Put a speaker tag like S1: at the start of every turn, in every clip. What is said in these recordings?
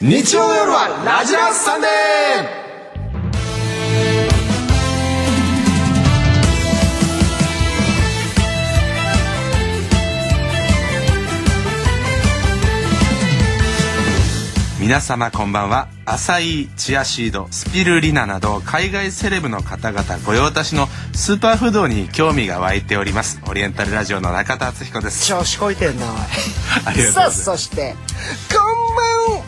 S1: 日曜夜はラジラスサンデー皆様こんばんは浅井チアシードスピルリナなど海外セレブの方々御用達のスーパーフードに興味が湧いておりますオリエンタルラジオの中田敦彦です
S2: 調子こいてんな
S1: あ
S2: おい
S1: りがとうござい
S2: さ
S1: ま
S2: あ
S1: す
S2: そしてこんばんは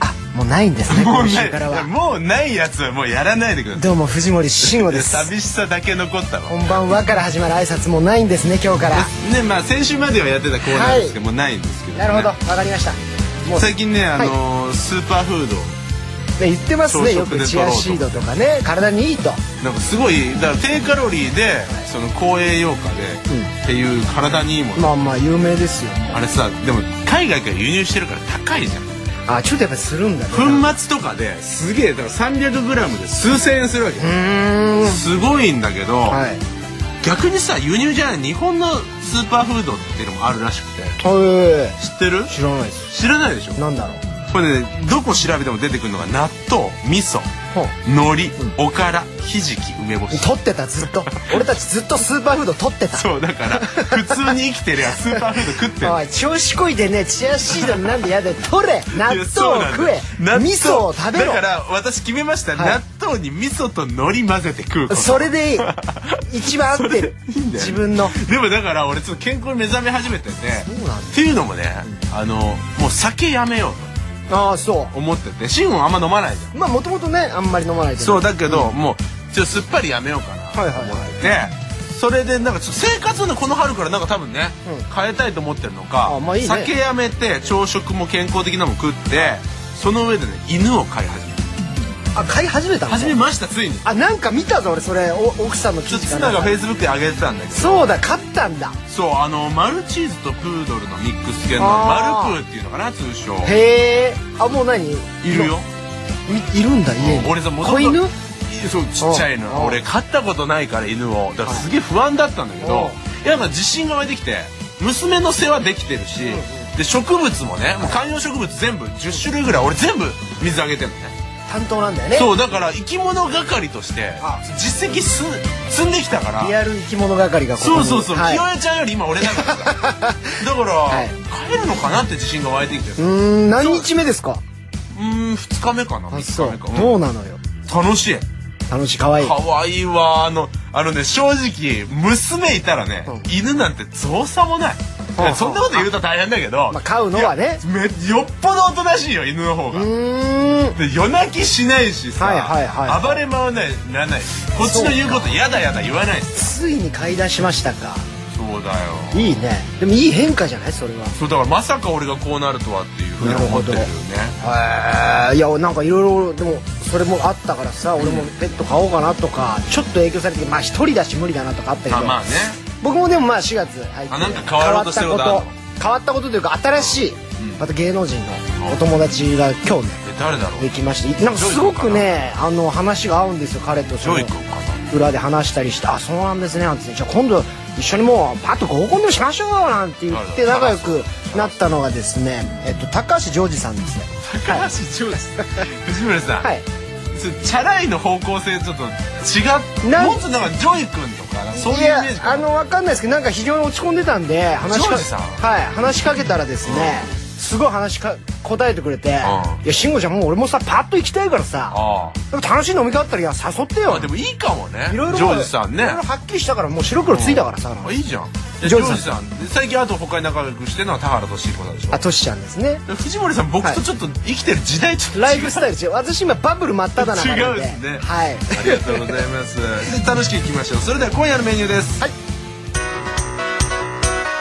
S2: あもうないんですね
S1: もう
S2: 今
S1: な
S2: 週
S1: い
S2: からは
S1: もうないやつはもうやらないでくださ
S2: どうも藤森慎吾
S1: い
S2: です
S1: 寂しさだけ残った
S2: こ
S1: の
S2: んばんはから始まる挨拶もないんですね今日から
S1: ねまあ先週まではやってたコーナーですけど、もうないんですけど、ね、
S2: なるほどわかりましたもう
S1: 最近ね、あのースーパーフード
S2: ね言ってます
S1: 朝
S2: ねよ
S1: 食で
S2: くチアシードとかね体にいいと
S1: なんかすごいだから低カロリーでその高栄養価で、
S2: ん
S1: っていう体にいいもの、
S2: まあまあ有名ですよ
S1: あれさでも海外から輸入してるから高いじゃん
S2: あちょっとやっぱりするんだね
S1: 粉末とかですげえだから 300g で数千円するわけ
S2: うーん
S1: すごいんだけど、
S2: はい
S1: 逆にさ輸入じゃない日本のスーパーフードっていうのもあるらしくて
S2: おい
S1: 知ってる
S2: 知らないです
S1: 知らないでしょ
S2: なんだろう
S1: これねどこ調べても出てくるのが納豆味噌
S2: ほう
S1: 海苔、おからひじき梅干し
S2: 撮ってたずっと俺たちずっとスーパーフード撮ってた
S1: そうだから普通に生きてりゃスーパーフード食ってる
S2: おい調子こいでねチアシードになんでやで取れ納
S1: い
S2: 豆
S1: や
S2: を
S1: そうなんだ
S2: 食え
S1: 納豆
S2: 味噌を食べろ
S1: だから私決めました、
S2: はい
S1: 納豆に味噌と海苔混ぜて食うこと
S2: それでいい 一番合ってる
S1: いいんだよ
S2: 自分の
S1: でもだから俺ちょっと健康に目覚め始めてて
S2: うなんだ
S1: っていうのもね、あのもう酒やめよう
S2: ああそ
S1: と思っててシンゴンあんま飲まないじゃん
S2: うまあもともとねあんまり飲まないけど
S1: そうだけど、もうちょっとすっぱりやめようかなと
S2: はい
S1: 思
S2: はいはい
S1: ってて、それでなんかちょっと生活をねこの春からなんか多分ね、
S2: うん
S1: 変えたいと思ってるのか
S2: あまあいいね
S1: 酒やめて朝食も健康的なもん食ってその上でね犬を飼い始めた
S2: あ買い始めたの
S1: 始めましたついに
S2: あなんか見たぞ俺それお奥さんの
S1: ち
S2: 記
S1: ょっと
S2: 事
S1: ツ
S2: か
S1: ナ
S2: な
S1: がフェイスブックで上げてたんだけど
S2: そうだ買ったんだ
S1: そうあのマルチーズとプードルのミックス犬の
S2: あ
S1: マ
S2: ー
S1: ルプーっていうのかな通称
S2: へえあもう何い
S1: いるよ
S2: いるんだ家に
S1: 俺さもと
S2: 子犬
S1: そうちっちゃい
S2: おうお
S1: の
S2: う
S1: 俺飼ったことないから犬をだからすげえ不安だったんだけ
S2: お
S1: ど
S2: う
S1: いやなんか自信が湧いてきて娘の世話できてるしで植物もねもう観葉植物全部10種類ぐらい俺全部水あげてるのね
S2: 担当なんだよね
S1: そうだから生き物係として
S2: あ
S1: 実績す積んできたから
S2: リアル生き物係がここ
S1: そ
S2: に
S1: うそうそう、
S2: はい
S1: ひよえちゃんより今俺なんだ からだから、
S2: い
S1: 帰るのかなって自信が湧いてきて
S2: う
S1: う
S2: ーん何日目ですか
S1: ーん2日目かな
S2: あ
S1: 3
S2: そう
S1: 日目か
S2: ど
S1: う
S2: うんなのよ
S1: 楽しい
S2: 楽しい可愛い
S1: 可愛いわあのあのね正直娘いたらね、
S2: う
S1: 犬なんて造作もない、
S2: うんうん
S1: そんなこと言うと大変だけど、
S2: まあ飼うのはね
S1: いやめよっぽどおとなしいよ犬の方が、
S2: うーん
S1: で夜泣きしないしさ、
S2: はいはいはい
S1: 暴れ回らないならないしこっちの言うことやだやだ言わないし
S2: ついに買い出しましたか
S1: そうだよ
S2: いいねでもいい変化じゃないそれは
S1: そうだからまさか俺がこうなるとはっていうふうに思ってるよね
S2: へえいやなんかいろいろでもそれもあったからさ俺もペット買おうかなとかちょっと影響されてまあ一人だし無理だなとかあったけど
S1: あまあね
S2: 僕もでもまあ4月入って
S1: あなんか変わろうとしてること
S2: 変
S1: あん
S2: わっ
S1: の
S2: たこと変わったことというか新しい
S1: ん
S2: また芸能人のお友達が今日ね
S1: え誰だろう
S2: できましてなんかすごくねあの話が合うんですよ彼と
S1: ジ
S2: その
S1: ョイ君かな
S2: 裏で話したりして「あそうなんですね」なんつって「じゃあ今度一緒にもうパッと合コンでもしましょう」なんて言って
S1: なるほ
S2: 仲
S1: ど
S2: 良くなったのがですね、えっと、高橋ジョージさんですね。
S1: 高橋 ジョージさん藤村さん、
S2: はい、
S1: ちょチャラいの方向性ちょっと違っ
S2: なん
S1: もっとなんかジョイ君とかそういうイメージ
S2: やあ
S1: かな
S2: の分かんないですけどなんか非常に落ち込んでたんで話し
S1: ジョ
S2: か
S1: ージさん
S2: はい、話しかけたらですね、すごい話しか答えてくれて「いや慎吾ちゃんもう俺もさパッと行きたいからさ
S1: あ
S2: でも楽しい飲み会あったらいや誘って
S1: あ
S2: よ
S1: あ」でもいいかもね
S2: いろいろ
S1: ジョージさんね
S2: いろいろはっきりしたからもう白黒ついたからさ、
S1: あいいじゃんで
S2: ジ
S1: ジ
S2: ョ
S1: ョ
S2: ージさん
S1: ージさんで最近あと他に仲良くしてるのは田原俊彦さんでしょ
S2: あとしちゃんですね
S1: で藤森さん僕とちょっと生きてる時代ちょっと違う、
S2: ライフスタイル違う私今バブル真っ只中なんで
S1: 違うですね
S2: はい
S1: ありがとうございますで楽しくいきましょうそれでは今夜のメニューです、
S2: はい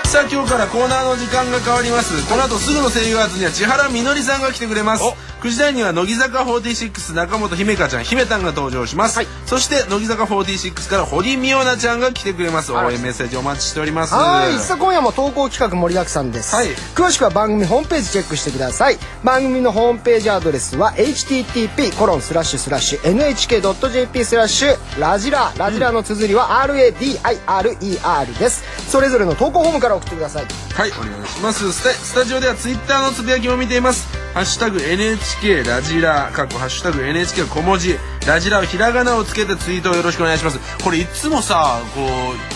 S1: さあ今日からコーナーの時間が変わりますこの後すぐの声優アーツには千原みのりさんが来てくれます
S2: お
S1: 9時台には乃木坂46中本姫香ちゃん姫たんが登場します、
S2: はい
S1: そして乃木坂46から堀美央奈ちゃんが来てくれます応
S2: ら
S1: 援メッセージお待ちしております
S2: はいさあ今夜も投稿企画盛りだくさんです、
S1: はい
S2: 詳しくは番組ホームページチェックしてください番組のホームページアドレスは http コロンスラッシュスラッシュ nhk.jp スラッシュラジララジラの綴りは RADIRER ですそれぞれの投稿ホームから送ってください
S1: はい、お願いします。スタスタジオではツイッターのつぶやきも見ています。ハッシュタグ NHK ラジラ」かっこハッシュタグ NHK は小文字「ラジラ」をひらがなをつけてツイートをよろしくお願いしますこれいつもさこ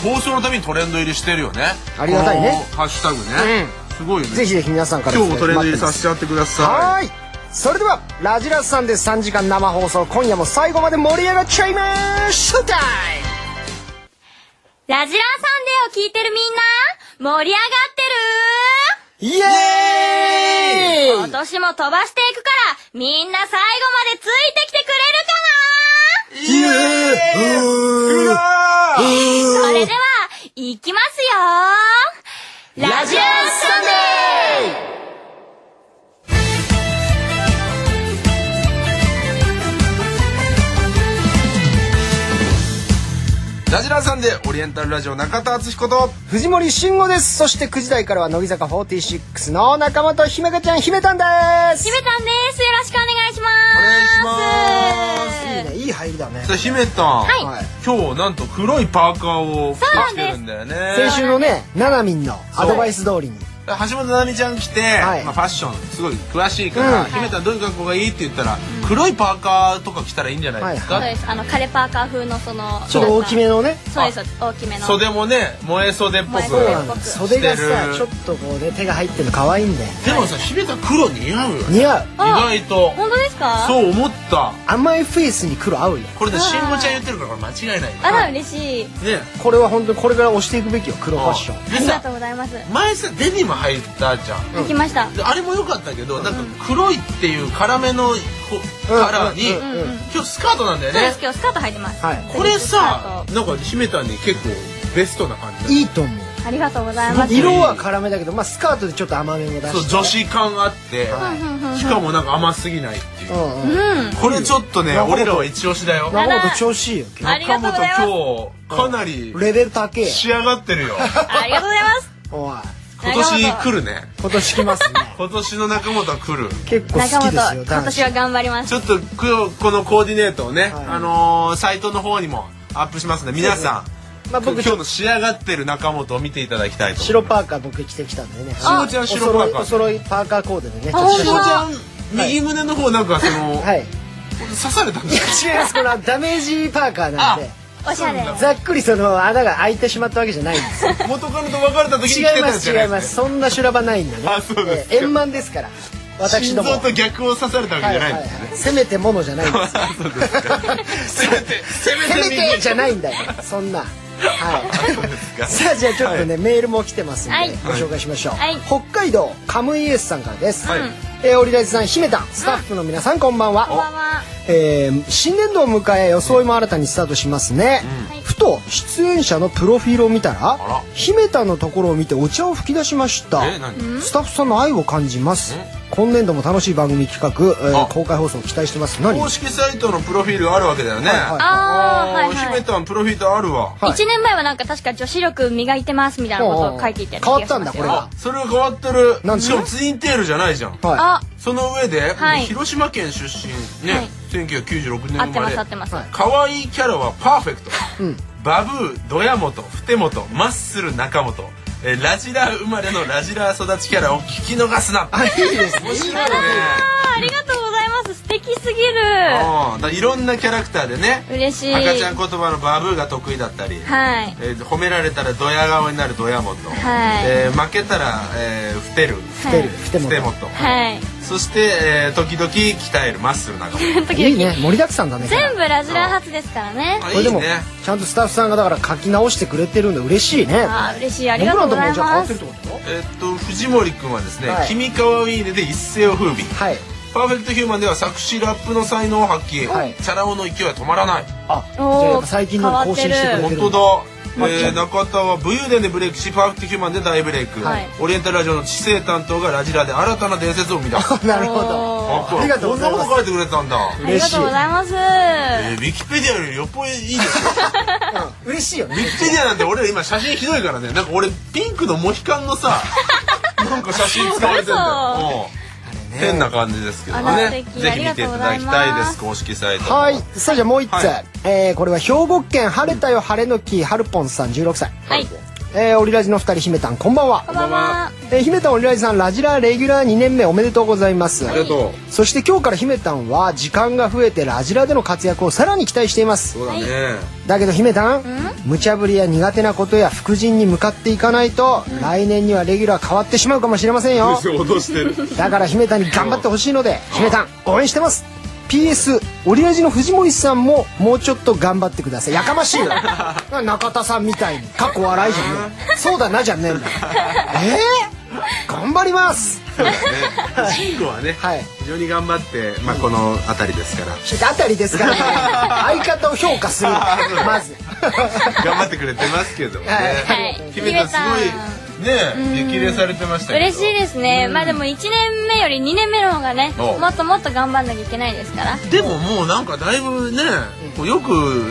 S1: う放送のためにトレンド入りしてるよね
S2: ありがたいね
S1: このハッシュタグね、すごいよね
S2: ぜひぜひ皆さんから
S1: 今日もトレンド入り
S2: 待ってま
S1: さ
S2: す
S1: せてやってくださ
S2: はーいそれではラジラスさんで3時間生放送今夜も最後まで盛り上がっちゃいまーすショータイム
S3: ラジラーサンデーを聞いてるみんな、盛り上がっ
S2: イエ
S3: てる今年も飛ばしていくから、みんな最後までついてきてくれる
S1: いイエーイうわー
S3: かなそれでは、行きますよラジラーサンデ
S1: ラジラーさんでオリエンタルラジオ中田敦彦と
S2: 藤森慎吾ですそして9時台からは乃木坂46の仲間と姫香ちゃん姫たんです
S3: ー姫たんですよろしくお願いします
S1: お願いし
S2: いいねいい入りだね
S1: さあ姫たん、
S3: はい
S2: はい
S1: 今日なんと黒いパーカーを着て
S3: そうな
S1: き
S3: んです
S1: てるんだよね
S2: 先週のねななみんのアドバイス通りに
S1: 橋本奈美ちゃん来て、
S2: はい
S1: まあ、ファッションすごい詳しいから、
S2: うん
S1: 姫たんどういう格好がいいって言ったら、黒いパーカーとか着たらいいんじゃないですか、
S3: そうです。あの、カレパーカー風のその、
S2: ちょっと大きめのね
S3: そうです。大きめの。
S1: 袖もね萌え袖っぽ
S3: 萌え
S1: く
S2: そう
S3: 袖
S2: なんだ袖がさ
S1: してる
S2: ちょっとこうね手が入ってるの可愛いんだよ
S1: でもさ姫たん黒似合うよね
S2: 似合う
S1: 意
S3: あ
S1: 外と
S3: 本当ですかう。
S1: そう思った
S2: 甘いフェイスに黒合うよ
S1: これね慎吾ちゃん言ってるからこれ間違いないね
S3: あら、嬉しい。
S1: ね
S2: これは本当にこれから押していくべきよ黒ファッション
S3: あ
S1: で
S3: りが
S1: さ
S3: とうございます。
S1: 前さデニム入ったじゃん
S3: 行きました。
S1: であれも良かったけど、なんか黒いっていう辛めのこカラーに、
S2: うんうんうん
S1: 今日スカートなんだよ
S3: そうで
S1: ね
S3: す。今日スカート履いてます。
S2: はい
S1: これさ
S3: スカ
S1: なんか姫たんに結構ベストな感じ
S2: いいと思う
S3: ありがとうございます。
S1: すごい
S2: 色は辛めだけど、まあ、スカートでちょっと甘めも出
S1: だ
S2: して
S1: そう女子感あって、しかもなんか甘すぎないっていうう、
S2: んうん
S1: これちょっとね
S2: なるほど
S1: 俺らは一押しだよ
S3: な
S2: 中本調子いいよ今
S3: ありがとうございます
S1: 本今日かなり
S2: 日レベル高え
S1: 仕上がってるよ
S3: ありがとうございます。
S2: おい
S1: 今年来るね
S2: 今年来ますね
S1: 今年の中本は来る
S2: 結構
S3: 中
S2: 好きです
S3: 本、
S2: よ
S3: 今
S2: 男子
S3: 年は頑張ります。
S1: ちょっと今日このコーディネートをね、
S2: はい
S1: あのーサイトの方にもアップしますので皆さん、
S2: まあ
S1: 今
S2: 僕
S1: 日の仕上がってる中本を見ていただきたいと思います
S2: 白パーカー僕着てきたんでね
S1: あちゃん白パーカー
S2: お揃いお揃いパーカーコーデでね
S3: あ
S1: し
S2: は
S1: もちゃん右胸の方なんかその、
S2: い違い
S1: 刺されたんですか
S2: ますこのダメージパーカーなんで
S3: おしゃれ。
S2: ざっくりその穴が開いてしまったわけじゃないん ですよ
S1: 元カノと別れた時に来て
S2: 違い
S1: た
S2: ま
S1: んじ
S2: す
S1: ゃな
S2: 違
S1: い
S2: いま
S1: ですす
S2: そんな修羅場ないんでね
S1: あそうですか
S2: えー円満ですから私
S1: 心
S2: ども
S1: 臓
S2: は
S1: と逆を刺されたわけ
S2: は
S1: じ
S2: い
S1: ゃ
S2: は
S1: ないいん
S2: は
S1: で
S2: い
S1: すね、
S2: せめてものじゃないんです
S1: そうですかせめて せめ
S2: せ
S1: て
S2: めてじゃないいんだよそんなはい
S1: そうですか
S2: さあじゃあちょっとね、メールも来てますんで、
S3: はい
S2: ご紹介しましょう、
S3: はい
S2: 北海道カムイエスさんからです、
S1: はい
S2: えー、オリラジさん姫たんスタッフの皆さん、こんばんは
S3: こんばんは。
S2: えー新年度を迎え装いも新たにスタートしますね、
S3: うん
S2: ふと出演者のプロフィールを見たら
S1: ら
S2: 姫田のところを見てお茶を吹き出しました
S1: え何
S2: スタッフさんの愛を感じます今年度も楽しい番組企画、えー
S1: あ
S2: 公開放送期待してます何
S1: 公式サイトのプロフィールがあるわけだよね、
S2: はいはい
S3: あ
S1: あ
S3: ー、は
S1: ー
S3: いは
S1: 姫
S3: い。
S1: たんプロフィールあるわ
S2: はい
S3: 一年前はなんか確か女子力磨いてますみたいなことを書いていたような気がし
S2: 変わったんだ
S3: ますよ
S2: これは
S1: それが変わってる
S2: なんで
S1: しかもツインテールじゃないじゃん
S2: は
S3: あ、
S1: その上で、
S3: はい
S1: 広島県出身ね、
S3: はい
S1: 1996年
S3: 合
S1: 生
S3: って
S1: ま
S3: ま
S1: れ
S3: す合ってます。
S2: はい
S1: 可愛いキャラはパーフェクト、
S2: うん
S1: バブードヤモトふてもとマッスル中本えーラジラー生まれのラジラー育ちキャラを聞き逃すな
S2: あいいですね
S1: 面白いね
S3: あー、ありがとうございます。素敵すぎる。
S1: うんだいろんなキャラクターでね
S3: 嬉しい。
S1: 赤ちゃん言葉のバブーが得意だったり、
S3: はい。
S1: えー褒められたらドヤ顔になるドヤモト、
S3: はい
S1: えー負けたら、えー、ふてる
S3: はい
S2: ふてる
S1: ふ
S2: ふ
S1: て
S2: て
S1: も
S2: も
S1: と
S3: はい。
S1: そして、えー時々鍛えるマッスル中本
S3: 時
S2: いい
S3: 々。
S2: ね盛りだくさんだね
S3: 全部ラジラー発ですからね。
S1: あ
S2: これ
S1: い
S2: で
S1: い
S2: も
S1: ね
S2: ちゃんとスタッフさんがだから書き直してくれてるんで嬉しいね
S3: あー、嬉しい。ありがとうござい
S2: 僕ら
S3: ま
S2: のと
S3: す
S2: こ。もじゃあ変わってるってこ
S1: えっと藤森くんはですね「
S2: はい
S1: 君かわいいね」で一世を風靡
S2: とはい
S1: 「パーフェクトヒューマン」では作詞ラップの才能を発揮、
S2: はい
S1: チャラ男の勢いは止まらない
S2: あじゃ
S3: おー
S2: あやっぱ最近のより更新してくれて
S1: 本
S2: る
S1: 当だ
S2: まっち
S1: え
S2: ゃ
S1: ー、
S2: ん
S1: 中田は武勇伝でブレイクしパーフェクトヒューマンで大ブレイク、
S3: はい
S1: オリエンタルラジオの知性担当がラジラで新たな伝説を生み出す あ
S2: なるほど
S3: おー
S1: こ
S2: あり
S1: れ
S2: がと
S1: こ
S2: うご
S1: ん
S2: ざ
S1: ないこ
S2: ます
S1: と書いてくれてたんだ、
S3: ありがとうございます。
S1: えー、ウィキペディアよりよっぽどいいですよ
S2: うん嬉しいよね
S1: ウィキペディアなんて俺ら今写真ひどいからねなんか俺ピンクのモヒカンの さなんか写真使われてんだようん変な感じですけど
S3: あ
S1: ね
S3: ら
S1: ぜ
S3: 素
S1: ひ見
S3: 敵
S1: ていただきたいです公式サイト
S2: はいさあじゃあもう一つ、
S1: はい
S2: えーこれは兵庫県晴れたよ晴れの木はるぽんさん16歳
S3: はい。
S2: えー、オリラジの二人姫たんこんばんは
S3: こんばんは。
S2: えー、姫たんオリラジさんラジラレギュラー2年目おめでとうございます
S1: ありがとう。
S2: そして今日から姫たんは時間が増えてラジラでの活躍をさらに期待しています
S1: そうだね。
S2: だけど姫たん無茶ぶりや苦手なことや副陣に向かっていかないと、来年にはレギュラー変わってしまうかもしれませんよ
S1: 脅してる。
S2: だから姫たんに頑張ってほしいので姫たん応援してます PS オリラジの藤森さんももうちょっと頑張ってくださいやかましいよ中田さんみたいに過去笑いじゃねえそうだなじゃねえんだえー、頑張ります
S4: そうだね。慎吾はね、
S2: はい
S4: 非常に頑張って、まあこの辺りですから。
S2: あたりですから、ね、相方を評価するまず
S4: 頑張ってくれてますけどもね。
S2: は
S3: はい。
S4: 姫田すごいね激励されてましたけど。
S3: 嬉しいですね。まあでも1年目より2年目の方がね、
S1: お
S3: もっともっと頑張んなきゃいけないですから。
S1: でももうなんかだいぶね、こう良く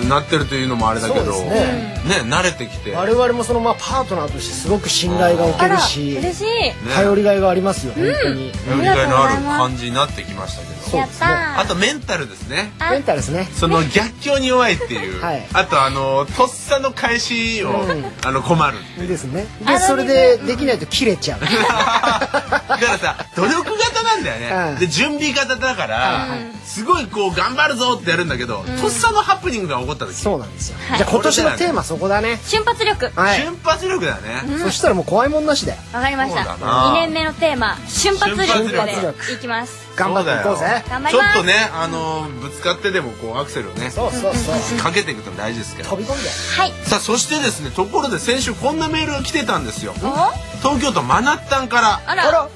S1: なってるというのもあれだけど、
S2: そうです
S1: ね慣れてきて。
S2: 我々もそのまあパートナーとしてすごく信頼がおけ
S3: あら、
S2: るし
S3: 嬉しい。
S2: 頼りがいがありますよ、本当に
S1: やりがいのある感じになってきましたけど。
S3: やった
S1: あ
S3: ー。
S1: とメンタルですね。
S3: あ
S2: メンタルですね
S1: その逆境に弱いっていう、
S2: はい
S1: あとあのとっさの返しを、あの困 る
S2: いいですね
S3: あ
S2: で
S3: の
S2: それでできないと切れちゃう
S1: だからさ努力型なんだよね、
S2: うん
S1: で準備型だから、すごいこう頑張るぞってやるんだけど、とっさのハプニングが起こった時、
S2: そうなんですよ、
S3: はい
S2: じゃあ今年のテーマそこだね
S3: 瞬発力。わ
S2: はい、
S1: 瞬発力だね、
S2: そしたらもう怖いもんなしで
S3: かりました。
S1: そうだな
S3: 2年目のテーマ、瞬発力
S1: 瞬
S2: 発力
S3: でいきます。
S2: 頑張っていこうぜ
S3: 頑張り
S1: ちょ
S3: ま
S1: っ
S3: す
S1: と。ねあのぶつかってでもこうアクセルをね
S2: そうそうそう
S1: かけていくと大事ですけど
S2: 飛び込んで
S3: はい。
S1: さあそしてですねところで先週こんなメールが来てたんですよ
S3: お
S1: 東京都マナッタンから
S3: あ
S2: あ
S3: ら。
S2: ら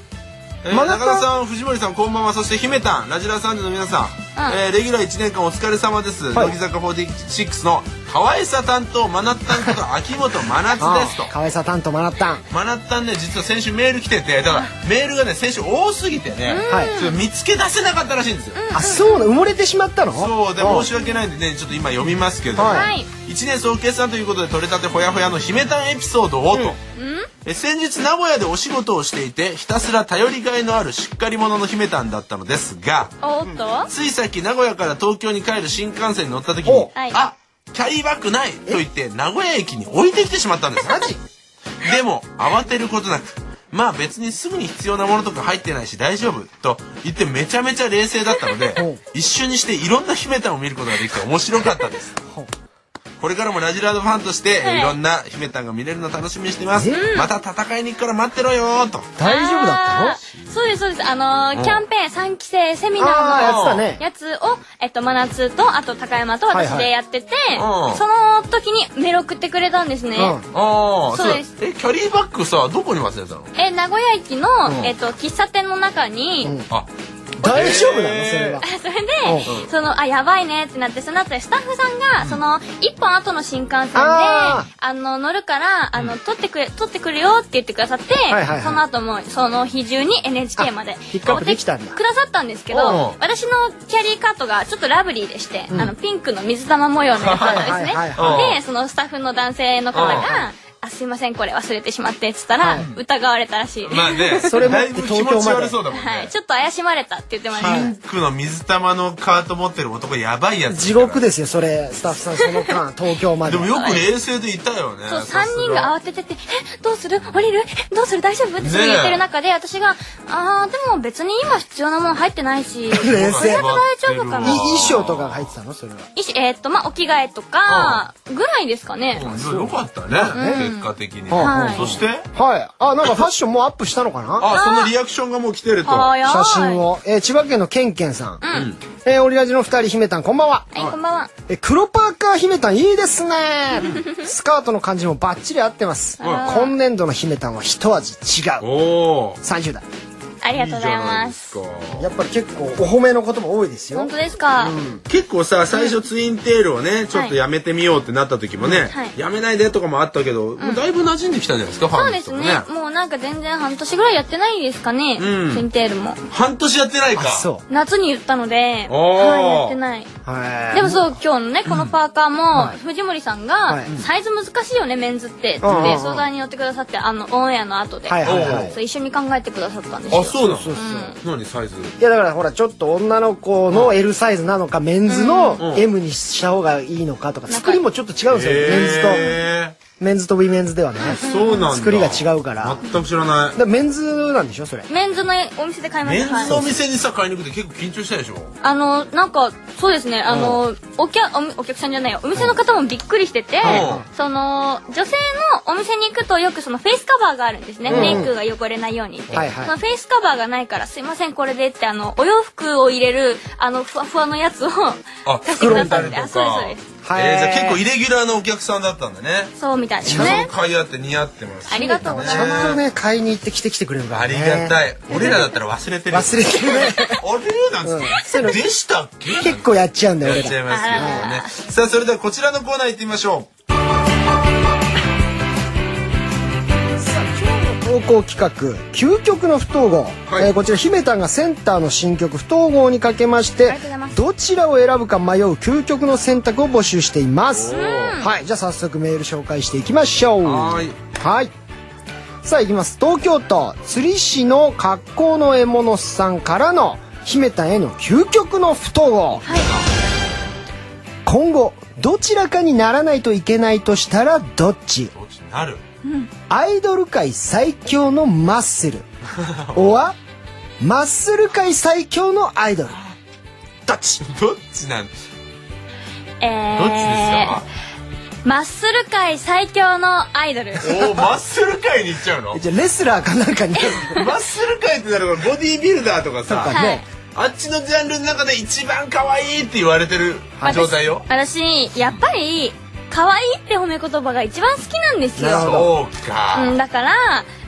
S1: えー
S2: マナタン
S1: 中田さん藤森さんこんばんはそして姫たんラジラサンジの皆さん、えーレギュラー1年間お疲れ様です、
S2: はい
S1: 乃木坂46の可愛さ担当マナッタンこと秋元真夏ですと
S2: 可愛さ担当マナッタン
S1: マナッタンね実は先週メール来ててだからメールがね先週多すぎてね、
S2: はい
S1: ちょっと見つけ出せなかったらしいんですよ、
S2: あそうな埋もれてしまったの
S1: そうで
S2: ん
S1: 申し訳ないんでねちょっと今読みますけれども、
S2: はい
S1: 一年総決算ということで取れたてほやほやの姫たんエピソードをと、え先日名古屋でお仕事をしていてひたすら頼りがいのあるしっかり者の姫たんだったのですが
S3: おっと
S1: ついさっき名古屋から東京に帰る新幹線に乗った時
S2: お
S1: に「
S3: はい
S1: あキャリーバッグない!」と言って名古屋駅に置いてきてしまったんですマジでも慌てることなく「まあ別にすぐに必要なものとか入ってないし大丈夫」と言ってめちゃめちゃ冷静だったので一瞬にしていろんな姫たんを見ることができて面白かったです
S2: ほう
S1: これからもラジラードファンとして
S3: はい
S1: いろんな姫たんが見れるの楽しみにしてます
S2: うん
S1: また戦いに行くから待ってろよーと
S2: 大丈夫だっ
S3: あーそうですそうですあのーキャンペーン三期生セミ
S2: たのああ
S3: ナー
S2: や
S3: の
S2: ってたね
S3: やつを、えっと、真夏とあと高山と私
S2: はいはい
S3: でやってて、
S1: うん
S3: その時にメール送ってくれたんですね、
S2: う
S1: ああ
S3: そうです
S1: えキャリーバッグさどこに忘れてたの
S3: え名古屋駅の、えっと、喫茶店の中に、
S2: うん
S1: あ
S2: 大丈夫なのそれは
S3: それで、そのあやばいねってなってその後スタッフさんが、その一本後の新幹線で
S2: あ
S3: あの乗るからあの、取ってくれ取ってくるよって言ってくださって、
S2: はいはい
S3: その後もその日中に NHK まで
S2: ピックアップできたんだ
S3: 持ってくださったんですけど
S1: おう
S3: 私のキャリーカートがちょっとラブリーでして、あのピンクの水玉模様のやつだったんですね。
S2: はいはいはい
S1: はい
S3: でそのスタッフの男性の方
S1: おう
S3: が「あすいませんこれ忘れてしまって」っつったら、疑われたらしいです。
S1: まあ ね、
S2: それ持っ
S1: だ
S2: て
S1: いぶ
S2: 東京
S1: 気
S2: まで
S1: 持ち悪そうだもんね。
S3: はい、ちょっと怪しまれたって言ってました、
S1: ピンクの水玉のカート持ってる男やばいやつ。
S2: 地獄。ですよそれスタッフさんその間東京まで
S1: でもよく冷静でいたよね。
S3: そう
S1: さ
S3: 3
S1: す
S3: 人が慌ててて「えどうする降りるえどうする大丈夫?」ってすごい言ってる中で私が「あーでも別に今必要なもん入ってないし
S2: 冷静
S3: これだと大丈夫か
S2: い
S3: な」
S2: 衣装とかが入ってたのそれは
S3: 衣装えーっとまあお着替えとかぐらいですかね
S1: うんよかったね。結果的に。
S2: はい
S1: そして、
S2: はいあなんかファッションもうアップしたのかな
S1: あ、そのリアクションがもう来てると。
S3: 早い
S2: 写真を、えー千葉県のけんけんさん、えーオリラジの二人姫たんこんばんは
S3: はいこんばんは
S2: えー黒パーカー姫たんいいですねスカートの感じもバッチリ合ってます
S3: はい
S2: 今年度の姫たんは一味違う
S1: おー。
S2: 30代
S3: ありが
S1: いい
S3: と
S1: じ
S3: うござい
S1: ゃない
S3: ま
S1: ですすか。
S2: やっぱり結構お褒めのことも多いですよ
S3: 本当ですか、
S1: 結構さ最初ツインテールをねちょっとやめてみようってなった時もね、
S3: はい
S1: やめないでとかもあったけど、もうだいぶ馴染んできたじゃないですかフ
S3: そ
S1: ァ
S3: う
S1: ンの
S3: で
S1: 人
S3: す
S1: も
S3: ね
S1: ね
S3: もうなんか全然半年ぐらいやってないですかね、
S1: うん
S3: ツインテールも
S1: 半年やってないか
S2: あそ
S3: 夏に言ったので、
S1: おー
S3: はい、やってないう
S2: はい
S3: でもそう今日のねこのパーカーも
S2: い
S3: 藤森さん
S2: は
S3: が
S2: い
S3: 「サイズ難しいよねメンズって」って
S2: うんうんうん
S3: 相談に乗ってくださってあのオンエアの後で
S2: はいはいは
S1: お
S2: いう
S3: 一緒に考えてくださったんですよ
S1: あそうなの
S2: そうそう
S1: 何サイズ
S2: いやだからほらちょっと女の子の L サイズなのかメンズの
S1: うん
S2: M にした方がいいのかとか作りもちょっと違うんですよ
S1: へ
S2: メンズと
S1: ー
S2: メンズとウィメンズではね
S1: そうなんだ
S2: 作りが違うから
S1: 全く知らな
S2: だメンズなんでしょそれ
S3: メンズのお店で買いま
S1: い
S3: し
S1: メ
S3: た。は
S1: ン
S3: い
S1: ズのお店にさ買いに行くって結構緊張したでしょ
S3: あのなんかそうですねあの、お客おお客さんじゃないよお店の方もびっくりしてて、
S1: う
S3: その女性のお店に行くとよくそのフェイスカバーがあるんですね、メイクが汚れないようにって、
S2: はいはい
S3: そのフェイスカバーがないから「すいませんこれで」ってあのお洋服を入れるあのふわふわのやつを貸してくださってあそうですそうです
S2: はい
S1: えーじゃあ結構イレギュラーなお客さんだったんだね
S3: そうみたいです
S1: ね
S3: ね
S1: 買い合って似合ってます
S3: ありがとうござい
S2: ちゃん
S3: ま
S2: とね買いに行って来てきてくれるか
S1: あ
S2: ら、
S1: りが
S2: ね、
S1: たい俺らだったら忘れてる
S2: 忘れてるね
S1: あれなんつってでしたっけ
S2: 結構やっちゃうんだよ
S1: やっ
S2: 俺
S1: ちゃい
S2: ら
S1: ますけどねさあそれではこちらのコーナー行ってみましょ
S2: 投稿企画究極の不統合、
S1: はい
S2: えーこちら姫たんがセンターの新曲「不統合」にかけまして
S3: ありがとうございます
S2: どちらを選ぶか迷う究極の選択を募集していますはいじゃあ早速メール紹介していきましょう
S1: うはい
S2: はいさあいきます東京都釣り市の格好の獲物さんからの姫たんへの究極の不統合、今後どちらかにならないといけないとしたらどっち
S1: どっちになる
S2: アイドル界最強のマッス ルおはマッスル界最強のアイドル
S1: どっちどっちなんどっちです
S3: すえ
S1: か
S3: ー、マッスル界最強のアイドル
S1: おーマッスル界に行っちゃうの
S2: じゃあレスラーかなんかに
S1: マッスル界ってなるからボディービルダーとか
S2: と
S1: さ
S2: か
S3: は
S2: ね
S3: い、
S1: あっちのジャンルの中で一番可愛いって言われてる状態よ
S3: 私私やっぱり可愛いって褒め言葉が一番好きなんですよ
S2: なるほど
S1: そうか、
S3: うん、だから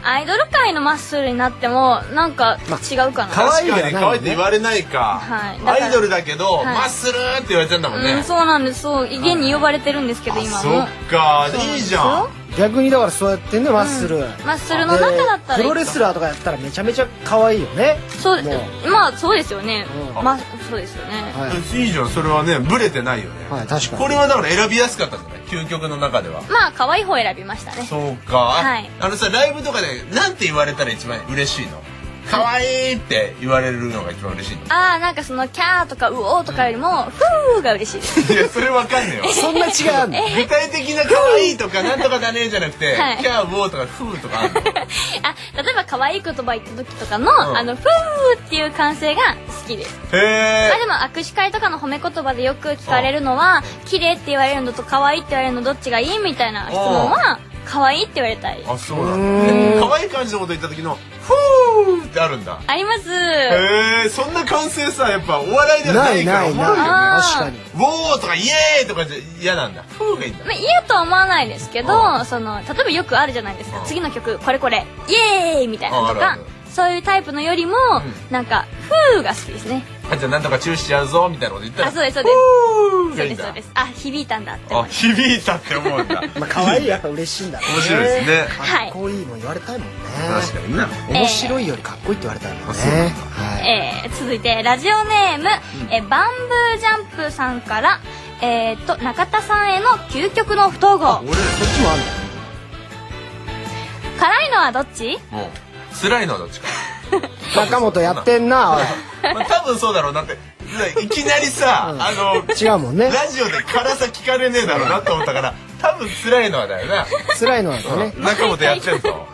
S3: アイドル界のマッスルになってもなんか違うかな、
S2: 可愛い
S1: 確か
S2: ではな
S1: に
S2: いもん
S1: 可
S2: ね
S1: 愛いって言われないか、
S3: はいだから
S1: アイドルだけど、
S3: い
S1: マッスルーって言われちゃうんだもんね、
S3: うん、そうなんですそう家に呼ばれてるんですけど今
S1: そ
S3: も
S1: っかいいじゃん
S2: 逆にだからそうやってねマッスル、
S3: マッスルの中だったら
S2: でプロレスラーとかやったらめちゃめちゃ可愛いよね
S3: そう
S2: もう
S3: まあそうですよね、
S2: うん
S3: まあそうですよね、
S2: はい、
S1: いいじゃんそれはねブレてないよね、
S2: はい、確かに
S1: これはだから選びやすかったんじゃない究極の中では
S3: まあ可愛い方選びましたね
S1: そうか、
S3: はい
S1: あのさライブとかでなんて言われたら一番嬉しいの可愛いって言われるのが一番嬉しいの
S3: ああなんかそのキャーとかウオーとかよりも、フーが嬉しいです
S1: いやそれわかんねえよ
S2: そんな違いあんの
S1: 具体的な可愛いとかなんとかだねじゃなくて、
S3: はい
S1: キャーウォーとかフーとかあるの
S3: あ例えば可愛い言葉言った時とかの、
S1: ん
S3: あのフーっていう歓声が好きです
S1: へ
S3: まあ
S1: え
S3: でも握手会とかの褒め言葉でよく聞かれるのは綺麗って言われるのと可愛いって言われるのどっちがいいみたいな質問は可愛いって言われたい
S1: あそうなんだね可愛い感じのこと言った時のフーってあるんだ
S3: あります
S1: へえそんな感性さやっぱお笑いでは
S2: な
S1: ないいか
S2: な
S1: ら
S2: い
S1: おもろいよね
S2: な
S3: あ
S2: い確
S3: ー
S2: かに
S1: ウォーとかイエーイとかじゃ嫌なんだフーがいいんだ
S3: まあ、嫌とは思わないですけ
S1: う
S3: どその例えばよくあるじゃないですか次の曲これこれイエーイみたいな
S1: ああ
S3: と
S1: るあ
S3: か
S1: る
S3: そういうタイプのよりもなんか「ふー」が好きですね
S1: あじゃあなんとかチューしちゃうぞみたいなこと言ったら
S3: あそうですそうです
S1: フー
S3: そ
S1: が
S3: う
S1: いいん
S3: です
S1: だ
S3: そうですあ響いたんだって
S1: あ
S3: 思い
S1: 響いたって思うん だ
S2: まあ可愛いやっぱ嬉しいんだね
S1: 面白いですね
S2: かっこいいも言われたいもんね、
S1: 確かにな
S2: 面白いよりかっこいいって言われたいもんね、
S1: あそうなんだ
S2: はい、
S3: えー続いてラジオネーム、えーバンブージャンプさんから、えー、と中田さんへの究極の不統合
S1: 俺
S2: そっちもあんの
S3: 辛いのはどっち
S1: もう辛いのはどっちか
S2: 中本やってんなおい
S1: まあ多分そうだろうなっていきなりさ、あの
S2: 違うもんね
S1: ラジオで辛さ聞かれねえだろうなと思ったから多分辛いのはだよな、
S2: 辛いのなんだね
S1: うん中本やっちゃうぞ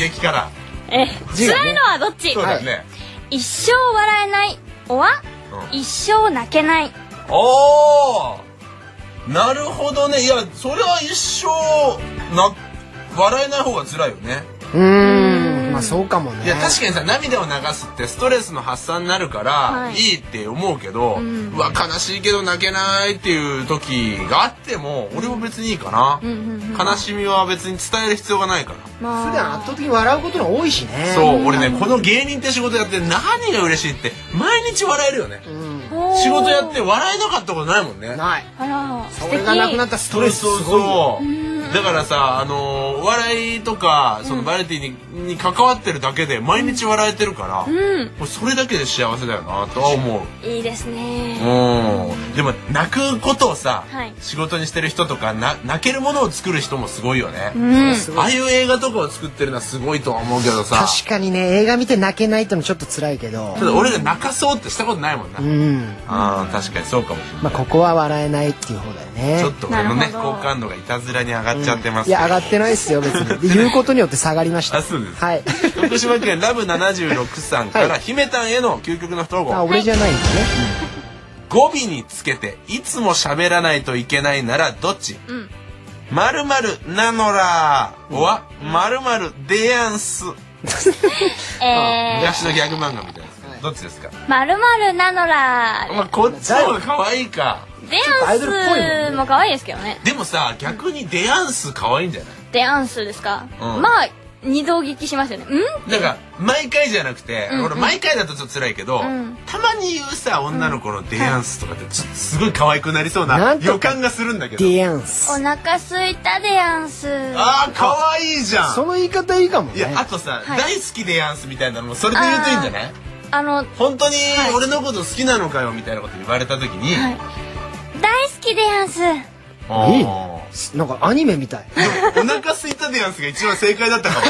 S1: 俺激辛
S3: えー
S2: 字がね
S3: 辛いのはどっち、
S1: そうだよね、
S3: 一生笑えないおは、
S1: うん
S3: 一生泣けない
S1: おーなるほどねいやそれは一生な笑えない方が辛いよね
S2: うーんまあそうかもね
S1: いや確かにさ涙を流すってストレスの発散になるから、、
S3: はいい
S1: いって思うけど、うわ悲しいけど泣けないっていう時があっても俺も別にいいかな、悲しみは別に伝える必要がないから、
S2: 普段圧倒的に笑うことの多いしね
S1: そう俺ねこの芸人って仕事やって何が嬉しいって毎日笑えるよね、仕事やって笑えなかったことないもんね
S2: ない
S3: あら素
S2: そ
S3: 敵
S2: れがなくなったスト
S1: そう
S2: レスす
S1: そう
S2: ごいよ
S1: そうだからさあのーお笑いとかそのバラエティに,、に関わってるだけで毎日笑えてるから、もうそれだけで幸せだよなとは思う
S3: いいですね
S1: うんでも泣くことをさ、
S3: はい
S1: 仕事にしてる人とかな泣けるものを作る人もすごいよね、
S3: うん
S2: す
S1: あ
S2: ご
S1: あ
S2: い
S1: いう映画とかを作ってるのはすごいとは思うけどさ
S2: 確かにね映画見て泣けないってのちょっと辛いけど
S1: ただ俺ら泣かそうってしたことないもんな、
S2: うん
S1: あー確かにそうかもしれない
S2: まあここは笑えないっていう方だよね
S1: ちょっと俺のね
S3: なるほど
S1: 好感度がいたずらに上がっっちゃってます
S2: いや上がってないですよ別にで言うことによって下がりました
S1: あそうです
S2: はい
S1: 福島県ラブ76さんから、
S2: はい
S1: 姫たんへの究極の不統
S2: あ
S1: 合
S2: 俺じゃないんだね
S1: 語尾につけていつも喋らないといけないならどっち
S3: うん
S1: まるまるなのらはまるまるでやんす
S3: え
S1: 昔のギャグ漫画みたいですけど
S2: はい
S1: どっちですか
S3: ー、まるまるなのら、
S1: まあこっちの方が可愛いか
S3: デ
S2: とア
S3: ア
S2: イドルっぽいもんね
S3: ンスも可愛いですけどね。
S1: でもさ逆にデアンス可愛いんじゃない
S3: デアンスですか、
S1: うん
S3: まあ、二度聞きしますよね。ん
S1: なんか毎回じゃなくて、
S3: うんうん
S1: 俺毎回だとちょっと辛いけど、
S3: ん
S1: たまに言うさ女の子のデアンスとかってちょっとすごい可愛くなりそうな
S2: なんとか
S1: 予感がするんだけ
S2: デ
S1: ど
S2: ィアンス
S3: お腹すいたデアンス。
S1: あー可愛いじゃ
S2: そ
S1: ん
S2: の言い方いいかも
S1: い
S2: ね
S1: やあとさ、
S3: はい
S1: 大好きデアンスみたいなのもそれで言うといいんじゃない
S3: あの、はい。
S1: 本当に俺のこと好きなのかよみたいなこと言われた時に、
S3: 大好きデアンス。
S1: あー
S2: いいねなんかアニメみ たい
S1: でもお腹空いたデアンスが一番正解だったかも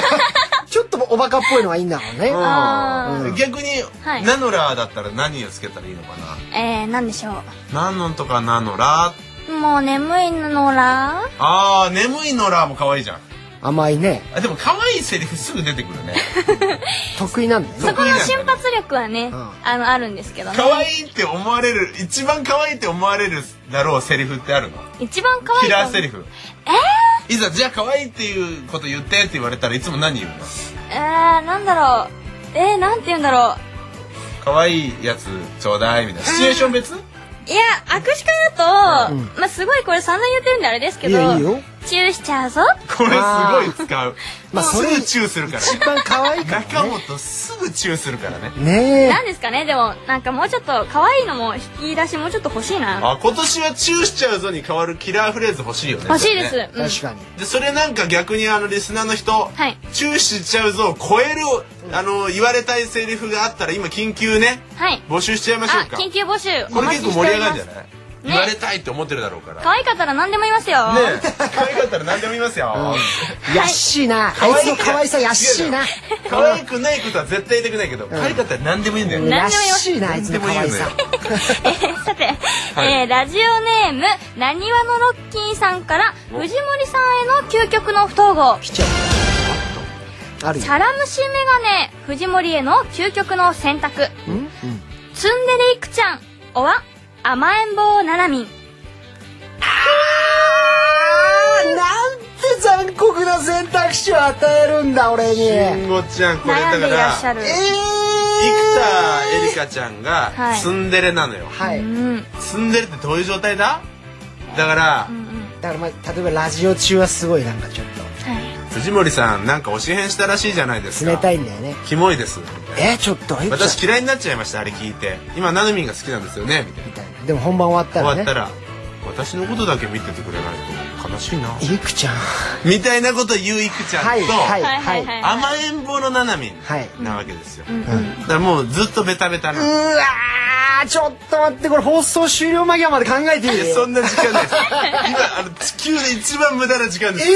S2: ちょっとおバカっぽいのはいいんだろうね
S3: あ
S1: うん逆に、
S3: はい
S1: ナノラーだったら何をつけたらいいのかな
S3: えー、なんでしょ
S1: ナノンとかナノラー
S3: う。もう眠いのら
S1: あー眠いのラーも可愛いじゃん
S2: 甘いね
S1: あでも可愛いセリフすぐ出てくるね
S2: 得意なんだよね
S3: そこの瞬発力はね、
S2: ん
S3: あの、あるんですけどね。
S1: 可愛いって思われる一番可愛いって思われるだろうセリフってあるの
S3: 一番可愛い
S1: キ
S3: と思う
S1: ラーセリフえいざじゃあ可愛いっていうこと言ってって言われたらいつも何言うの
S3: えー、なんだろう。えー、なんて言うんだろう。
S1: 可愛いやつちょうだいみたいなシチュエーション別
S3: いや、握手会だと、まあ、すごいこれ散々言ってるんであれですけ
S2: いい
S3: ど、
S2: よいいよ
S3: チューしちゃうぞ。
S1: これすごい使う
S2: まあ
S1: す
S2: そ
S1: ぐ
S2: れ
S1: チューするから
S2: 一番可愛いから
S1: 中本すぐチューするからね
S2: ねえ
S3: なんですかね、でも、なんかもうちょっと可愛いのも引き出しもうちょっと欲しいな。
S1: あ今年はチューしちゃうぞに変わるキラーフレーズ欲しいよね
S3: 欲しいです。
S1: ね
S3: うん
S2: 確かに
S1: でそれなんか逆にあのリスナーの人、
S3: はい
S1: チューしちゃうぞを超えるあの言われたいセリフがあったら今緊急ね
S3: はい。
S1: 募集しちゃいましょ
S3: あ
S1: う、か
S3: 緊急募集
S1: こ
S3: お
S1: れ
S3: 待
S1: 結
S3: ち
S1: 構盛り
S3: してお
S1: 上が
S3: り
S1: る
S3: ま
S1: んじゃ
S3: す。
S1: ない、言われたいって思ってるだろうから
S3: 可愛かったら何でも言いますよ。
S1: ねえ可愛かったら何でも言いますよ、
S2: やっしいなあ
S1: 愛い
S2: いつの可愛さやっしいな
S1: 可愛くないことは絶対言いたくないけど、可愛かったら何でもいいんだよ
S3: ね
S1: ね、
S2: やっしいなあいつの可愛さ
S1: 何
S3: えーさて、
S1: はい
S3: えーラジオネーム、なにわのロッキーさんから、藤森さんへの究極の不統合。
S2: 来ちゃうあるよ
S3: チャラ虫メガネ藤森への究極の選択
S2: うんうん
S3: ツンデレいくちゃんおわ甘えん坊ななみん
S2: なんて残酷な選択肢を与えるんだ俺に
S1: しんごちゃんこれ
S3: 悩
S1: だ
S3: ん
S1: か
S3: でいらっしゃ
S1: ら
S3: る、
S1: 生田絵梨花ちゃんが
S3: はい
S1: ツンデレなのよ、
S2: はい
S3: うん
S1: ツンデレってどういう状態だだから、
S2: だからまあ例えばラジオ中はすごいなんかちょっ
S1: 藤森さんなんか推し変したらしいじゃないです
S2: と
S1: か
S2: 冷たいんだよね
S1: キモいです
S2: えちょっとえ
S1: 私嫌いになっちゃいましたあれ聞いて今ナヌミンが好きなんですよねみたいな
S2: みたいなでも本番終わったら
S1: 終わ
S2: ね
S1: ったら私のことだけ見ててくれないと悲しいない
S2: くちゃん
S1: みたいなこと言ういくちゃんと、
S2: はいはい
S3: はい
S2: は
S3: はいいはい
S1: 甘えん坊のナナミ
S2: はい
S1: ンなわけですよ、だからもうずっとベタベタな、
S2: うわーちょっと待ってこれ放送終了間際まで考えていい
S1: いやそんな時間ないです今あの地球で一番無駄な時間で
S2: え
S1: す、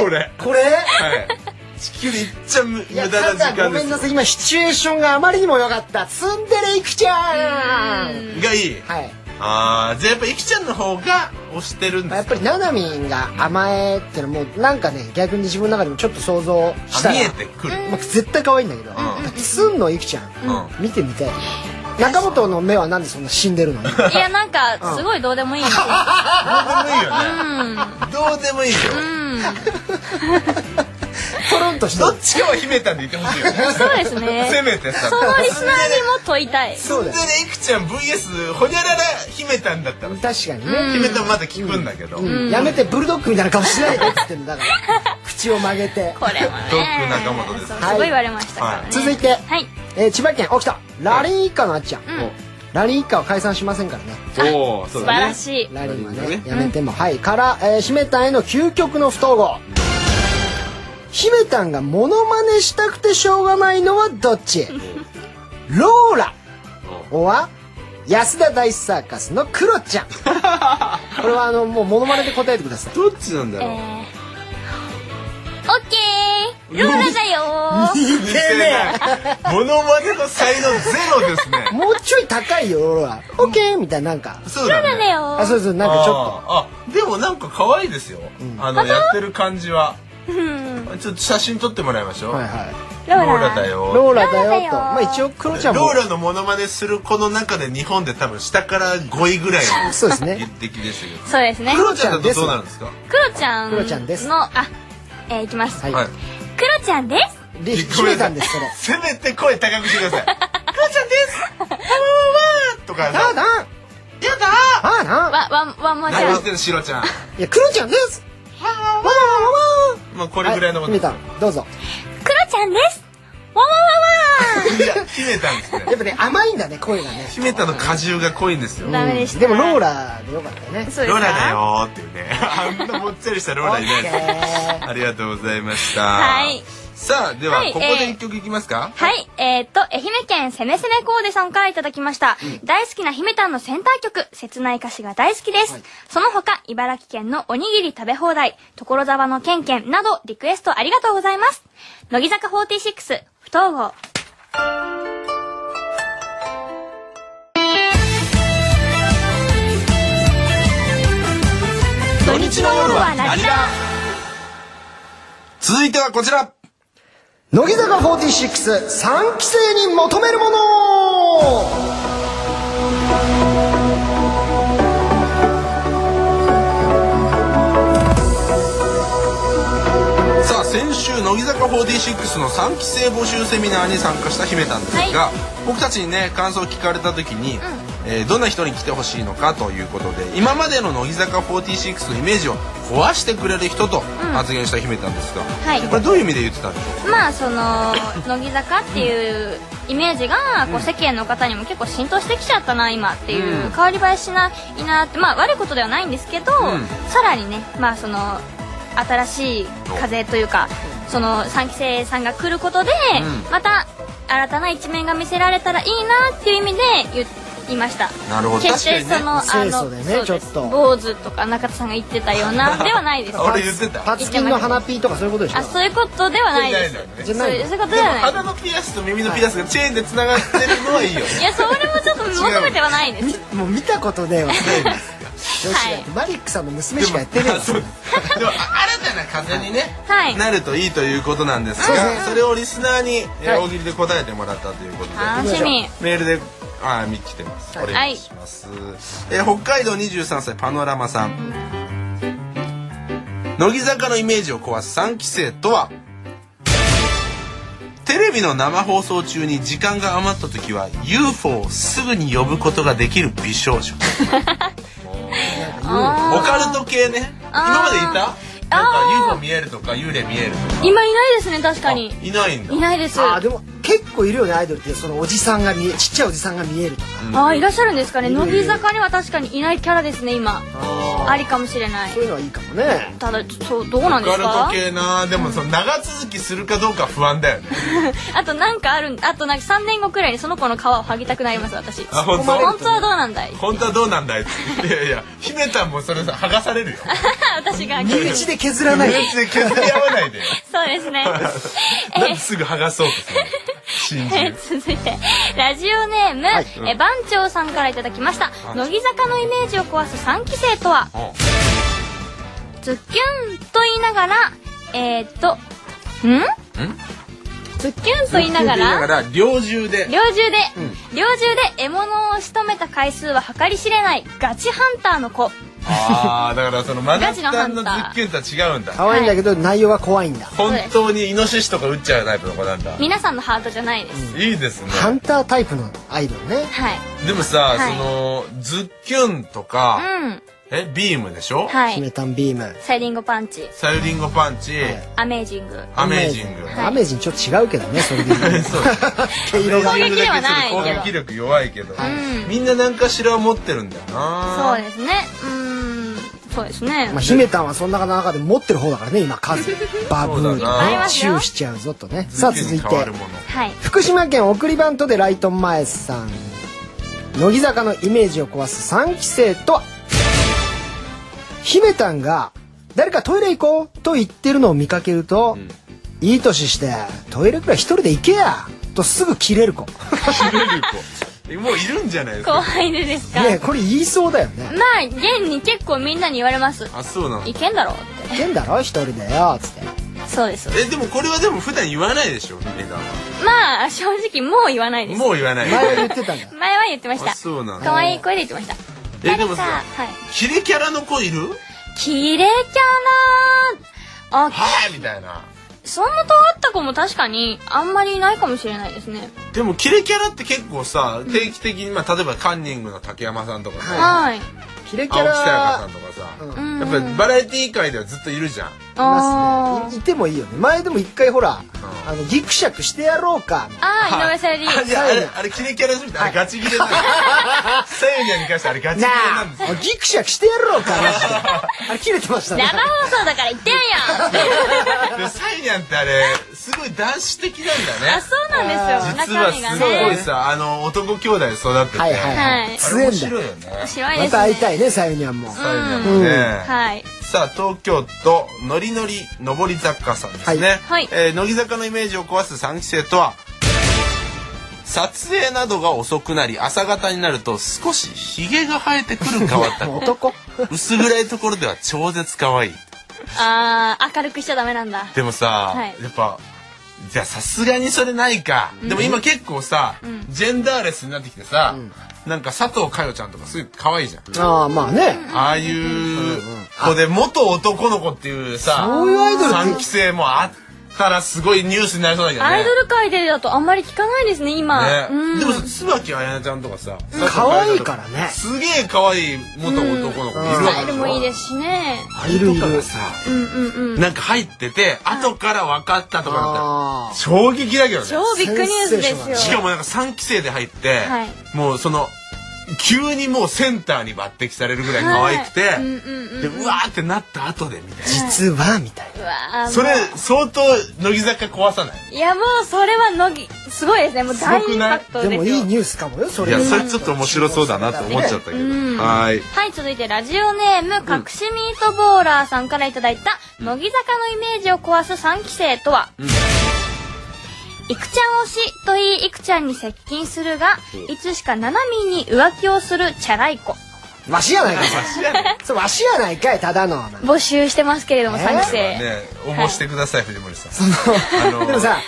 S2: ー、
S1: これ
S2: これ
S1: はい地球でいっちゃむ無
S2: い
S1: 駄
S2: や
S1: な
S2: た
S1: 時
S2: だご
S1: 間で
S2: め
S1: す
S2: んなさい今シチュエーションがあまりにも良かったツンデレいくちゃん
S1: がいい
S2: はい
S1: あーじゃあやっぱいきちゃんの方が推してるん
S2: ま
S1: で
S2: あやっ
S1: す
S2: ぱりななみんが甘えってのもうなんかね逆に自分の中でもちょっと想像した
S1: あ
S2: ら
S1: 見えてくる、
S2: まあ絶対可愛いんだけど、ツンのいくちゃん、
S1: う
S2: 見てみたい中本の目はなんでそんな死んでるの
S3: いやなんかすごいどうで もいいんですよ
S1: どうでもいいよね、どうでもいいよ、
S2: ポロンとして
S1: ど
S2: る
S1: っちかは秘めたんでいてほしいよね
S3: そうですね
S1: せめてさ
S3: そのリスナーにも問いたい
S2: そうだ
S1: で
S2: よ
S1: ねいくちゃん VS ほにゃらら姫たんだったら
S2: 確かにね、
S1: 姫たんまだ聞くんだけど、
S2: うんやめてブルドッグみたいな顔しないでっつってんだから 口を曲げて
S3: これもね
S1: ドッグ仲間とです
S3: そう
S2: はい
S3: すごい言われましたからね、
S1: は
S2: 続いて、
S3: はい
S2: えー千葉県起きたラリン一家のあっちゃん、
S1: ん
S2: ラリン一家は解散しませんからね
S1: おおそ
S3: 素
S1: う
S3: 晴
S1: だ
S3: ら
S1: ね
S3: しい
S2: ラリンはね
S1: ラリン
S2: やめても、はいから、えー、姫たんへの究極の不統合、姫たんがモノマネしたくてしょうがないのはどっちローラおは安田大サーカスのクロちゃんこれはあのもうモノマネで答えてください
S1: どっちなんだ
S3: えー、オッケールーナだよー
S2: 似てね
S1: モノマネの才能ゼロですね
S2: え。もうちょい高いよ、俺は。オッケーみたいな、なんか。
S1: そうだ
S3: ルーナだ
S1: ね
S3: よー
S2: あ、そうそう、なんかちょっ
S1: あーあでもなんか可愛いですよ、あのやってる感じは
S3: うん
S1: ちょっと写真撮ってもらいましょう、
S2: と。はいはい。
S3: ロー
S1: ロー
S3: ラ
S1: ラだ
S2: ロ
S1: よ
S2: ーラだ
S3: ローラだ
S2: よ
S3: よ
S2: と。まあ一応、クロちゃんも
S1: ロー。ラのモノマネする子の中で日本で多分下から5位ぐらい
S2: そうです
S1: の
S2: ね
S1: 一。滴でしたけど
S3: そうですね
S1: クロちゃんだとどうなるんですか
S3: クロちゃん
S2: クロちゃんです
S3: のあえー、いきます、
S2: はい。
S1: はい
S3: クロちゃんです
S2: で、決めたんです、それ。
S1: せめて声高くしてくださいクロちゃんですハローワーとか
S2: ただ、
S1: やだ
S2: あな。
S3: わわわんもじ
S1: 何
S3: ゃ
S1: 言
S3: ん
S1: ってんのシロちゃん
S2: いや、クロちゃんです。わわわわ
S1: もうこ
S2: こ
S1: れぐらいのも
S2: こ
S1: の
S2: と。決めたの。どうぞ。
S3: クロちゃんですわわ わわ
S1: いや秘めたんですね
S2: やっぱね、甘いんだね、声がね。
S1: 秘めたの果汁が濃いんですよ
S3: ダメでした
S2: でも、ローラでよかったよね。
S3: そうですか
S1: ローラだよーっていうねあんなもっちゃりしたローラいないです
S2: オッケ
S1: ありがとうございました
S3: はい
S1: さあでは
S3: はい
S1: ここ
S3: え
S1: で
S3: ー
S1: 一曲いきますか、
S3: はい、えー、っと、愛媛県せめせめコーデさんからいただきました。大好きな姫たんのセンター曲、切ない歌詞が大好きです。その他、茨城県のおにぎり食べ放題、所沢のけんけんなど、リクエストありがとうございます。乃木坂46、不統合。土日の夜はラジラ
S1: 続いてはこちら
S2: 乃木坂46、三期生に求めるもの
S1: さあ先週乃木坂46の3期生募集セミナーに参加した姫たんですが、
S3: は
S1: 僕たちにね感想を聞かれた時に、えーどんな人に来てほしいのかということで今までの乃木坂46のイメージを壊してくれる人と発言した姫たんですが、
S3: はい
S1: これどういう意味で言ってたんでしょう
S3: まあその乃木坂っていうイメージがこう世間の方にも結構浸透してきちゃったな今っていう変わり映えしないなってまあ悪いことではないんですけど
S1: ん
S3: さらにねまあその新しい風というかその3期生さんが来ることで
S1: う
S3: また新たな一面が見せられたらいいなっていう意味で言いました
S1: なるほど
S3: 決して
S1: 確か
S3: そ
S1: に
S3: の、あ
S2: 清楚
S3: の
S2: でね
S3: そうです
S2: ちょっと
S3: 坊主とか中田さんが言ってたようなではない です
S1: 俺言ってた
S2: パツキンの花ピーとかそういうことでしょ
S3: あそういうことではないです
S1: 言ってないんだよね
S2: じゃ
S3: そう
S2: ないい
S1: で
S2: うの
S3: そういうことで
S1: も
S3: はない
S1: 鼻のピアスと耳のピアスがチェーンでつながってるのはいいよね
S3: いや、それもちょっと求めてはないです。
S2: もう見たことねえわ。女子
S3: はい
S2: なんてマリックさんの娘しかやってねえわ。
S1: そうでもあ新たな風にね、
S3: はい
S1: なるといいということなんですが、
S2: そうですね
S1: それをリスナーに、えー
S2: はい
S1: 大喜利で答えてもらったということで、
S3: 楽しみ。
S1: メールであー見来てますお
S3: い
S1: 願いします、えー北海道23歳パノラマさん乃木坂のイメージを壊す3期生とはテレビの生放送中に時間が余った時は UFO をすぐに呼ぶことができる美少 女オカルト系ね今までいたなんか UFO 見えるとか幽霊見えるとか
S3: 今いないですね、確かに。
S1: いないんだ
S3: いないです。
S2: あー
S3: あ
S2: でも結構いるよねアイドルってそのおじさんが見えちっちゃいおじさんが見えるとか
S3: ー、いらっしゃるんですかね。
S2: いるい
S3: 乃
S2: る
S3: 木坂には確かにいないキャラですね、今。ありかもしれない
S2: そう。いうのはいいかもね。
S3: ただ、そう、どうな
S1: オ
S3: んで
S1: カ
S3: す
S1: ル
S3: か
S1: ト系なでもその長続きするかどうか不安だよね
S3: あとなんかあるん、あとなんか3年後くらいにその子の皮を剥ぎたくなります、私。
S1: あ本当
S3: 本当はどうなんだい
S1: 本当はどうなんだいっていやいや姫たんもそれさ剥がされるよ
S3: 私が。
S2: 身内で削らない。
S1: 別に削り合わない でよ
S3: そうですね。
S1: なんですぐ剥がそうとするの信じ
S3: え
S1: る
S3: ー 続いてラジオネーム、えー番長さんからいただきました乃木坂のイメージを壊す3期生とはズッキュンと言いながらえー、っとんズッキュンと言いながら
S1: ら猟銃で
S3: 猟銃で、猟銃で獲物を仕留めた回数は計り知れないガチハンターの子
S1: ああだからそのマダムタンのズ
S3: ガチのハンター
S1: ッキュンとは違うんだ
S2: 可愛いんだけど内容は怖いんだ。
S1: 本当にイノシシとか撃っちゃうタイプの子なんだい
S3: 皆さんのハートじゃないです、
S1: いですね
S2: ハンタータイプのアイドルね。
S3: はい
S1: でもさ、
S3: はい
S1: そのズッキュンとか、
S3: うん
S1: えビームでしょ、
S3: は
S2: ヒ
S3: い
S2: メタンビーム。
S3: サイリンゴパンチ
S1: サユリンゴパンチ、
S2: い
S3: アメージング
S1: アメージング、
S2: アメージンちょっと違うけどねそれで言うと。
S1: そう
S2: 毛色が
S3: 攻撃ではないけど
S1: 攻撃力弱いけど、
S3: ん
S1: みんな何かしらを持ってるんだよな
S3: そうですねうーんそうですね
S2: まあ、姫たんはそんな中で持ってる方だからね今数バブ ー
S1: そうだなあり
S3: ます
S2: チ
S3: よ
S2: ューしちゃうぞとねさあ続いて
S1: 変わるもの
S3: はい
S2: 福島県送りバントでライト前さん乃木坂のイメージを壊す3期生とは姫たんが誰かトイレ行こうと言ってるのを見かけると、いい年してトイレくらい一人で行けやとすぐ切れる子
S1: もういるんじゃないですか
S3: 後輩でですか、
S2: ねこれ言いそうだよね
S3: まあ現に結構みんなに言われます
S1: あそうなの
S3: いけんだろうっ
S2: 行けんだろ一人でよつって
S3: てそうです
S1: えでもこれはでも普段言わないでしょ梅田は
S3: まあ正直もう言わないです
S1: もう言わない
S2: 前は言ってたんだ
S3: 前は言ってました
S1: あそうなんだ
S3: 可愛い声で言ってました
S1: えでも
S3: 誰か
S1: さ
S3: はい
S1: キレキャラの子いる
S3: キレキャラあ
S1: はいみたいな
S3: そんなとあった子も確かにあんまりいないかもしれないですね
S1: でもキレキャラって結構さ定期的に、まあ、例えばカンニングの竹山さんとかさ
S3: はい
S2: キレキ
S1: 青
S2: ャ
S1: 木さやかさ
S2: ラ
S1: んとかさ、
S3: うん
S1: やっぱりバラエティー界ではずっといるじゃん
S2: いま
S3: あ
S2: すねいいてもいいよね前でも一回ほら
S1: ん
S2: あのギクシャクしてやろうか
S3: ーあー井上さゆり
S1: あれあれあれキレキャラじゃなくてあれガチギレだよ 千円に関してあれガチギ
S2: な
S1: レなんですよ
S2: あギクシャクしてやろうかマジ であれ切れてましたね
S3: 生放送だから言ってんや
S1: でサイニャンってあれすごい男子的なんだ
S3: あ
S1: ね
S3: そうなんです
S1: 実
S3: よ中
S1: は
S3: 身が
S1: す
S3: ね
S1: ごいさあの男兄弟育ってて、
S2: はいはい
S3: は
S2: はい
S3: い
S1: あれ
S2: 強
S1: 面
S2: えんだよ
S1: 白いよね
S3: 面白いで
S2: ます
S3: ね
S2: た会いたいねさゆにゃんも
S1: サイニャンもね、
S3: はい
S1: さあ東京都のりのり上り坂さんですね、
S3: はいはい
S1: えー乃木坂のイメージを壊す3期生とは撮影などが遅くなり朝方になると少しひげが生えてくる変わ った子
S2: 男
S1: 薄暗いところでは超絶可愛い
S3: あー明るくしちゃダメなんだ
S1: でもさ、
S3: はい
S1: やっぱじゃあさすがにそれないか、でも今結構さ、ジェンダーレスになってきてさ、なんか佐藤佳代ちゃんとかすごい可愛いじゃん、
S2: ああまあね
S1: ああいう子で元男の子っていうさ
S2: そういうアイドルって
S1: 3期生もあったらすごいニュースになりそうだけどね
S3: アイドル界でだとあんまり聞かないですね今うん
S1: ね、でもさ椿あやなちゃんとかさ
S2: 可愛いからね
S1: すげえ可愛い元男の子いる
S3: ス
S1: わ
S3: タ
S1: けで
S3: イル
S1: し
S3: もいい
S1: ょ
S3: ですしね
S1: あれとかがさ
S3: うんうんうん
S1: なんか入ってて後から分かったとかだったら
S2: ああ
S1: 衝撃だけどね
S3: 超ビッグニュースで
S2: センセー
S3: す
S1: し
S3: よ
S1: かもなんか3期生で入って、
S3: はい
S1: もうその急にもうセンターに抜擢されるぐらい可愛くて、
S3: うんうんうん
S1: でうわーってなった後でみたいな。
S2: 実はみたいな
S3: うわー
S1: それ相当乃木坂壊さない
S3: いやもうそれはのぎすごいですねもう大インパクトです
S2: で
S3: よ
S2: もいいニュースかもよそ
S1: い
S2: れ
S1: やそれちょっと面白そうだなと思っちゃったけど、
S3: うん
S1: はい
S3: はい続いてラジオネーム隠しミートボーラーさんからいただいた乃木坂のイメージを壊す3期生とは、いくちゃん推しと言いいくちゃんに接近するがいつしかななみに浮気をするチャラい子
S2: わしやないかいそれわしやないかいただの
S3: 募集してますけれども
S2: えー
S3: 3期生、
S1: ね応募してください、藤森さんあの
S2: でもさ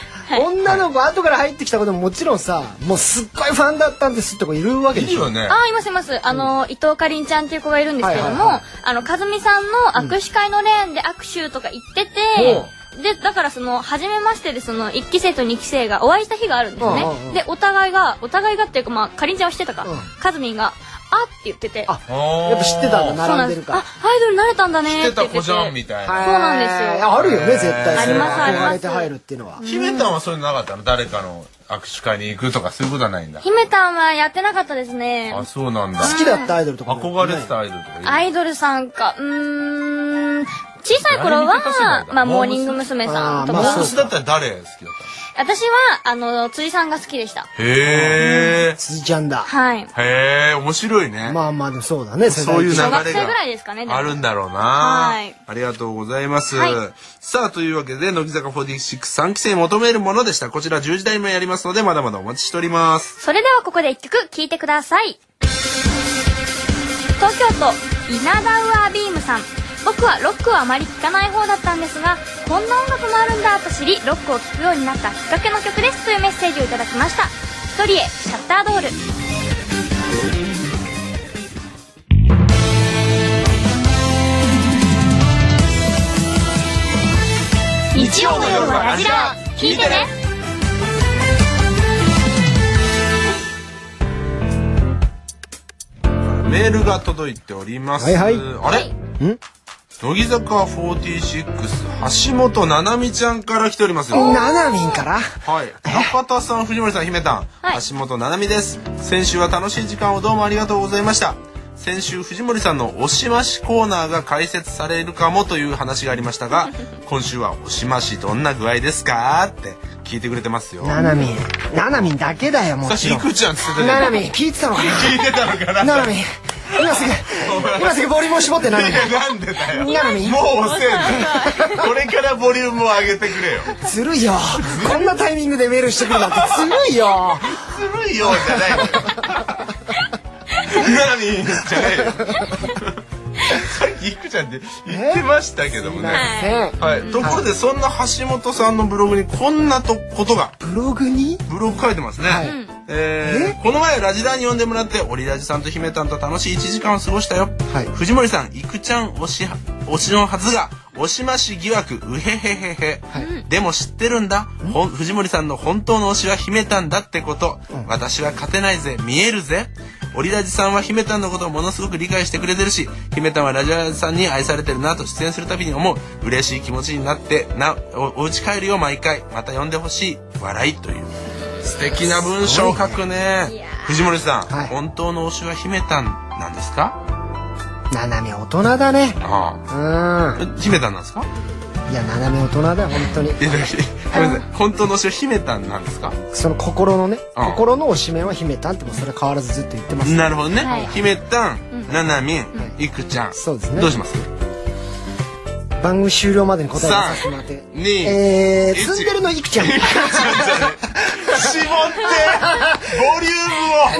S2: 女の子後から入ってきた子でももちろんさもうすっごいファンだったんですって子いるわけ
S1: い
S2: で
S1: い
S2: しょ
S1: よね
S3: あいますいますあの、伊藤かりんちゃんっていう子がいるんですけども、
S2: はいはいはい
S3: あの和美さんの握手会のレーンで握手とか行ってて、でだからその初めましてでその1期生と2期生がお会いした日があるんですね、
S2: うんうんうん
S3: でお互いがお互いがっていうかまあかりんちゃんはしてたか、
S2: うん
S3: 和美が「あ」って言ってて
S2: あ
S1: や
S2: やっぱ知ってたんだ
S3: そうな
S2: 並ん
S3: ん
S2: で
S3: です
S2: る
S3: あ
S2: か
S3: アイドルになれたんだね
S1: 知って
S3: って言
S1: た
S3: って
S1: 子じゃんみ
S3: て
S1: たい
S2: ら
S1: な
S3: そうなんですよ
S2: いやあるよね絶対
S3: ありますあり
S2: 憧
S3: ます
S2: れて入るっていうのは
S1: 姫たんはそういうのなかったの誰かの握手会に行くとかそういうことはないんだ
S3: 姫たんはやってなかったですね
S1: あそうなんだ
S2: 好きだったアイドルとかも
S1: 憧れてたアイドルとかいる
S3: アイドルさんかうーん小さい頃
S1: 誰に手貸せばいい
S3: は
S1: んだ
S3: まあモーニング娘。さんと
S2: あ
S1: モ
S2: ーまあ
S1: ー
S2: そう
S1: ム
S3: か
S1: スだったら誰好きだっ
S3: 私はあの辻さんが好きでした
S1: たのへえ
S2: 辻ちゃんだ
S3: はい
S1: へえ面白いね
S2: まあまあでもそうだね世代
S1: そういう流れが
S3: 小学生ぐらいですかねでも
S1: あるんだろうな、
S3: はい
S1: ありがとうございます、
S3: はい
S1: さあというわけで乃木坂463期生求めるものでしたこちら10時台もやりますのでまだまだお待ちしております
S3: それではここで一曲聴いてください東京都稲田ウアービームさん僕はロックはあまり聴かない方だったんですがこんな音楽もあるんだと知りロックを聴くようになったきっかけの曲ですというメッセージをいただきました一人へシャッタードール日曜の夜はラジラー聞いてね
S1: メールが届いております、
S2: はいはい
S1: あれ、乃木坂46橋本七海ちゃんから来ておりますよ
S2: ななみんから
S1: はい、中田さん、藤森さん、姫たん、
S3: はい
S1: 橋本七海です。先週は楽しい時間をどうもありがとうございました。先週藤森さんのおしましコーナーが開設されるかもという話がありました が、今週はおしましどんな具合ですかって聞いてくれてますよ。
S2: ななみんななみんだけだよも
S1: さ
S2: ち
S1: し、い
S2: ろん
S1: くちゃんって言って
S2: な
S1: た
S2: な
S1: よ。
S2: みん聞いてたのか
S1: 聞いてたのか
S2: な
S1: な。
S2: なみん今すぐ今すぐボリュームを絞って何
S1: や なんでだよもう
S2: なのに
S1: 遅えんだよこれからボリュームを上げてくれよ
S2: ずるいよこんなタイミングでメールしてくるなんてずるいよ
S1: ずるいよじゃ ないのよなのにじゃないのよさっきいくちゃんって言ってましたけどもね、
S2: ね
S1: はい、ところでそんな橋本さんのブログにこんなとことが
S2: ブログに
S1: ブログ書いてますね、
S2: はい
S1: えーこの前ラジダーに呼んでもらってオリラジさんと姫たんと楽しい1時間を過ごしたよ、
S2: はい
S1: 藤森さんいくちゃん推しは推しのはずが推しまし疑惑うへへへへ、でも知ってるんだほん藤森さんの本当の推しは姫たんだってこと、私は勝てないぜ見えるぜオリラジさんは姫たんのことをものすごく理解してくれてるし姫たんはラジラジさんに愛されてるなと出演するたびに思う嬉しい気持ちになってなおお家帰るよ毎回また呼んでほしい笑いという素敵な文章を書くね
S3: いやー
S1: 藤森さん、
S2: はい
S1: 本当の推しは姫たんなんですか
S2: 斜め大人だね
S1: あ
S2: うんいや
S1: あ姫たんなんですか
S2: 斜め大人だよ本当に
S1: いやだって ごめんなさい本当の推しは姫たんなんですか
S2: その心のね
S1: うん
S2: 心のおしめは姫たんってもうそれ変わらずずっと言ってます
S1: なるほどね、
S3: はい
S1: 姫たんななみんいくちゃん
S2: そうですね
S1: どうし ます
S2: 番組終了までに答えをさせてもらって
S1: 二
S2: えー
S1: 一
S2: ツンデレのいくちゃんね
S1: 絞ってボリュームを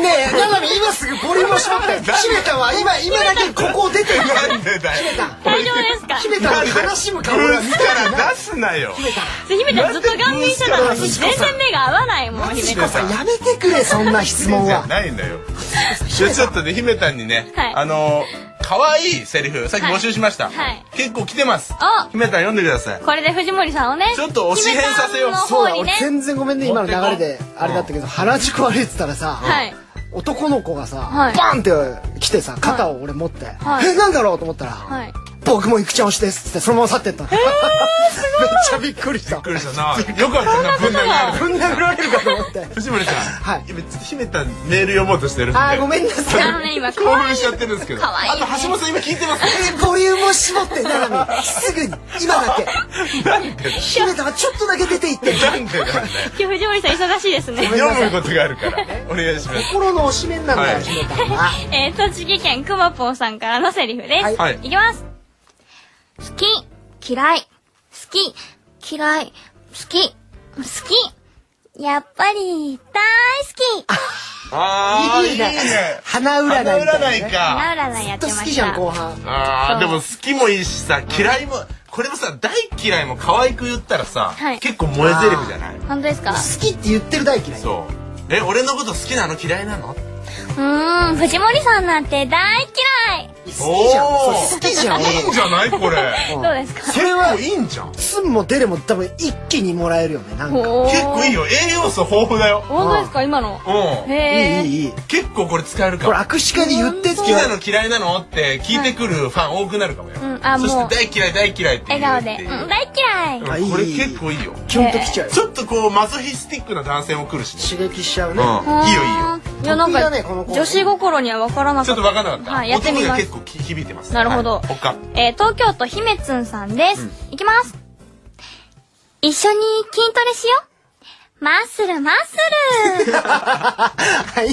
S2: えななみ今すぐボリュームを 絞って姫たんは今今だけここを出てる
S1: なんでだよ
S3: 大丈夫ですか
S2: 姫たんの悲しむ顔が見
S1: ブース
S2: たくない
S1: から出すなよ
S3: 姫ちゃんずっと顔面してたのに全然目が合わないもん姫ちゃん
S1: さ
S2: やめてくれそんな質問
S1: じゃ
S2: は
S1: ないんだよ。ちょちょっとね、姫たんにね、
S3: はい
S1: あのー、可愛いセリフ、さっき募集しました。
S3: はいはい
S1: 結構来てます。
S3: お
S1: 姫たん読んでください。
S3: これで藤森さんをね
S1: ちょっと推し変させよう
S3: 姫ちゃん
S2: そう
S3: の
S2: だ
S3: 方に
S2: 俺
S3: ね
S2: 全然ごめんね今の流れであれだったけど原宿歩いてたらさ
S3: はい
S2: 男の子がさ
S3: はい
S2: バンって来てさ肩を俺持って
S3: はい
S2: えなんだろうと思ったら
S3: はい
S2: 僕もいくちゃん推しですっつってそのまま去ってったのめっちゃびっくりし
S1: び
S2: た
S1: っくりしたな。よくあったな、ぶん殴られる。
S2: ぶん殴られるかと思って
S1: 藤森さん、
S2: い
S1: 今ちょっと姫たんメール読もうとしてるんで。
S2: あーごめんなさい
S3: あのね今
S1: 興
S3: 可愛
S1: 奮
S3: い
S1: しちゃってるんですけど。
S3: 可愛いね
S1: あと橋本さん今聞いてます。
S2: えボリュームを絞ってななみすぐに今だけ
S1: なんで
S2: 姫たんがちょっとだけ出ていって
S1: なんでなんだよ。
S3: 今日藤森さん忙しいですね
S1: 読むことがあるから、お願いします。
S2: 心のおしめなんだ
S1: は
S2: よ
S1: い
S2: 姫たんは
S3: えー、栃木県くまぽんさんからのセリフです。、
S2: はいい
S1: はい
S3: きます。好き、嫌い、好き、嫌い、好き、好き、やっぱり、大好き。
S1: ああ、いいね。
S2: 花占
S1: 花
S2: いみたい
S1: 占
S2: ないね
S1: か。
S3: なうらなやって
S2: と好
S3: ました。
S2: きじゃん後半
S1: あ
S3: そう
S1: ーでも好きもいいしさ嫌いも、これもさ大嫌いも可愛く言ったらさ、
S3: はい
S1: 結構萌えゼリフじゃない
S3: 本当ですか
S2: 好きって言ってる大嫌い
S1: そうえ俺のこと好きなの嫌いなの
S3: うーん、藤森さんなんて大嫌い。
S2: 好きじゃんそう好きじゃん
S1: いいんじゃないこれ
S3: どうですか
S1: それはいいんじゃん結
S2: ツンもデレも多分一気にもらえるよねなんか
S3: おー
S1: 構いいよ栄養素豊富だよ
S3: 本当ですか今の。
S1: うん
S3: へ
S2: いい
S3: え。
S2: いいいい
S1: 結構これ使えるか
S2: これ
S1: も
S2: 握手会で言ってって
S1: 好き
S2: 言わ
S1: な
S2: れ
S1: の嫌いなのって聞いてくるファン多くなるかもよ、
S3: んあ
S1: そ
S3: もう
S1: して大嫌い大嫌いって言
S3: 笑
S1: う
S3: 顔
S1: ってい
S3: で。
S1: う
S3: うん、大嫌い。
S1: うん
S2: あいい
S1: これ
S2: いい
S1: 結構いいよ
S2: キュンときちゃうよ
S1: ちょっとこうマゾヒスティックな男性も来るしね、
S2: 刺激しちゃう
S1: う
S2: ね
S1: ん、いいよいいよ
S3: いや、なん
S2: 得意だ
S3: か、
S2: ねこの子
S3: 女子心には分からなかっ
S1: ちょっと
S3: た。
S1: わかんなかった。
S3: はい、やってみ
S1: 音が
S3: ます
S1: 結。構き響いてます。
S3: なるほど
S1: はい他。
S3: えー東京都姫津さんです。いきます。一緒に筋トレしよう。マッスルマッス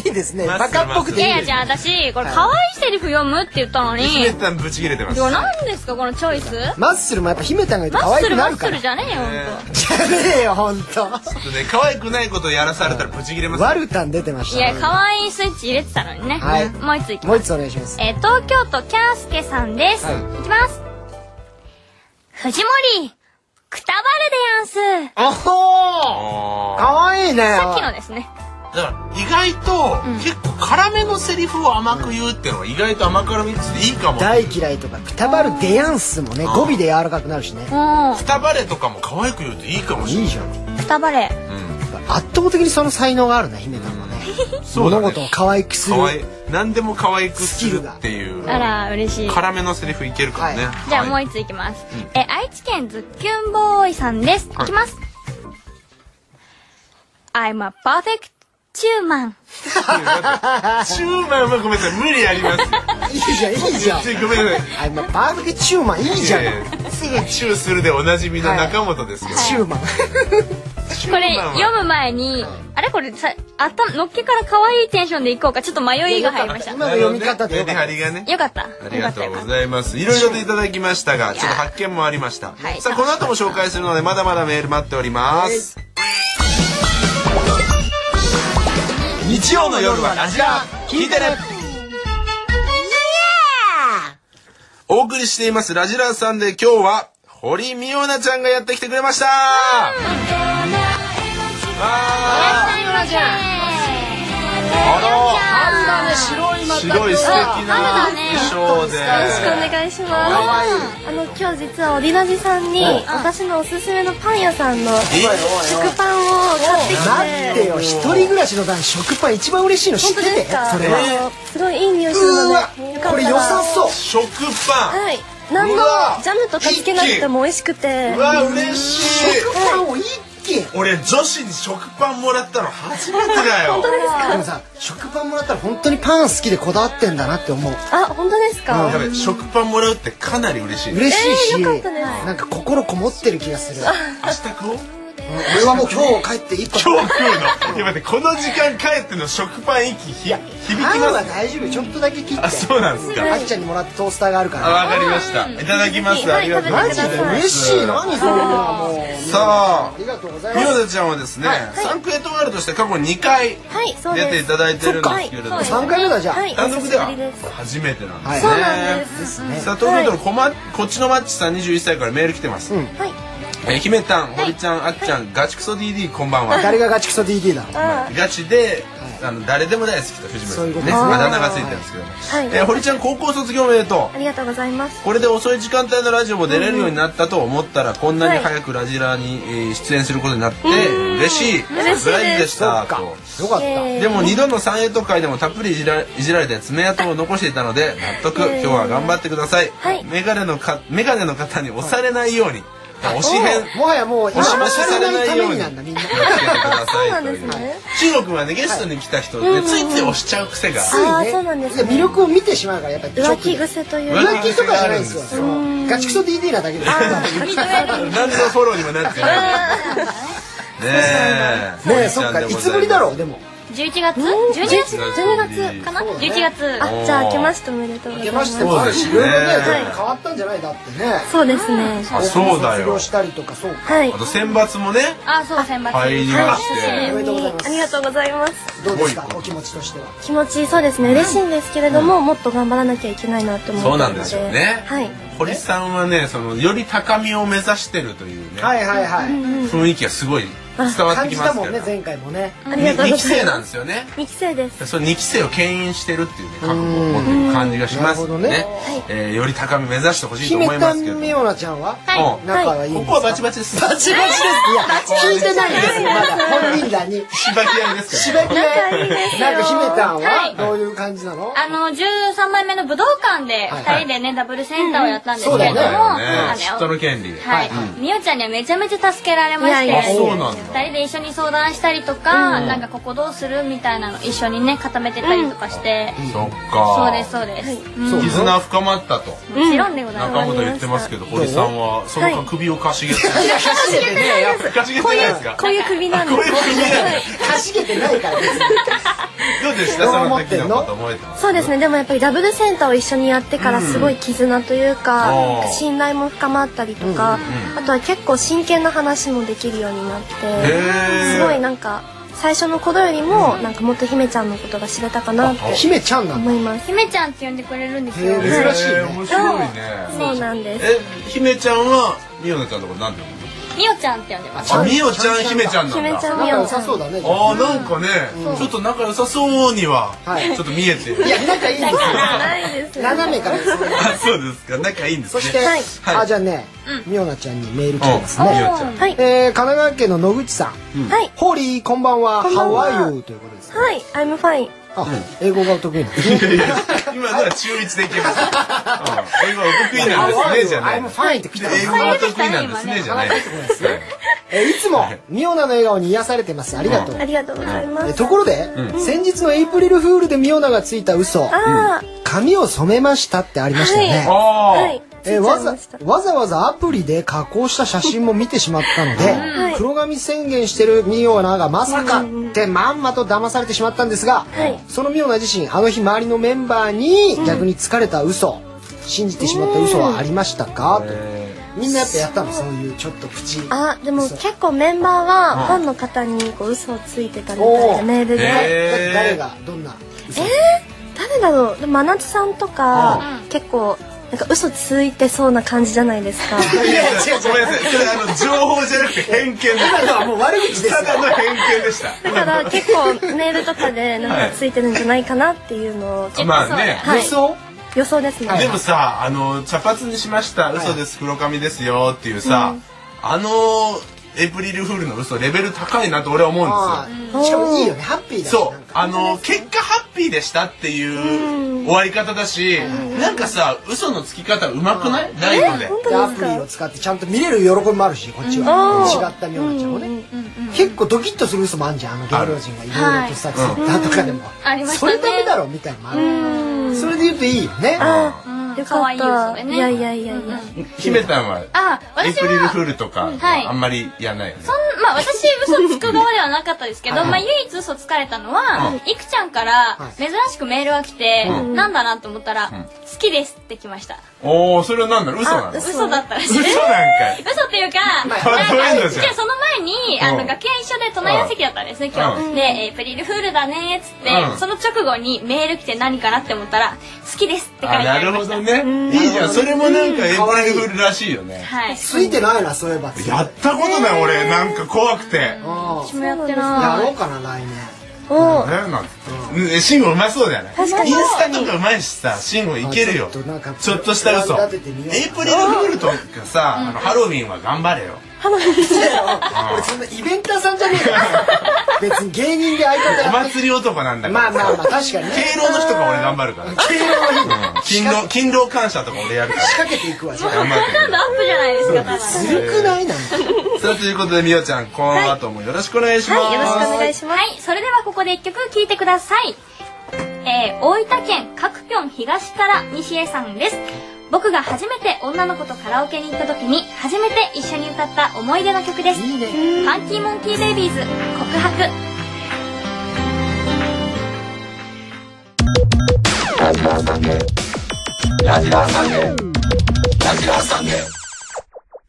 S2: いいですね
S1: まあ
S2: バカっぽく
S3: ル。い
S2: て
S1: ま
S2: い
S1: あ
S2: いね
S3: やいや、じゃあ私、これ可愛いセリフ読むって言ったのに。
S1: ひめ
S3: で
S1: たんぶち切れてます。
S3: も何ですか、このチョイス
S2: マッスルもやっぱ姫たんが言
S3: マ
S2: うと可
S3: ッ
S2: 愛
S3: スル
S2: く
S3: マ
S2: なるか
S3: ッス
S2: ら
S3: ル
S2: じ
S3: じ
S2: ゃ
S3: ゃねえ
S1: え
S3: よ、ほん
S2: ねえよほんと
S1: ちょっとね、可愛くないことをやらされたらぶち切れますよ。
S2: ワルタン出てまし
S3: と。い
S2: たね
S3: や、可愛いスイッチ入れてたのにね。
S2: はい
S3: もう一ついき
S2: も
S3: ます
S2: う一つお願いします
S3: えー東京都キャースケさんです。
S2: はい
S3: い、きます。藤森、くたばるでやんす。
S2: おほ
S1: あ
S2: ー可愛いね
S3: さっきのですね。
S1: ーだから意外と、結構辛めのセリフを甘く言うってのは意外と甘辛ミックスでいいかも。
S2: 大嫌いとかくたばるデヤンスもね語尾で柔らかくなるしね
S3: もう
S1: くたばれとかも可愛く言うといいかもしれな
S2: い
S1: いい。
S2: じゃんやっ
S3: くたばれ。
S2: ぱ圧倒的にその才能があるね姫たんはね
S1: そうだ
S2: 物
S1: ね
S2: 事を可愛くする
S1: 可愛い。何でも可愛くするっていう。
S3: あら、嬉しい。
S1: 辛めのセリフいけるからね。
S2: は
S3: じゃあ
S1: はい
S3: もう一ついきます。え、愛知県ズッキュンボーイさんです。いきます。I'm a perfect チューマン。
S1: チューマンはごめんなさい、無理ありますよ。
S2: いいじゃんいいじゃん
S1: ちょごめんなさい。
S2: あ今バーベキューチューマンいいじゃん
S1: いやいやすぐチューするでおなじみの中本ですけど、
S2: チューマン
S1: チ
S3: これ読む前に、あれこれさあったのっけから可愛いテンションでいこうかちょっと迷いが入りました
S2: 今の読み方で
S1: メ
S2: よか
S1: リ
S2: った
S1: ハリがね
S3: よかった
S1: あり
S3: よ
S1: が
S3: かった
S1: と
S3: よ
S1: う
S3: か
S1: ご
S3: っ
S1: ざいます。いろいろといただきましたが、
S3: いやー
S1: ちょっと発見もありました。
S3: はい
S1: さあ、この後も紹介するので、まだまだメール待っております。日曜の夜はラジラ聞いてねお送りしていますラジラさんで今日は、堀美央奈ちゃんがやってきてくれましたわ
S3: たラジ
S1: ーあ
S2: 春だね白いま
S1: の
S2: た
S1: 白い素敵な衣装で。
S5: よろしくお願いします。あの今日実はオリラジさんに私のおすすめのパン屋さんの
S1: え
S5: 食パンを買ってき
S2: 待って
S5: て、
S2: よ一人暮らしの段食パン一番嬉しいの知っ
S5: 本当
S2: て
S5: で
S2: て
S5: すか？
S2: それは
S5: あのすごいいい匂いするの
S2: う
S5: で、
S2: ー
S5: よ
S2: わ
S5: かったら
S2: これ良さそう
S1: 食パン
S5: はい。何の
S1: うわ
S5: ジャムとかつけなくても美味しくて
S1: う、わ嬉しい
S2: 食パンを一気に
S1: 俺女子に食パンもらったの初めてだよ
S2: でもさ食パンもらったら本当にパン好きでこだわってんだなって思う
S5: あ本当ですか？
S1: やべ食パンもらうってかなり嬉しい明
S2: 嬉しいし、
S5: えーよかったね
S2: なんか心こもってる気がする
S1: 日食おう
S2: 俺はもう今日帰って一個
S1: 今日食うのいや待ってこの時間帰っての食パン息ひ響き
S2: パン
S1: ま
S2: は
S1: す
S2: 大丈夫ちょっとだけ切って
S1: あそうなんですか
S2: あっちゃんにもらったトースターがあるか
S1: あ
S2: ら
S1: わかりましたいただきます
S5: はい
S1: ありがとうございます
S5: 食べてくださ
S2: 嬉しい何それはもう
S1: さ
S2: ありがとうござ
S1: あ
S2: いま
S1: み
S2: す
S1: おなちゃんはですね、サンクエトワールとして過去2回
S5: はいそう
S1: 出
S5: で
S1: てい
S5: す。
S1: ただいてるんですけれども、
S5: はい
S2: 三回目だじゃあ、
S5: はい
S1: 単
S5: お
S1: 独
S5: 久
S1: で
S5: し
S1: は
S5: ぶりです。
S1: 初めてなんですね、
S2: はい
S5: そうなんです。
S1: さあ東京都のこ,、ま、こっちのマッチさん21歳からメール来てます、
S5: はい。
S1: えー、姫たん、堀ちゃん、あっちゃん、ガチクソ DD こんばんは。
S2: 誰がガチクソ DD だ
S5: あ
S1: ガチで、あの誰でも大好きと藤
S2: そういうこ
S1: 村さん
S2: とで
S1: ね、
S2: すね
S1: あだ名がついてるんですけども、
S5: はい
S1: えー堀ちゃん高校卒業おめでと
S5: あ
S1: う。
S5: りがとうございます。
S1: これで遅い時間帯のラジオも出れるようになったと思ったら、こんなに早くラジラに、えー出演することになって嬉しい
S5: 嬉しいです
S1: ブライブでし
S2: そ
S1: た
S2: っか
S1: と。
S2: よかった、
S5: えー
S1: でも二度の三栄と会でもたっぷりいじらいじられて爪痕を残していたので納得今日は頑張ってください、
S5: はい
S1: メガネのかメガネの方に押されないように、推し編
S2: もはやもう今
S1: 押しま
S2: 押
S1: し
S2: さ
S1: され
S2: れな
S1: ないい
S2: た
S1: よ
S2: め
S1: う
S2: に
S1: に
S2: なんだみんな
S1: 気をつけてください
S5: そうなん
S1: と
S5: で
S1: い
S5: す
S1: う
S5: ね
S1: 中国はねゲストに来た人でついつい押しちゃう癖が
S2: ついね
S5: あーそうなんですね
S2: 魅力を見てしまうからやっぱり
S5: 浮気癖という
S2: 浮気とかじゃないんですよ
S1: 浮気癖があるんですよ
S2: そのガチクソ DD なだけで
S1: 何のフォローにもなって ないねえ
S2: ねえそっかいつぶりだろうでも
S3: 11月12月
S5: 12
S3: か
S5: 月
S3: な11月
S5: あじゃあ明けましておめでとうござい
S2: 出
S5: ま
S2: ますしてもあるしい
S1: そうで
S2: ろいろ
S1: すね
S2: ね変わったんじゃないだってね
S5: そうですね
S1: あそうだ
S2: 卒業
S1: よ
S2: したりとかそうか
S5: はい
S1: あと選抜もね
S3: あそう選抜
S1: 入りまして
S2: おめでとうございます
S5: ありがとうございます
S2: どうですか
S1: すごい
S2: お気持ちとしては
S5: 気持ちそうですね嬉しいんですけれども、もっと頑張らなきゃいけないなと思って
S1: そうなんですよね
S5: はい
S1: 堀さんはねそのより高みを目指してるというね、
S2: はいはいはい
S1: 雰囲気がすごい伝わっ
S2: 感
S1: て
S2: じ
S1: きま
S2: た
S1: す
S2: も
S1: け
S2: ん
S1: ど
S2: ね前回もね
S5: ありがとうござい
S1: 2
S5: ま
S1: 期
S5: す
S1: 生なんですよね
S5: 二期生です
S1: その2期生を牽引してるっていうね覚悟を持ってる感じがします
S2: うん
S1: ね
S2: なる
S1: えーより高み目指してほしいと
S2: 姫
S1: 思いま
S2: た
S1: すけど
S2: みおなちゃんは
S3: は
S2: 仲はいいんで
S1: こ
S2: す
S1: こ
S2: か
S1: はバチバチです
S2: バチバチですいや聞いてないんですよまだ本人らに
S1: しばき合いです
S2: し
S1: から
S2: ばき合いなんか姫たん
S3: は
S2: はいどういう感じなの
S3: あの13枚目の武道館で
S2: はい
S3: 2人でね、ダブルセンターをやったんですけれども、
S2: そうだ
S1: よね
S3: あ
S1: 嫉妬の権利で
S3: はい、みおちゃんにはめちゃめちゃ助けられまして
S5: いやいや
S1: そうなんだ
S3: 2人で一緒に相談したりとか、なんかここどうするみたいなの一緒にね固めてたりとかして、
S1: そっ
S3: そう
S1: か
S3: ですそうです、
S2: そう
S1: 絆は深まったと
S3: もちろんでございま
S1: 中
S3: す、
S1: 本言ってますけど堀さんはその首をかしげて
S2: いやかしげてねえよ
S1: かしげてないですか
S5: こういう首なんです
S1: こういう首なんだ
S2: かしげてないから別に
S1: どうでしたその時のこと思えてます
S5: そうですねでもやっぱりダブルセンターを一緒にやってからすごい絆というか,、
S1: うん
S5: なんか信頼も深まったりとか、あとは結構真剣な話もできるようになって
S1: ー
S5: すごいなんか最初の頃よりもなんかもっと姫ちゃんのことが知れたかなって
S2: 姫ちゃんなんだ
S5: 思います
S3: 姫ちゃんって呼んでくれるんです
S2: へ
S3: よ
S2: ー珍しいね
S1: えー面白いね
S5: そうなんです
S1: え姫ちゃんはみおなちゃんのことなんだ
S3: みおちゃんって呼んでます
S1: あみおちゃん姫ちゃんなん
S5: 姫ち
S1: だ
S5: ゃん
S2: 仲
S5: みお
S2: 良
S5: ちゃ
S2: さ
S5: ん
S2: そうだね
S1: あーなんかねちょっと仲良さそうには
S2: はい
S1: ちょっと見えて
S2: いや仲いいんですよ
S5: ないです
S2: 斜めからですね
S1: あそうですか仲いいんです
S2: そ
S1: ね
S2: して、
S5: はい
S2: あじゃあね、みおなちゃんにメール来
S1: うんみお
S2: てま
S1: ち
S2: す
S1: ゃん
S2: ね、
S5: はい
S2: えー、神奈川県の野口さん、
S5: はい
S2: ホーリーこんばんは、
S5: こんばんは
S2: How are you ということです、ね。
S5: はい I'm fine
S2: あ、英語がお得意なんですね。
S1: 今のは中一でいけます。うん英語はお得意なんですねじゃない。英
S2: I'm fine って来た。
S1: 語はお得意なんですねじゃない。
S2: えーいつもミオナの笑顔に癒されてます。ありがとう。
S5: ありがとうございま
S2: えー
S5: す
S2: ところで、先日のエイプリルフールでミオナがついた嘘、
S5: あ
S2: 髪を染めましたってありましたよね。
S1: ああ
S5: はいついち
S2: え
S5: ゃい
S2: ー
S5: ま
S2: わ
S5: し
S2: ざ
S5: た。
S2: わざわざアプリで加工した写真も見てしまったので、
S5: い
S2: 黒髪宣言してるミオナがまさかってまんまと騙されてしまったんですが、
S5: はい
S2: そのミオナ自身あの日周りのメンバーに逆に疲れた嘘信じてしまった嘘はありましたか、とみんなやっぱやったのそういうちょっとプチ
S5: あでも結構メンバーはファンの方にこう嘘をついてたみたい
S2: おー
S5: でメールで、
S1: へー
S2: だって誰がどんな嘘
S5: 誰だろうでも真夏さんとか結構なんか嘘ついてそうな感じじゃないですか
S2: いや違う違う
S1: ごめんなさい。それあの情報じゃなくて偏見です。
S2: 今のはもう悪口ですよ
S1: ただの偏見でした。
S5: だから結構メールとかでなんかついてるんじゃないかなっていうのを結構、
S1: まあね。
S5: はい
S2: 予想
S5: 予想ですね、
S1: でもさ、あの茶髪にしました。嘘です。黒髪ですよっていうさ、あのエイプリルフールの嘘レベル高いなと俺は思うんですよ
S2: あ。ーしかもいいよねハッピーだし
S1: そ
S2: な
S1: うん
S2: か
S1: あの結果ハッピーでしたっていう終わり方だしなんかさ嘘のつき方うまくないライブで
S5: 本
S2: で
S5: 当
S2: ア
S5: です
S2: プリを
S5: か
S2: 使ってちゃんと見れる喜びもあるしこっちは違ったミオナちゃんもね結構ドキッとする嘘もあるじゃんあの芸能人がいろいろとさツイッターとかでも
S3: ありまし
S2: そ
S3: たね
S2: れダメだろみたいなのもあるそれで言うといいよね
S5: よ
S3: 可
S5: か
S3: 愛
S5: っ
S3: い嘘
S5: た
S3: で
S5: い,、
S3: ね
S5: やいやいやいや、
S1: 姫たんは
S3: あ
S1: エイ
S3: 私
S1: プリルフ
S3: は
S1: ールとか
S3: はい
S1: あんまりやんないよね
S3: そんまあ私嘘つく側ではなかったですけど、まあ唯一嘘つかれたのは、いくちゃんから珍しくメールが来て、なんだなと思ったら、好きですって来ました。
S1: おおそれはなんだろう嘘なの
S5: あ嘘
S3: 嘘だったらし
S1: 嘘
S3: い。
S1: なんかい
S3: 嘘っていうか、なんか
S1: 数えんのじゃん
S3: じゃあその前に、あ
S1: う
S3: の、
S1: ん
S3: 楽屋一緒で隣の席だったんですね、今
S1: う
S3: 日。で、エイプリルフールだねーっつって
S1: う、ん
S3: その直後にメール来て何かなって思ったら、好きですって書いて
S1: あ
S3: あ
S1: な
S3: り
S1: る
S3: ま
S1: ほ
S3: した。
S1: どねいいじゃんそれもなんかエイプリルフールらしいよね
S3: はい。
S2: ついてないなそういえば
S1: やったことない俺なんか怖くて
S2: うん
S3: もやって
S2: や
S3: な
S2: ろ
S3: いう
S2: かな来年
S5: おー
S1: なんなんうんシンゴうまそうだよねイン
S5: 確かに
S1: スタとかうまいしさシンゴいけるよ
S2: あちょっとなんか
S1: ちょっとした嘘
S2: プラン立ててみようかな
S1: エイプリルフールとかさあのハロウィンは頑張れよ
S2: 俺そんなイベンターさんじゃねえから 別に芸人で相方
S1: お
S2: やって
S1: 祭り男なんだか
S2: まあ
S1: ら
S2: まあ
S1: さ
S2: まあ確かにね
S1: 敬老の日とか俺頑張るから
S2: 敬老の日
S1: うん勤労勤労感謝とか俺やるから
S2: 仕掛けていくわじゃあ
S1: 頑張って
S3: 感 度アップじゃないですか、多分。
S2: ずるくないなんか
S1: さあということでみよちゃんこの後もよろしくお願いします、
S5: はいよろしくお願いします
S3: はい、それではここで一曲聴いてください。えー、大分県各ぴょん東から西江さんです。僕が初めて女の子とカラオケに行った時に初めて一緒に歌った思い出の曲です。
S2: いいね
S3: ファンキーモンキーベイビーズ告白。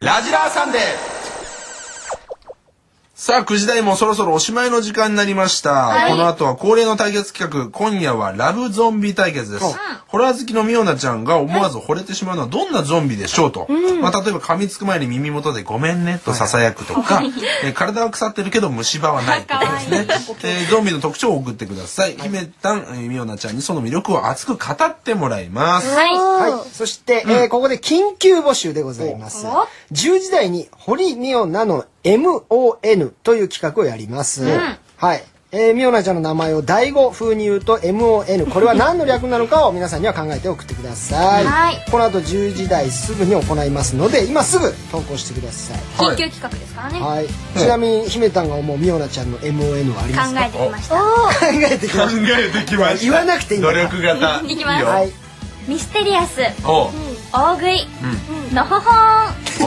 S1: ラジラーサンデーさあ、9時台もそろそろおしまいの時間になりました。
S3: い
S1: この後は恒例の対決企画、今夜はラブゾンビ対決です。ホラー好きのミオナちゃんが思わず惚れてしまうのはどんなゾンビでしょうと。まあ、例えば噛みつく前に耳元でごめんねと囁くとか、えー体は腐ってるけど虫歯はないとかですね。えーゾンビの特徴を送ってください。姫たん、えーミオナちゃんにその魅力を熱く語ってもらいます。
S3: はい。
S2: はい。そして、えーここで緊急募集でございます。
S3: お
S2: 10時台に、堀美央奈の MON という企画をやります。はい。えー、みおなちゃんの名前を第5風に言うと MON。これは何の略なのかを皆さんには考えて送ってください。
S3: はい
S2: この後10時台すぐに行いますので、今すぐ投稿してください。
S3: 緊急企画ですからね。考
S2: はい。ちなみに、姫たんが思うみおなちゃんの MON はありますか
S3: えてきました。
S2: 考えてき
S1: 考
S2: ました。
S1: えてきました。
S2: 言わなくていいんだ
S1: 努力型。
S3: いきます
S1: よ
S2: はい。
S3: ミステリアス、
S1: おう
S3: 大食い、のほほーん。
S1: お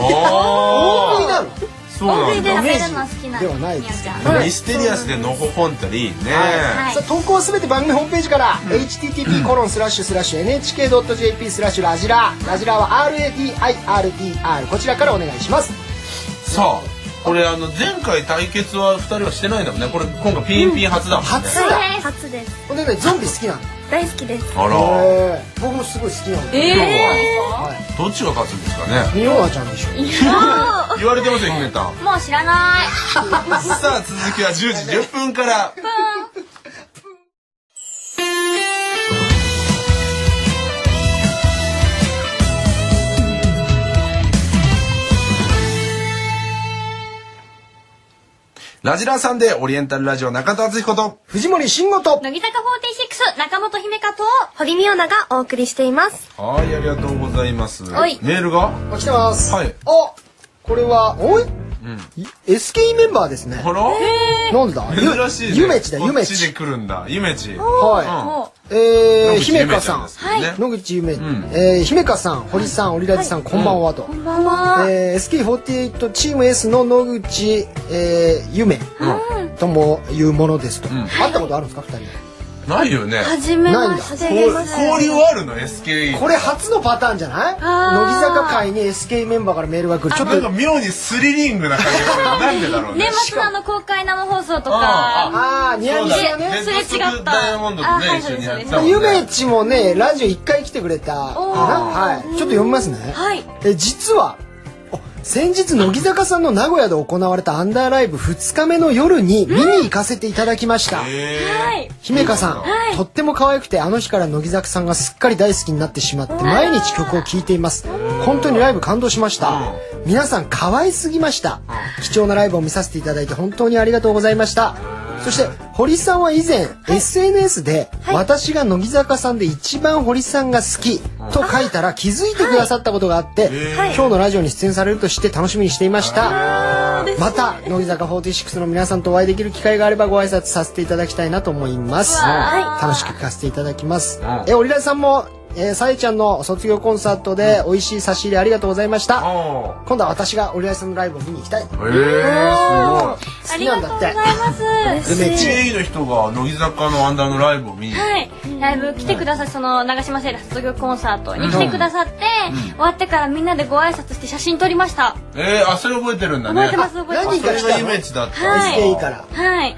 S1: ー
S2: 大食いなの
S1: そう
S3: 大
S1: ない
S3: 食
S1: ん
S3: で
S1: だ
S3: 食べるの好きな
S2: ではないです
S3: みやちゃん
S1: でもミステリアスでのほほんたりいいね、
S3: はい
S2: さあ投稿はすべて番組ホームページから、http コロンスラッシュスラッシュ nhk.jp スラッシュラジララジラは RADIRDR こちらからお願いします
S1: さあこれあの前回対決は2人はしてないんだもんねこれ今回ピンピン初だもんね、
S2: 初
S3: そう
S2: だ
S3: です。
S5: 初です
S2: ほんでねゾンビ好きなの
S5: 大好きです
S1: あら
S2: へー僕もすごい好きなの
S1: 今日
S3: え
S1: は
S2: はい
S1: どっちが勝つんですかね
S2: ミオーナちゃんでしょ
S1: 言われてますよ姫たん
S3: ー、もう知らない。
S1: さあ続きは10時10分からラジラーさんでオリエンタルラジオ中田敦彦と
S2: 藤森慎吾と
S3: 乃木坂46、中本姫香と、
S5: 堀美央奈がお送りしています
S1: はいありがとうございます
S3: はい
S1: メールが
S2: あ来てます
S1: はい
S2: あこれはおいい SKE メンバーですね
S1: ほら
S2: なんだゆ
S1: 珍しいね
S2: ゆめちだゆめ
S1: こっちで
S2: ち
S1: 来るんだゆめち
S2: は
S3: も
S2: いえ
S1: 野
S2: ー
S1: 口
S2: 姫
S1: ゆめちゃ
S2: 香さ
S1: ん
S2: ん
S1: ですね
S2: 野口ゆめえー姫香さん堀さんオリラジさんこんばんはと
S5: こんばんは。
S2: えー SK48 チーム S の野口、えー、夢ともいうものですと、会ったことあるんですか二人
S1: ないよね
S5: はじめまして
S1: こう
S5: です。
S1: 交流あるの SKE
S2: これ初のパターンじゃない乃木坂界に SK メンバーからメールが来るちょっ
S1: なんか
S2: と
S1: 妙にスリリングな感じがするなんでだろう
S3: う年
S1: ね
S3: 末のあの公開生放送と
S1: あ
S3: か
S2: ああニヤニヤ
S3: そうだ
S2: ね
S3: ねすれ違った
S1: レッドソックスダイヤモンドと
S3: あ
S1: ね
S3: はい
S1: 一緒にやっ
S3: そ
S1: た
S3: う
S1: もんね
S2: ゆめちもねラジオ1回来てくれたかな
S3: おー
S2: はいちょっと読みますね、
S3: はい
S2: え実はお先日乃木坂さんの名古屋で行われたアンダーライブ2日目の夜に見に行かせていただきました、
S1: え
S3: はい
S2: 姫香さん、とっても可愛くてあの日から乃木坂さんがすっかり大好きになってしまって毎日曲を聴いています本当にライブ感動しました皆さん可愛すぎました貴重なライブを見させていただいて本当にありがとうございましたそして堀さんは以前、SNS で、私が乃木坂さんで一番堀さんが好き」と書いたら気づいてくださったことがあって、今日のラジオに出演されると知って楽しみにしていました。また乃木坂46の皆さんとお会いできる機会があればご挨拶させていただきたいなと思います楽しく聞かせていただきますえオリラジさんもえーさえちゃんの卒業コンサートで美味しい差し入れありがとうございました
S1: お
S2: 今度は私がオリラジさんのライブを見に行きたい好
S1: えーす
S3: あ
S2: き
S3: り
S2: なん
S3: がとう
S2: だって
S3: ございます
S1: ごい SKE の人が乃木坂のアンダーのライブを見に
S3: はい、ライブ来てくださってその長島聖羅卒業コンサートに来てくださって、終わってからみんなでご挨拶して写真撮りました
S1: えーあそれ覚えてるんだね
S3: 覚えてます覚えてま
S2: 何
S3: す
S2: 人か
S1: そ
S2: 来
S1: れが
S2: た
S1: イ
S2: の
S1: メージだった
S3: はい
S2: SKE から
S3: はい
S1: へ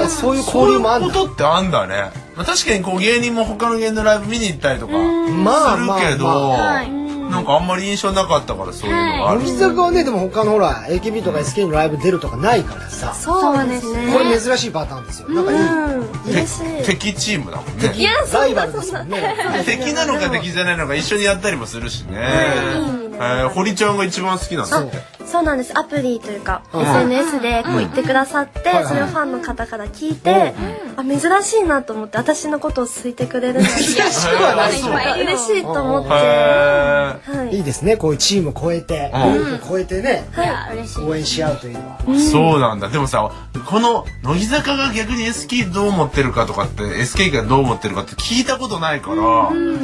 S2: えーそういう交流もあるんだ
S1: そういうことってあんだね、まあ、確かにこう芸人も他の芸人のライブ見に行ったりとかする
S2: まあまあ
S1: けど、
S2: ま
S3: はい
S1: なんかあんまり印象なかったからそういうのがあ
S2: あ
S1: る、
S2: 乃木坂はねでも他のほら AKB とか SKE のライブ出るとかないからさ
S5: そうです
S2: こ
S5: ね。
S2: れ珍しいパターンですよなんかいい
S5: うん、嬉しい。
S1: 敵チームだもんね
S3: いやそ
S2: ライバルですもんね
S1: 敵なのか敵じゃないのか一緒にやったりもするしね、えー、堀ちゃんが一番好きなんだって
S5: そうなんです。アプリというか、SNS でこう言ってくださって、
S2: はいはい
S5: それをファンの方から聞いて、あ、珍しいなと思って、私のことを好いてくれるの
S2: 珍しくはない
S3: いっ
S5: が
S3: ぱいいる
S5: 嬉しいと思って、
S1: へえ
S5: はい
S2: いいですねこういうチームを超えてグループを超えてね
S3: いや嬉しい
S2: 応援し合うというのは
S1: そうなんだでもさこの乃木坂が逆に SK どう思ってるかとかって SK がどう思ってるかって聞いたことないから、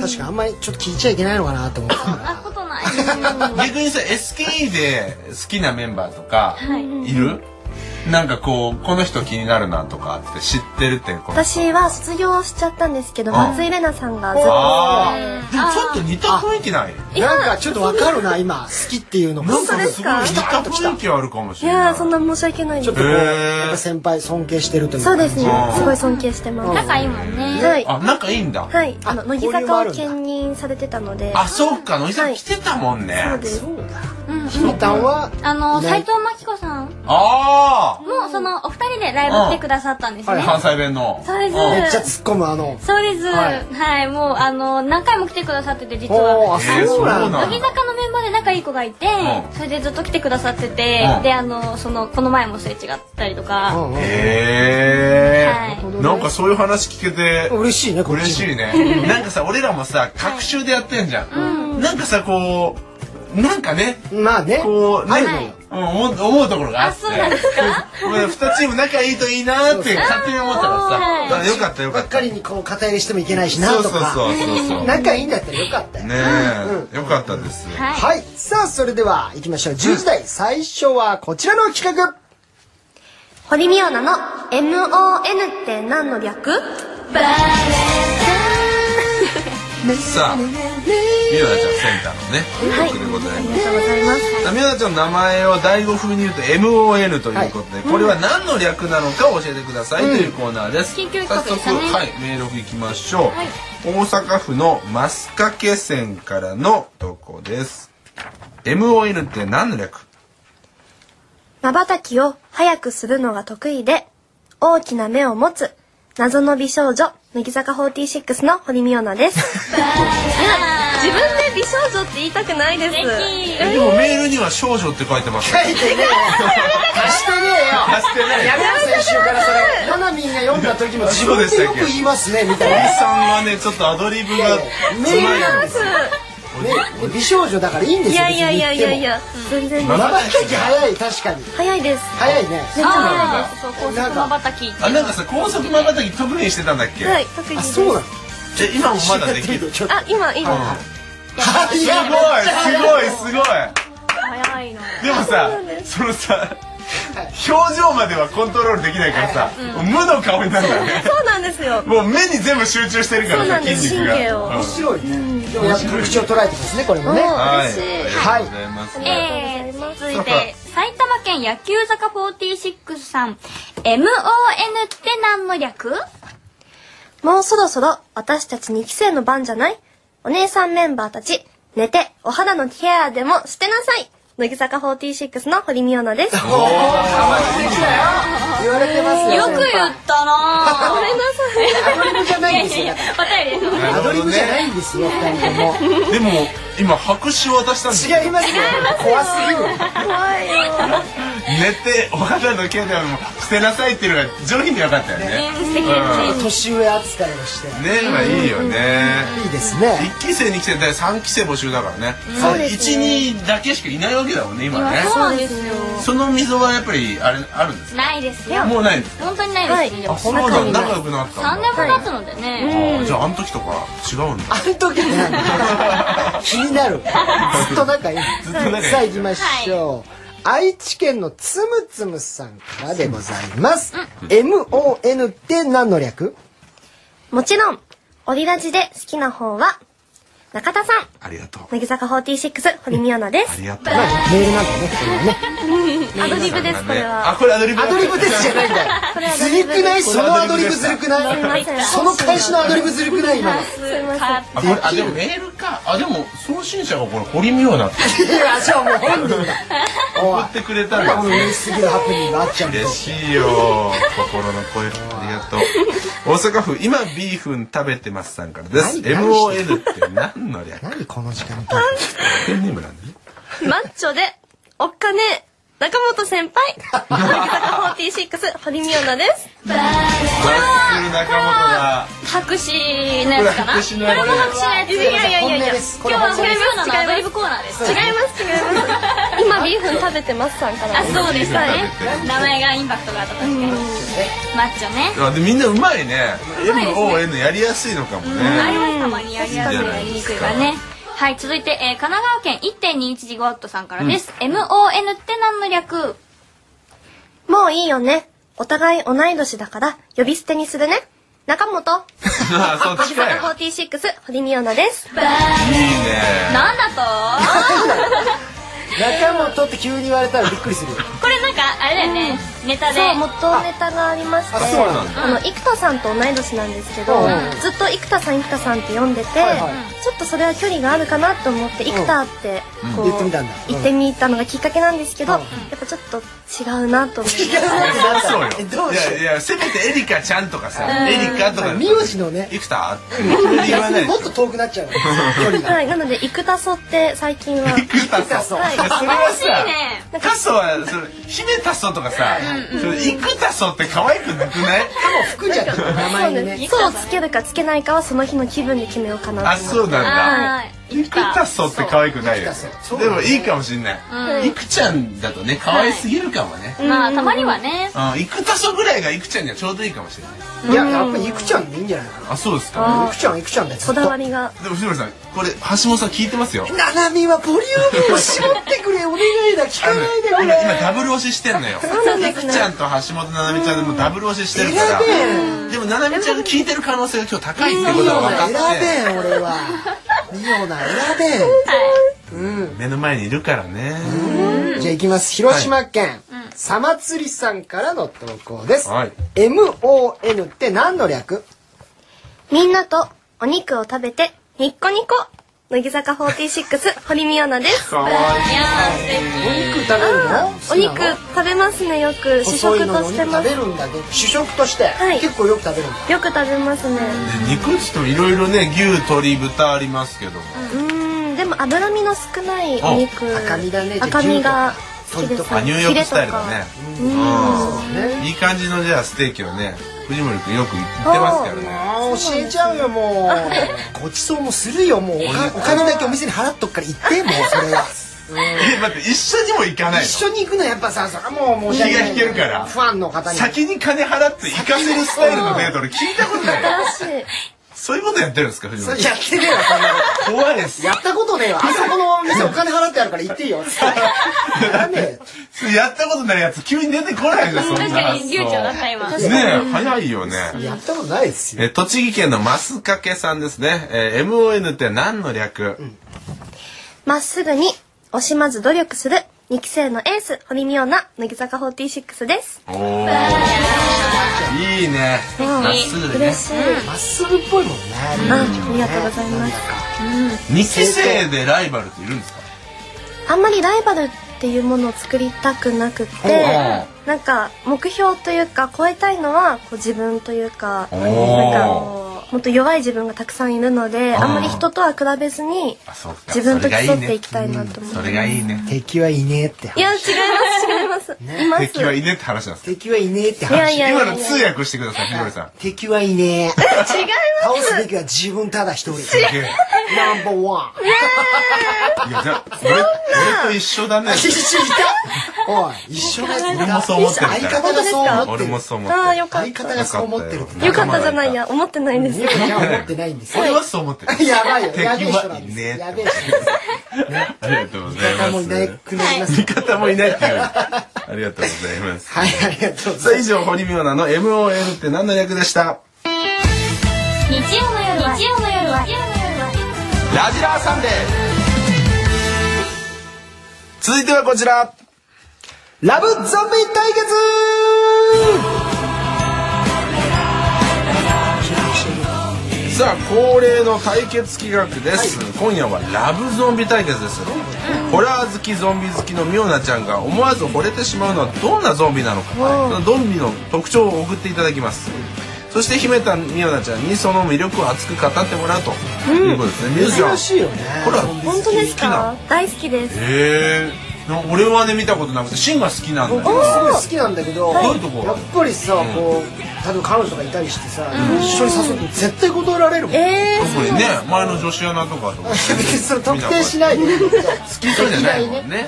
S2: 確かあんまりちょっと聞いちゃいけないのかなと思ってたから
S3: んなことない
S1: 逆にさ SKE で好きなメンバーとかいる、なんかこうこの人気になるなとかって知ってるってこの
S5: 私は卒業しちゃったんですけど、
S1: ん
S5: 松井玲奈さんがずっ
S1: あ
S5: と、
S1: ーでもちょっと似た雰囲気ない
S2: なんかちょっとわかるな今好きっていうのが
S1: なんかすごい
S5: 本
S1: 似
S5: 当です
S1: た
S5: か
S1: 雰囲気あるかもし
S5: い
S1: れ
S5: や
S1: な
S5: ー、
S1: い
S5: そんな申し訳ないんですけど。
S2: やっぱ
S1: へ
S2: 先輩尊敬してるという
S5: そうですね
S1: うん。
S5: すごい尊敬してます。
S3: 仲いいもんね
S5: は
S1: え
S5: い。
S1: あ仲いいんだ、
S5: はい。あの、乃木
S2: 交流もあ
S5: 坂
S2: る
S5: を
S2: んだ
S5: 兼任されてたので。
S1: あそうか乃木さん
S5: はい
S1: 来てたもんね、
S5: そうです。
S2: そうだひみたんは
S3: あの
S2: いない
S3: 斉藤真希子さん
S1: あ
S3: もそのお二人でライブ来てくださったんです
S1: あ
S3: ね
S1: 関西弁の
S3: そうです
S2: めっちゃ突っ込むあの
S3: そうです
S2: はい
S3: はいもうあの何回も来てくださってて実
S2: お
S3: は
S2: ーそうなんだ
S3: 乃木坂のメンバーで仲いい子がいて
S1: うん
S3: それでずっと来てくださってて
S1: うん
S3: であのそのこの前もすれ違ったりと
S2: う
S3: か
S2: ん
S1: へえ、
S3: は
S1: なんかそういう話聞けて
S2: うん嬉しいねこっち
S1: 嬉しいねなんかさ俺らもさ隔週でやってんじゃん、なんかさこうなんかね
S2: まあね
S1: こうね、
S2: ある
S3: は
S2: のよ
S3: い
S1: うん思う思うところがあって
S3: あそうなんですか
S1: 俺2チーム仲いいといいなーって勝手に思ったからさ
S3: はい
S1: だからよかったよか
S2: ば
S1: っ
S2: ったか
S1: ね
S2: りにこう肩入れしてもいけないしなとか
S1: そうそうそうそう
S2: 仲いいんだったらよかったよ
S1: えよかったです
S3: はい
S2: はいさあそれでは行きましょう10時台最初はこちらの企画
S5: 堀美央奈の MON って何の略バレ
S1: さあみおなちゃんセンターのね
S5: はい
S1: ということで
S5: ありがとうございます。
S1: みおなちゃんの名前を第五風に言うと MON ということでこれは何の略なのか教えてくださいというコーナーです
S3: 緊急
S1: 早
S3: 企画
S1: 速
S3: でしたね
S1: はいメールをいきましょう大阪府の増掛線からの投稿です MON って何の略
S5: 瞬きを早くするのが得意で、大きな目を持つ、謎の美少女、乃木坂46の堀美央奈です。自分で美少女って言いたくないです。
S1: えでもメールには少女って書いてます
S2: 書いてねえよ貸してねえよ
S1: 貸してない
S2: やめな先週からそれ花見が読んだ時も自分でよく言いますねみたい
S1: 堀
S2: な
S1: さんはねちょっとアドリブがうまいんですよ
S2: ね美少女だからいいんです
S5: い
S2: よ
S5: やいやいやいやいや全然
S2: まばたき早い確かに
S5: 早いです
S2: 早いね
S3: ああそう
S2: な
S3: 高
S2: ん
S3: 速
S2: か
S3: まばたきって
S1: あなんかさ高速まばたき得意にしてたんだっけ、
S5: はい特技
S2: あ
S5: です
S2: そうなの
S1: え今もまだできる
S2: ちょっと
S5: あ今今
S2: 早 い
S1: すごいすごいすごい
S3: 早いの
S1: でもさそのさ表情まではコントロールできないからさ、無の顔になるんだよね
S5: そうなんですよ
S1: もう目に全部集中してるか
S5: そうな
S1: ら
S5: ん
S1: さ
S5: です
S1: 筋肉が
S5: 神経を
S1: うん
S2: 面白いねでもやっぱ特徴捉えてますねこれもね
S1: は
S5: 嬉
S1: い
S5: しい
S1: ありがとうございます、
S3: えー、続いて埼玉県野球坂46さん MON って何の略
S5: もうそろそろ私たち2期生の番じゃないお姉さんメンバーたち、寝てお肌のケアでもしてなさい乃木坂46の堀美央奈です。ごめんな
S2: 言われてます
S3: よ
S2: よ
S3: く言ったなぁ
S5: さい。
S2: アドリブじゃないんですよだか
S3: お便りです
S1: な
S2: ら
S1: る
S2: ア
S1: ほ
S2: ド
S1: どね
S2: リブじゃないんですよ二人とも
S1: でも今白紙を渡したんですよ
S2: 違いますよ怖すぎる
S5: 怖いよ。
S1: 寝てお肌のケアでもしてなさいっていうのが上品に分かったよねね
S3: 素敵ですね
S2: 年上扱いをして
S1: まあいいよね
S2: いいですね
S1: 一期生二期生第三期生募集だからね
S5: そうです
S1: 一
S5: ね
S1: 二だけしかいないわけだもんね今ね
S3: そうなんですよ
S1: その溝はやっぱりあれあるんです
S3: ないですよ
S1: もうないんです
S3: 本当にないですねでも
S1: あそうな
S5: 中
S1: ん
S5: に
S1: だ
S5: ない
S1: 仲良くなったんだ
S3: 3年も経つのでね
S1: あーじゃああの時とか違うんだ
S2: あの時ね気になるずっと仲いい
S1: ずっと仲いい
S2: さあ行きましょう愛知県のつむつむさんからでございます MON って何の略
S5: もちろん、オリラジで好きな方は、中田さん、
S1: ありがとう
S5: 乃木坂46堀美央奈で
S1: あ
S5: す。
S1: りがとう
S2: まあメールなんだねこれはね
S5: アドリブです、これ
S1: あ
S5: は。
S1: これアドリブ
S2: アドリブですじゃないんだ
S5: れ
S2: よ
S5: アド
S2: ず
S5: リ
S2: る
S5: ブ
S2: くないそのアドリブずるくな
S5: すいま
S2: い
S5: せん。
S2: その返しのアドリブずるくない今の
S5: すいません。
S3: か
S1: あこれあでもメールかあでも送信者がこれ堀美央だって
S2: いやじゃあもう本人だお
S1: 送
S2: い
S1: ってくれたん
S2: この
S1: だ
S2: 言い過ぎるハプニングがあっちゃうんだ
S1: 嬉しいよ心の声ありがとう大阪府今ビーフン食べてますさんからです
S2: 何何
S1: MON って何の略
S2: 何この時間に
S1: ペンネームなんだね
S5: マッチョで、おっかねえ、中本先輩、乃木坂46堀美央奈です。
S1: マッスル中本だ
S3: 白紙のやつかな
S1: これ白紙のやつ
S3: これも白紙のやつ
S5: いやいやいやいや
S2: 本音ですこ
S3: 今
S2: れ
S3: 日は
S2: 本
S3: フ
S2: 音
S3: レ
S2: で
S3: ー
S2: す
S3: ムのアドリブコーナーです
S5: 違います違います今ビーフン食べてますさんから
S3: あそうでしたね
S1: 食べてる
S3: 名前がインパクトがあった確かにマッチョね
S1: あでみんなうまいね MON やりやすいのかも
S3: あ
S1: ね
S3: りますたまにやりやすいやりにくいがねはい続いて、えー、神奈川県1.215ワットさんからです、MON って何の略
S5: もういいよねお互い同い年だから呼び捨てにするね中本
S1: あそっちかよ
S5: 46堀美央奈です
S1: いいね
S3: なんだと
S2: 中本って急に言われたらびっくりするよ
S3: これなんかあれだよね、ネタで
S5: そう元ネタがありまして
S2: あそうなん
S5: あの生田さんと同い年なんですけど、
S2: うん
S5: ずっと生田さん生田さんって呼んでて、
S2: はいは
S5: ちょっとそれは距離があるかなと思って生田ってこう、
S2: 言ってみたんだうん
S5: 言ってみたのがきっかけなんですけど、
S2: うん
S5: やっぱちょっと違うなと思って
S2: 違うなん
S1: そうよ
S2: だえどう
S1: い
S2: しよ
S1: やいやせめてエリカちゃんとかさエリカとか
S2: う名字のね
S1: いく たって言わないう
S2: もっと遠くなっちゃうよ距離が
S5: はい、なので、イクタソって最近は。
S1: いくた
S2: 痛
S1: そ
S2: そうう
S1: いやそれは
S3: 楽しい
S1: さ
S3: ね
S1: タソはそれ姫タソとかさそれイクタソって可愛くなくない
S2: 服じゃん名前にね
S5: ね、そうをつけるかつけないかはその日の気分で決めようかな
S1: あ
S5: と
S1: そ
S5: 思っ
S1: うなんだ
S3: あー
S1: イクタソって可愛くないよ
S2: イクタソ
S1: でもいいかもしんないイクちゃんだとね可愛すぎるかもね
S3: まあたまにはね
S1: うんイクタソぐらいがイクちゃんにはちょうどいいかもしれない
S2: いややっぱりいくちゃんでいいんじゃないか
S1: あそうですか
S2: ないくちゃんいくちゃんだよ
S5: てこだわりが
S1: でも藤森さんこれ橋本さん聞いてますよ
S2: ななみはボリュームを絞ってくれお願いだ聞
S1: あ
S2: か
S1: の
S2: ないで
S1: 今
S2: く
S1: 今
S2: れ
S1: ダブル押ししてんのよ。
S5: うなんで
S1: い
S5: す
S1: く
S5: ね
S1: ちゃんと橋本奈々美ちゃんでもダブル押ししてるから
S2: 選。
S1: でも奈々美ちゃんが聞いてる可能性が今日高いってことが分かっ
S2: 選
S1: て。
S2: べん俺はミオナ選べん
S1: 目の前にいるからね。
S2: じゃあ行きます。広島県、さまつりさんからの投稿です。
S1: はい
S2: MON って何の略
S5: みんなとお肉を食べてニッコニコ乃木坂46堀美央奈です
S1: 可愛い
S3: いや
S2: お肉食べるの
S5: お肉食べますねよく主食
S2: 細いの
S5: と
S2: にお
S5: し
S2: 肉
S5: てま
S2: 食
S5: す
S2: べるんだけど、主食として、
S5: はい
S2: 結構よく食べるんだ。
S5: よく食べますね
S1: い。肉っつってもいろいろね牛鶏豚ありますけども。
S5: うーんでも脂身の少ないお肉
S2: 赤身だね
S5: 赤身が好きで
S2: 鶏と
S5: す
S2: か
S1: あニューヨークスタイルだね
S5: うん
S2: ね
S1: いい感じのじゃあステーキをね藤森君よく言ってますからね
S2: あー教えちゃうよも うごちそうもするよもうお金お金だけお店に払っとくから行ってもうそれは
S1: い や待って一緒にも行かないの
S2: 一緒に行くのはやっぱさそれはもう申し訳ない
S1: 気が引けるから
S2: ファンの方に
S1: 先に金払って行かせるスタイルのデート俺聞いたことないよ
S5: 新しい
S1: そういうことやってるんですか藤
S2: そ
S1: 森君
S2: れやってねえわそんなこ
S1: 怖いです
S2: とやったことねえわあそこのお店お金払ってあるから行っていいよやらねえよ
S1: やったことないやつ急に出てこないじゃんそんな
S3: 確かに流暢だった今
S1: ねえ早いよね
S2: やったことないですよ
S1: えー栃木県のマスカケさんですね、えー MON って何の略、
S5: まっすぐに惜しまず努力する2期生のエース堀美央奈乃木坂46です
S1: おおいいねまっすぐね
S5: 嬉しい、
S2: まっすぐっぽいもんね
S5: あありがとうございます
S1: 2期生でライバルっているんですか
S5: あんまりライバルっていうものを作りたくなくてなんか目標というか超えたいのはこう自分というかなんかこうもっと弱い自分がたくさんいるのであんまり人とは比べずに
S1: あそうか
S5: 自分と
S1: それがいい
S5: 競
S1: ね
S5: っていきたいなと思
S1: そ
S5: って
S1: れがいいね
S2: 敵はいねえって
S5: いや違います違います、います
S1: 敵はいねって話なんです
S2: 敵はいねえって
S5: いやい
S2: 話
S5: やい
S1: 今
S5: や
S1: の通訳してください藤森さん
S2: 敵はいねえ
S5: 違い
S2: 倒すべきは自分ただ一人
S1: すげえ
S2: ナンバーワン
S1: いやじゃあ俺俺と一緒だ ね
S2: 一緒いたおい一緒だよ
S1: 俺もそう思ってるから
S2: 相方がそう思っ
S1: 俺
S2: てる
S1: もそう思っ
S5: ああ
S1: てる
S5: よかっ
S2: 相
S5: た
S2: 方がそう思ってるって
S5: よかったじゃないや思ってないんです
S2: 美桜ちゃんは思ってないんですよ
S1: 俺はそう思ってる
S2: やばいよ
S1: 敵
S2: やべえ人な
S1: は
S2: ん
S1: い
S2: です
S1: ねえって
S2: やべえ人です
S1: ありがとうござい
S2: 方
S1: ま
S2: もいな
S1: す
S2: くなります
S1: 味方もいないっていうありがとうございます
S2: はいありがとう
S1: さ
S2: ござい
S1: あ以上堀美央奈の MOL って何の略でした
S3: 日曜の夜は日曜の夜は日曜の夜は
S1: ラジラーサンデー続いてはこちら
S2: ますラブゾンビ対決
S1: さあ恒例の対決企画です、今夜はラブゾンビ対決です、ホラー好きゾンビ好きのミオナちゃんが思わず惚れてしまうのはどんなゾンビなのか、そのゾンビの特徴を送っていただきます、そして秘めたミオナちゃんにその魅力を熱く語ってもらうということですね、ミオちゃん
S2: 珍しいよね
S1: ホラー
S5: 本当です
S1: 好
S5: か大好きです
S1: きなのへえな俺はね見たことなくてシンが好きなんだよ
S2: 僕もすごい好きなんだけど
S1: どういうとこ
S2: やっぱりさこう例えば彼女がいたりしてさ一緒に誘って絶対断られるもん
S5: ええ
S1: 特にね前の女子アナとかとか
S2: 別にそれ特定しないで
S1: 好きそうじゃないもんね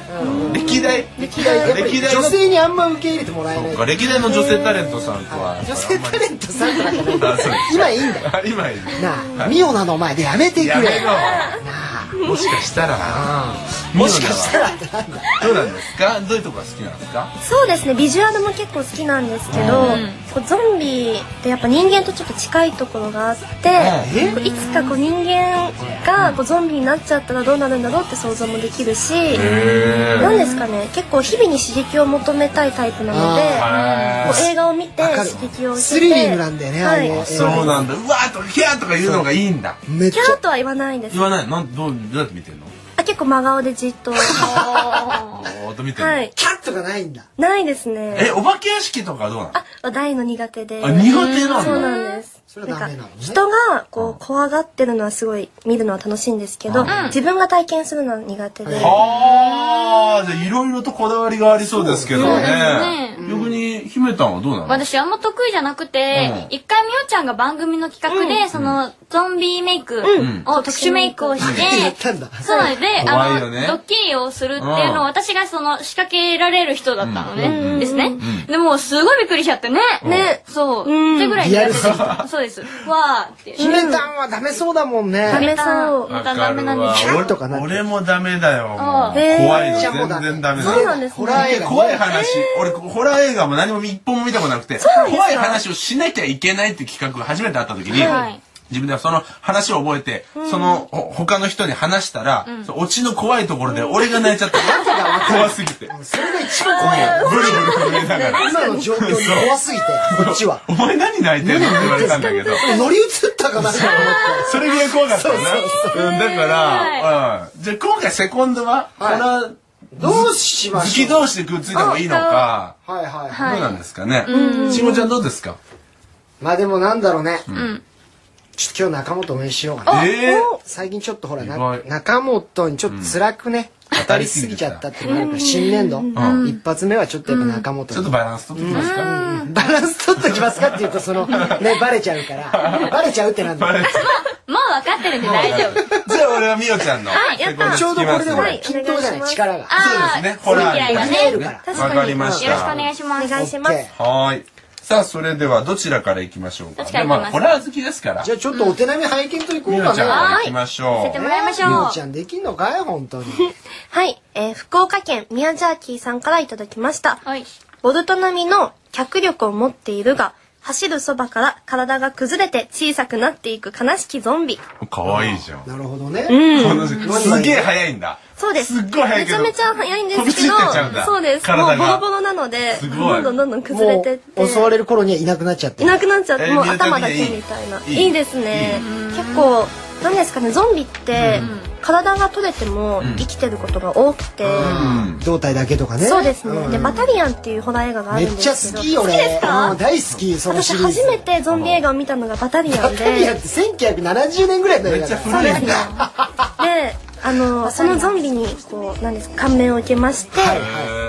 S1: 歴代歴
S2: やっぱり
S1: 歴代
S2: 女
S1: の
S2: 性にあんま受け入れてもらえない
S1: そうか歴代の女性タレントさんとは
S2: 女性タレントさんとかじゃない
S1: あそうです
S2: 今いいんだよ
S1: あ今いる
S2: なあミオナの前でやめてくれ
S1: やめろ
S2: な
S1: もしかしたらな
S2: もしかしたらってなんだ
S1: どうなんですかどういうとこが好きなんですか
S5: そうですねビジュアルも結構好きなんですけど、こうゾンビってやっぱ人間とちょっと近いところがあって、こういつかこう人間がこうゾンビになっちゃったらどうなるんだろうって想像もできるし何ですかね結構日々に刺激を求めたいタイプなのでこう映画を見て
S2: わかる
S5: 刺激を受けて
S2: スリリングなんだよねああ
S5: は
S2: いう
S5: い、
S2: 映画
S1: そうなんだうわーとかキャーとか言うのがいいんだ
S2: めっち
S5: キ
S2: ゃ
S5: ャーとは言わないです
S1: 言わないなんどうどうやって見てんの
S5: あ結構真顔で じっと
S1: ぼーっと見てんの、
S5: はい
S2: キャッとかないんだ
S5: ないですね
S1: えお化け屋敷とかどうなの
S5: あ、大の苦手で。
S1: あ苦手なんだ
S5: そうなんです。
S2: それはダメなのね
S5: んか人がこう怖がってるのはすごい見るのは楽しいんですけど、自分が体験するのは苦手で。
S1: あーじゃあいろいろとこだわりがありそうですけどね逆に姫たんはどうなの
S3: 私あんま得意じゃなくて、一回みおちゃんが番組の企画で、そのゾンビメイクを、特殊メイクをして、
S2: やったんだ
S3: そうなんですで、
S1: 怖
S3: あ
S1: いよ
S3: の、
S1: ね
S3: ドッキリをするっていうのを私がその仕掛けられる人だったのね、ですね。でもうすごいびっくりしちゃってね。ね。そう。ってぐらい
S2: リアル
S3: です
S2: ぎた
S3: そうです。わーって。
S2: ヒメタンはダメそうだもん
S5: ダ
S2: ね
S5: メそう。
S3: またダメなん
S1: わ
S3: です
S1: か
S3: よ。
S1: る
S2: キ
S1: わ
S2: ャッとかなって
S1: 俺もダメだよもう
S3: あー
S5: へー
S1: 怖いの
S2: じゃあも
S1: 全
S2: うダメ
S1: 然ダメだ
S5: そうなんですね
S2: ホラー映画
S1: 怖い話、俺ホラー映画も何も一本も見たことなくて怖い話をしなきゃいけないって企画が初めてあった時に、
S3: はい
S1: 自分ではその話を覚えて、そのほ他の人に話したら、そのオチの怖いところで俺が泣いちゃった、怖すぎてブル
S2: それが一番怖いよ
S1: ブル震えながら
S2: 今の状況に怖すぎてこっちは
S1: 「お前何泣いてんの?」って言われたんだけど
S2: 乗り移ったかなと思って
S1: それぐらい怖かったなうんだから、うん、じゃあ今回セコンドは、
S2: はい
S1: ホラー
S2: どうし
S1: 好
S2: まし
S1: き
S2: ょう
S1: 同士でくっついてもいいのか、
S2: はいは
S1: どう
S2: いはい
S1: なんですかね。しもちゃんどうですか
S2: まあでもなんだろうねちょっと今日中本応援しようかな
S1: ええ
S2: 最近ちょっとほらな
S1: 意外
S2: 中本にちょっと辛くね当たりすぎちゃったってなるから新年度一発目はちょっとやっぱ中本
S1: ちょっとバランス取ってきますか、
S2: バランス取っときますかっていうとそのねバレちゃうからバレちゃうってなんだ
S3: もう分かってるんで大丈夫。
S1: じゃあ俺はミオちゃんの。
S3: はいやった
S2: ちょうどこれでほら
S5: い
S2: 均等じゃない力が
S3: あ
S1: そうですねホラー
S3: 嫌いが
S2: 間
S3: ね。
S2: 違え
S3: よ
S2: る
S3: ろ
S2: か
S3: し
S2: ら
S3: 確
S1: わ
S3: かに
S1: かりまし
S3: くお
S1: た。
S3: 願いしま
S5: お
S3: す。
S5: 願いします
S2: OK
S1: はーい。さあ、それではどちらから行きましょうか。
S3: どっちから
S1: で
S3: 行きます
S1: まあ、ホラー好きですから。
S2: じゃあちょっとお手並み拝見といこう
S1: ミ
S2: か
S1: オちゃん
S2: ね
S1: から行きまし
S3: 見せ
S1: ょ
S3: て
S1: う。
S3: もらいましょ
S2: みお
S3: う
S2: ち。ゃんできんのかい本当に
S5: はい、えー福岡県宮ジャーキーさんからいただきました。
S3: はい。
S5: ボルト並みの脚力を持っているが、走るそばから体が崩れて小さくなっていく悲しきゾンビ。
S1: かわいいじゃん。
S2: なるほどね
S1: このすげえ速いんだ。
S5: そうです。
S1: すっごい速い
S5: め
S1: け
S5: ちゃ
S1: ど。
S5: めちゃ速いんですけ
S1: 飛び散っちゃうん
S5: ど、
S1: だ
S5: そうです。も
S1: 体
S5: うボ
S1: が
S5: ロボロなので、
S1: すご
S5: ど
S1: い
S5: んどんどんどん崩れ
S2: も
S5: てって。
S2: う襲われる頃にはいなくなっちゃって
S5: いなくなっちゃっ
S1: え
S5: て、
S1: ー
S5: もう
S1: 見る
S5: 頭だけ
S1: 限りでいい
S5: みたいな。
S1: いい
S5: いいですね。結構、なんですかね、ゾンビって、体が取れても生きてることが多くて、
S2: 胴体だけとかね
S5: そうです
S2: う
S5: ね。
S2: ん
S5: で、バタリアンっていうホラー映画があ
S2: め
S5: る
S2: っ
S5: んで
S2: ちゃ
S5: すけ
S2: 好
S5: ど。
S2: き俺
S5: ですか
S2: うん大好きその
S5: 私
S2: シリーズ
S5: 初めてゾンビ映画を見たのがバタリア
S2: バ
S5: ンで、
S2: タリアンって1970年ぐらいの
S1: め
S2: 映
S1: っ
S2: 画
S1: ちゃ
S2: だ
S1: 古いんだ。
S5: で、あの、そのゾンビに、こう、なんですか、感銘を受けまして、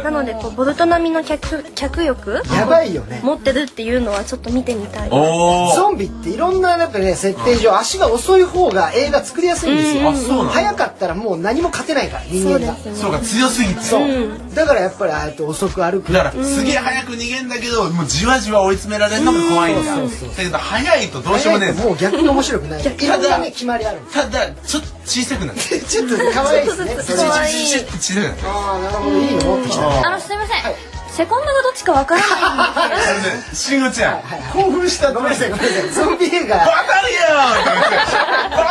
S5: なので、こう、ボルト並みの脚、脚力
S2: やばいよね
S5: 持ってるっていうのはちょっと見てみたい。
S1: おー。
S2: ゾンビっていろんなやっぱね設定上足が遅い方が映画作りやすいんです
S1: うん
S2: よ
S1: あそうなんだ
S2: 早かったらもう何も勝てないから人間が
S1: そうか、強すぎて。
S2: そうだからやっぱりああやって遅く歩く
S1: だから、すげえ早く逃げんだけど、もうじわじわ追い詰められるのが怖いんだ。だけど、早いとどうしようもねえんだ
S2: もう逆に面白くないいろんなね決まりあるんで
S1: ただ、ちょっと小さくなる。ち
S2: すちょっと可愛いですね
S1: ょ
S2: そ
S1: ち
S2: れ
S1: ょ
S2: は
S1: ちょちょちょ小さくなる。
S2: ああなるほどいいの持ってきたね
S3: あの、すみません。セコンドがどっちかわからないんで。
S1: あのね、慎吾ちゃん、興奮した
S2: ごめんなさいごめんなさいゾンビ映
S1: わかる
S2: 画
S1: よーわ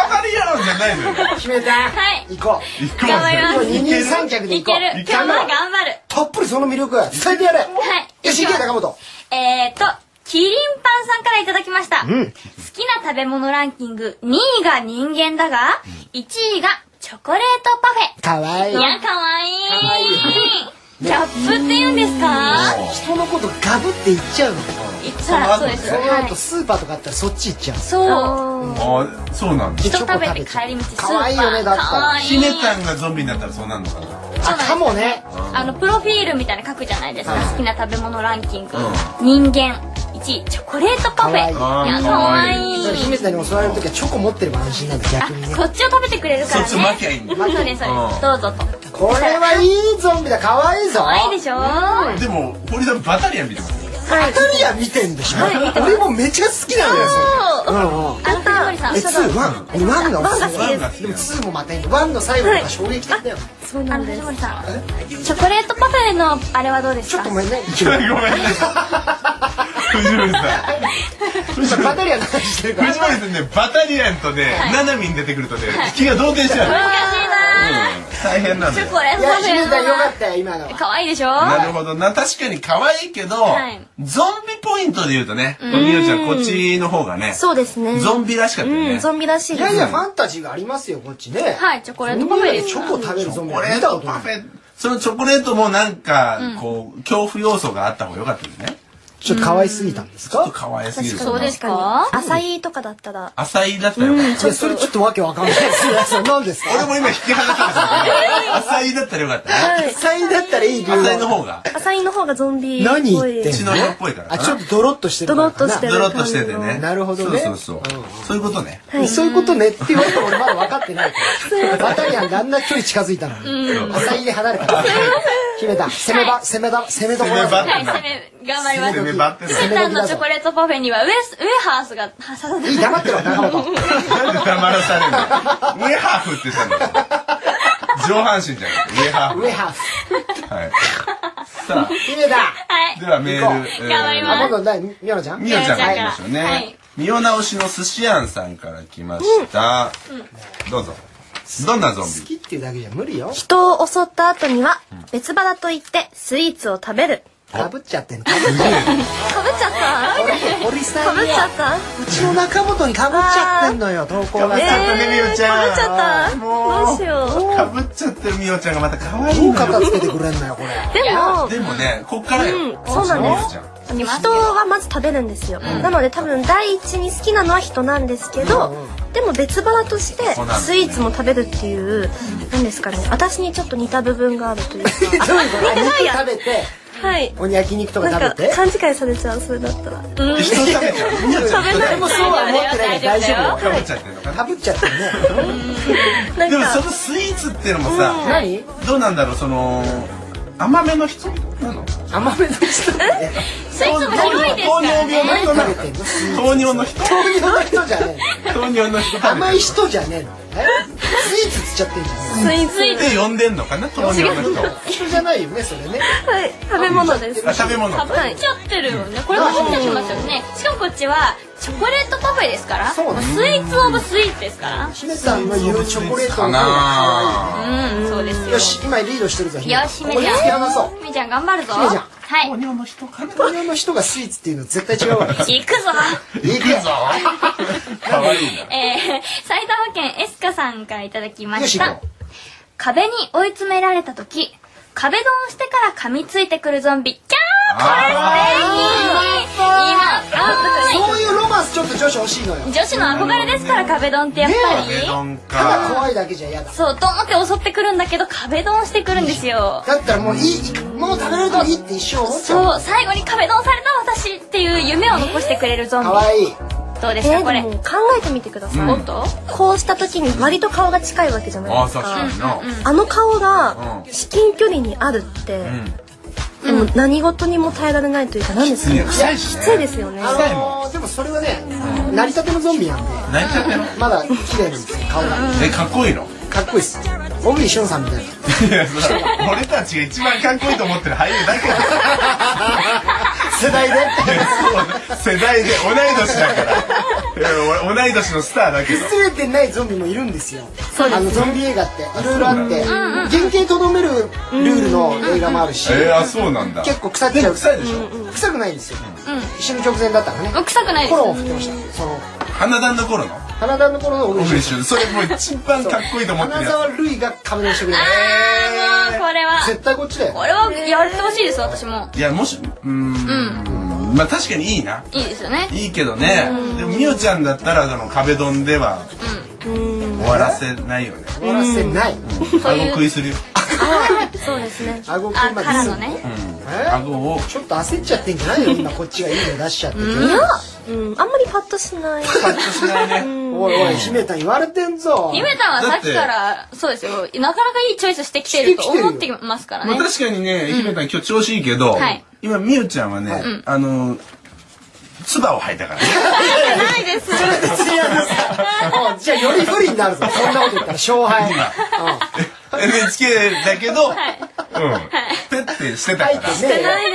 S1: かるよーじゃないのよ。
S2: 決めた
S3: はい。
S2: 行こう
S1: 行こう
S3: 頑張ります
S2: 今日二人三脚で
S3: い
S2: 行こ
S3: け
S2: う
S3: る。今日
S1: ける
S3: も頑張る。
S2: たっぷりその魅力伝えてやれはいよし行け高本
S3: えーと、キリンパンさんからいただきました。好きな食べ物ランキング2位が人間だが、1位がチョコレートパフ
S2: かわいい
S3: ェ。いや、かわいい。ギャップって言うんですか
S2: 人のことガブって言っちゃうの
S3: いったらそうです。
S2: その
S3: は
S2: 後
S3: い。
S2: スーパーとかあったらそっち行っちゃう
S3: そ
S1: あ
S3: う。
S1: ーそうなんだ。
S3: 人食べて帰り道スーパー。
S2: かわいいよねだったら
S3: かわいい
S1: ひねたんがゾンビになったらそうなるのかな。
S3: そうなんです
S2: かもね
S3: あのプロフィールみたいなの書くじゃないですか、好きな食べ物ランキング、人間1位チョコレートパフェいや
S2: か
S1: わいい
S3: かわいい
S2: 姫田に襲われる時はチョコ持ってれば安心なんだ
S3: あ
S2: 逆にね
S3: そっちを食べてくれるからね
S1: そっち負けばいいんだ
S3: そうですそうですどうぞ と
S2: これはいいゾンビだかわいいぞ
S3: かわいいでしょは
S1: でも、堀さんバタリアン見てます。
S2: バタリア見てんでしょ俺もめちゃ好きなのよ
S3: そ
S2: それうんうん
S3: あ藤森さん
S2: え2ワン俺ワンがおすす
S1: ワ
S2: め
S1: ンが好きな
S2: でも
S1: の。
S2: 2もまたいいワンの最後が衝撃的だよ
S5: そう
S3: あ
S5: な
S3: の
S5: んで
S3: 藤
S5: す。
S3: 森さんチョコレートパフェのあれはどうです
S2: ちょっ
S3: か
S2: とごめんね
S1: ごめんなさい。藤森さん。
S2: バタリアの話してるから
S1: 藤森さんね、バタリアンとね、ナナミに出てくるとね、気が動転しちゃうの。
S3: 難しいな
S1: うん大変なの
S3: チ
S1: よ
S3: ョ。コレ
S2: い
S3: ート
S2: や
S3: パフ
S2: 姫田よかっ
S3: ェ
S2: たよ今のは
S3: かわいいでしょ
S1: なるほどな。確かに可愛いけど、
S3: はい
S1: ゾンビポイントで言うとね、みおちゃんこっちの方がね、
S5: そうですね。
S1: ゾンビらしかったよ
S5: う
S1: ね
S5: ん、。ゾンビらしい
S2: い
S5: で
S2: や
S5: す
S2: い。やファンタジーがありますよこっちね
S3: はいチョコレートパフェです
S2: チョコ食べるゾン
S1: チョ
S2: ビ
S1: コレ
S2: 見
S1: ー
S2: た
S1: ト
S2: こと
S1: パ
S2: な
S1: フ
S2: い
S1: ェそのチョコレートもなんか、こう恐怖要素があった方が良かったですねち
S2: ちょっと可愛すぎたんです
S1: ょっと
S2: か
S1: 可愛すぎる
S3: そうですか
S5: 浅いとかだったら、
S1: 浅いだったよ、
S2: いやそれちょっとわけわかんないですよそれ何ですか
S1: 俺も今引き離してま した浅いだったらよかったね
S2: サインだったらいい理由
S1: 浅いの
S2: は
S1: 方が
S5: 浅いの方がゾンビっぽい。
S2: 何言ってん
S1: 血の
S2: の
S1: 色っぽいからか
S2: あ
S1: な
S2: ちょっとドロッとしてる
S5: ドロッとして
S1: ドロッとしててね
S2: なるほどね
S1: そうそうそう、そういうことね
S2: るそういうことねって言われても俺まだ分かってないからバタリアンがあんな距離近づいたのに浅いで離れた から姫田攻め場攻めだ攻めどころ
S1: 攻め
S2: だ
S1: 場
S3: はい攻め頑張ります
S1: 攻め張って
S3: セ
S1: な
S3: タンのチョコレートパフェにはウェスウェハースが挟されて
S2: いい黙ってろ中 本
S1: いなんで黙らされるのウェハーフって言ったんだよ上半身じゃなくてウェハ
S2: 上ハーフ
S1: ーフはいさ
S2: 姫田
S3: はい
S1: あではメールえー
S3: 頑張ります
S2: あ今度何ミョナちゃん
S1: みおちゃんからいきましょう
S3: は
S1: ね
S3: い。
S1: みお直しの寿司屋さんから来ました。どうぞ。どんなゾン
S2: 好きっていうだけじゃ無理よ
S5: 人を襲った後には、別腹といって、スイーツを食べる。
S2: かぶっちゃってんのかぶっちゃ
S5: かぶっちゃっ
S2: って堀
S5: た
S2: さ
S5: か
S2: ん
S5: ぶっ
S2: に
S5: ちゃった
S2: うちの中本にかぶっちゃってんのよ投稿が
S1: ぶっちゃ
S2: さ
S1: ったねみおちゃん
S5: かぶっちゃった。
S1: もう
S5: どうしよ
S1: ビ？かぶっちゃってるみおちゃんがまた可愛い
S2: ど
S1: の
S2: う
S1: よ。
S2: 片付けてくれんのよこれ
S5: う。でも、
S1: でもね、こっからよ。
S5: そうなんです
S1: みおちゃん
S5: 人はまず食べるんですよ、なので多分第一に好きなのは人なんですけど、でも別腹として
S1: そうなんです
S5: スイーツも食べるっていう何ですかね私にちょっと似た部分があるという か
S2: どういうこと
S5: 似てな
S2: 肉
S5: いや
S2: 食べて
S5: はい
S2: おに焼き肉とか
S5: なんか
S2: 食べて
S5: 勘違いされちゃうそれだったらうん
S2: 人食べちゃう食べないもそうは思ってないから大丈夫よ
S1: 食べちゃってるのかな
S2: かぶっちゃってるね
S5: なん
S1: でもそ
S5: か
S1: のスイーツっていうのもさ、
S2: 何
S1: どうなんだろうその甘めの人なの
S2: 甘めの人ね
S3: スイーツも広いですか
S1: 糖
S3: ら
S1: 尿
S3: ね
S1: 病の人な
S2: 何食
S1: の
S2: べてんの
S1: 糖尿の人
S2: 糖尿の人じゃね
S1: 糖尿の人
S2: え甘
S1: い
S2: い人じゃねえのえスイーツつっちゃってんじゃん
S5: スイーツ
S1: って呼んでんのかな糖尿の人
S2: 人じゃないよねそれね
S5: はい食べ物です
S1: あ食べ物
S3: かぶっちゃってるよねこれも入ってきますよねしかもこっちはチョコレートパフェですからスイ
S2: そうね
S3: ーツオブスイーツですから
S2: 姫さんの言うチョコレートの方が可
S1: な
S3: うんそうです
S2: 愛い
S3: よ
S2: よし今リードしてるぞ
S3: よし
S2: こ
S3: 姫
S2: こに
S3: ち
S2: 突き
S3: ゃん
S2: 放そう
S3: 姫ちゃん頑張るぞ
S2: 姫ちゃん
S3: はい
S1: 糖尿の人かな
S2: 糖尿の人がスイーツっていうの絶対違うわ
S3: 行くぞ
S2: いくぞ
S1: かわいいな
S3: えー、埼玉県エスカさんからいただきま
S2: よし
S3: し
S2: 行
S3: た
S2: こう
S3: 壁に追い詰められた時壁ドンしてから噛みついてくるゾンビキャーこれ素敵今
S2: そういうロマンスちょっと女子欲しいのよ
S3: 女子の憧れですから壁ドンってやっぱ
S1: メ
S3: り
S1: ロン
S2: ただ
S1: か
S2: 怖いだけじゃ嫌だ
S3: そうと思って襲ってくるんだけど壁ドンしてくるんですよ
S2: だったらもういいもう食べられてもいいって一生思っちゃう
S3: そう最後に壁ドンされた私っていう夢を残してくれるゾンビ
S2: 可愛いい
S3: どうで
S5: え
S3: し
S5: ー
S3: た
S5: で
S3: これ
S5: も考えてみてください、
S3: おっと
S5: こうした時に割と顔が近いわけじゃない
S1: あ
S5: です
S1: 確
S5: か
S1: かにな
S5: あの顔が
S1: うん
S5: 至近距離にあるって、でも何事にも耐えられないというか何ですか
S1: い
S5: ね
S1: や臭いし
S5: き
S1: ね
S5: ついですよね
S2: あのーでもそれはね成り立てのゾンビなんで
S1: 泣いちゃってる
S2: まだ綺麗なんですよ顔が
S1: えかっこいいの
S2: かっこいいっす小栗旬さんみたいない
S1: やそれ俺たちが一番かっこいいと思ってる俳優だけだ
S2: 世代で
S1: そう世代で同い年だからいや俺同い年のスターだけど
S2: 崩れてないゾンビもいるんですよあのゾンビ映画っていろいろあって原型とどめるルールの映画もあるし
S1: えー、あそうなんだ
S2: 結構腐っちゃ
S1: で
S2: う
S1: も臭いでしょ
S2: 臭くないんですよ死ぬ直前だったからね
S3: お臭くないで
S2: コ
S3: す
S2: ロンを振ってましたその
S1: 花壇の頃の
S2: 花田の頃の小栗
S1: 僕
S2: 旬
S1: 一緒でそれもう一番かっこいいと思ってる
S2: 花
S1: やつ
S2: 沢類が仮面してくれ
S3: あーもうこれは
S2: 絶対こっちだよ
S3: これはやってほしいです私も
S1: いやもしうーんんまあ確かにいいない
S3: いですよね
S1: いいけどねでもみおちゃんだったらその壁ドンでは終わらせないよね
S2: 終わらせない
S1: 顎食いするよ
S5: そうですね
S2: 顎食
S3: あ
S2: いまで
S3: から
S2: す
S3: のね
S2: えー
S1: 顎を
S2: ちょっと焦っちゃってんじゃな いよ今こっちがいいの出しちゃってて
S5: うんあんまりパッとしない
S1: パッとしないね
S2: おいおい姫たん言われてんぞ
S3: ゆめたんはさっきからそうですよなかなかいいチョイスしてきてると思ってますから
S1: まあ
S3: ね
S1: 確かにね姫たん今日調子いいけど
S3: はい
S1: 今みおちゃんはねあの唾を吐いたからね
S3: ないです
S2: いやでさうんじゃあより不利になるぞそんなこと言ったら勝敗
S1: 今
S2: うん
S1: NHK だけどうんペッてしてたか
S2: 入っ
S1: ら
S2: てねえよ
S5: な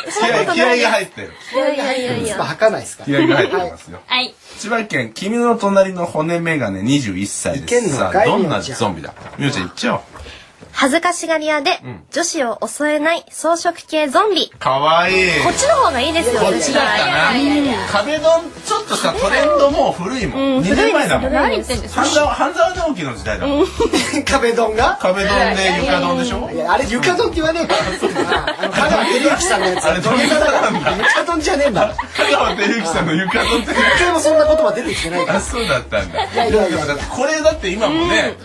S5: いです、そんな
S1: 気
S5: こ
S1: 合
S5: と
S1: 気合
S5: ない
S1: が入ってる
S5: いやいやいやい
S2: 唾
S5: や
S2: 吐かないですか
S1: 気
S2: ら
S1: 合が入ってますよ
S3: はい
S1: 千葉県君の隣の骨メガネ21歳で
S2: いけん
S1: す
S2: の
S1: さ
S2: か
S1: あ
S2: い
S1: どん
S2: み
S1: な
S2: おちゃん
S1: ゾンビだみおちゃん言っちゃおう
S5: 恥ずかしがり屋で女子を襲えない草食系ゾンビ
S1: かわいい
S5: こっちの方がいいですよ
S1: こっ
S5: 私
S1: ち
S5: は
S1: だったな壁ドンちょっとさトレンドもう古いもん2年前だもん
S5: 古い
S3: 何言ってんですか
S1: 半沢半沢直樹の時代だもん
S2: 壁ドンが
S1: 壁ドンで床ドンでしょ
S2: いやあれ床ドンって言わねえからあの香川照之さんのやつ
S1: あれ土下座なんだ
S2: 床ドンじゃねえんだ
S1: 香川照之さんの床ドンって
S2: 一回もそんな言葉出てきてないから
S1: あそうだったんだ
S2: いやいやいやいや
S1: これだって今もね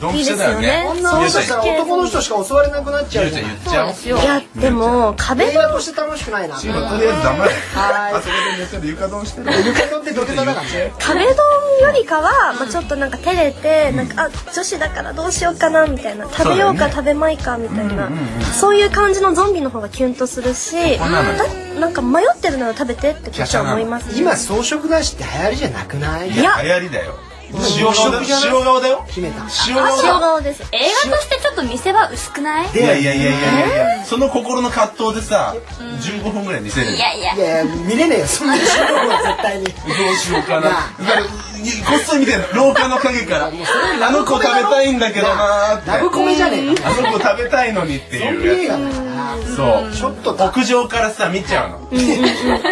S1: ドンピシャだよね
S5: いい
S2: 女
S5: ですよ
S2: の
S5: ね
S1: みお
S2: 人
S1: ちゃん言っ
S2: したら男の人しか襲われなくなっちゃうじゃん
S1: ちゃおう
S5: いやでも壁
S2: 映画として楽しくないな
S1: チームとりあえず黙れ
S2: はい
S1: あそこで寝てる床ドンしてる
S2: 床ドンって土下座だからね
S5: 壁ドンよりかは、まあ、ちょっとなんか照れてなんかあ女子だからどうしようかなみたいな食べようか食べまいかみたいなそういう感じのゾンビの方がキュンとするしだなんか迷ってるなら食べてってこっちは思いますね
S2: 今草食男子って流行りじゃなくない
S5: いや
S1: 流行りだよ塩顔だよ塩顔だよ
S2: 姫たん
S1: 塩顔だ
S5: 塩
S1: よ
S5: 顔です
S3: 映画としてちょっと見せ場薄くない
S1: いやいやいやいやいやいやその心の葛藤でさ15分ぐらい見せる
S3: いやいや
S2: いやいや見れねえよそんな中国は絶対に
S1: どうしようかな
S2: な
S1: だからこっそり見てるの廊下の陰からあの子食べたいんだけどなーって
S2: ラブコメじゃねえか
S1: あの子食べたいのにって
S2: ゾンビ映
S1: いうや
S2: 画だから
S1: つそう
S2: ちょっとだ
S1: 屋上からさ見ちゃうの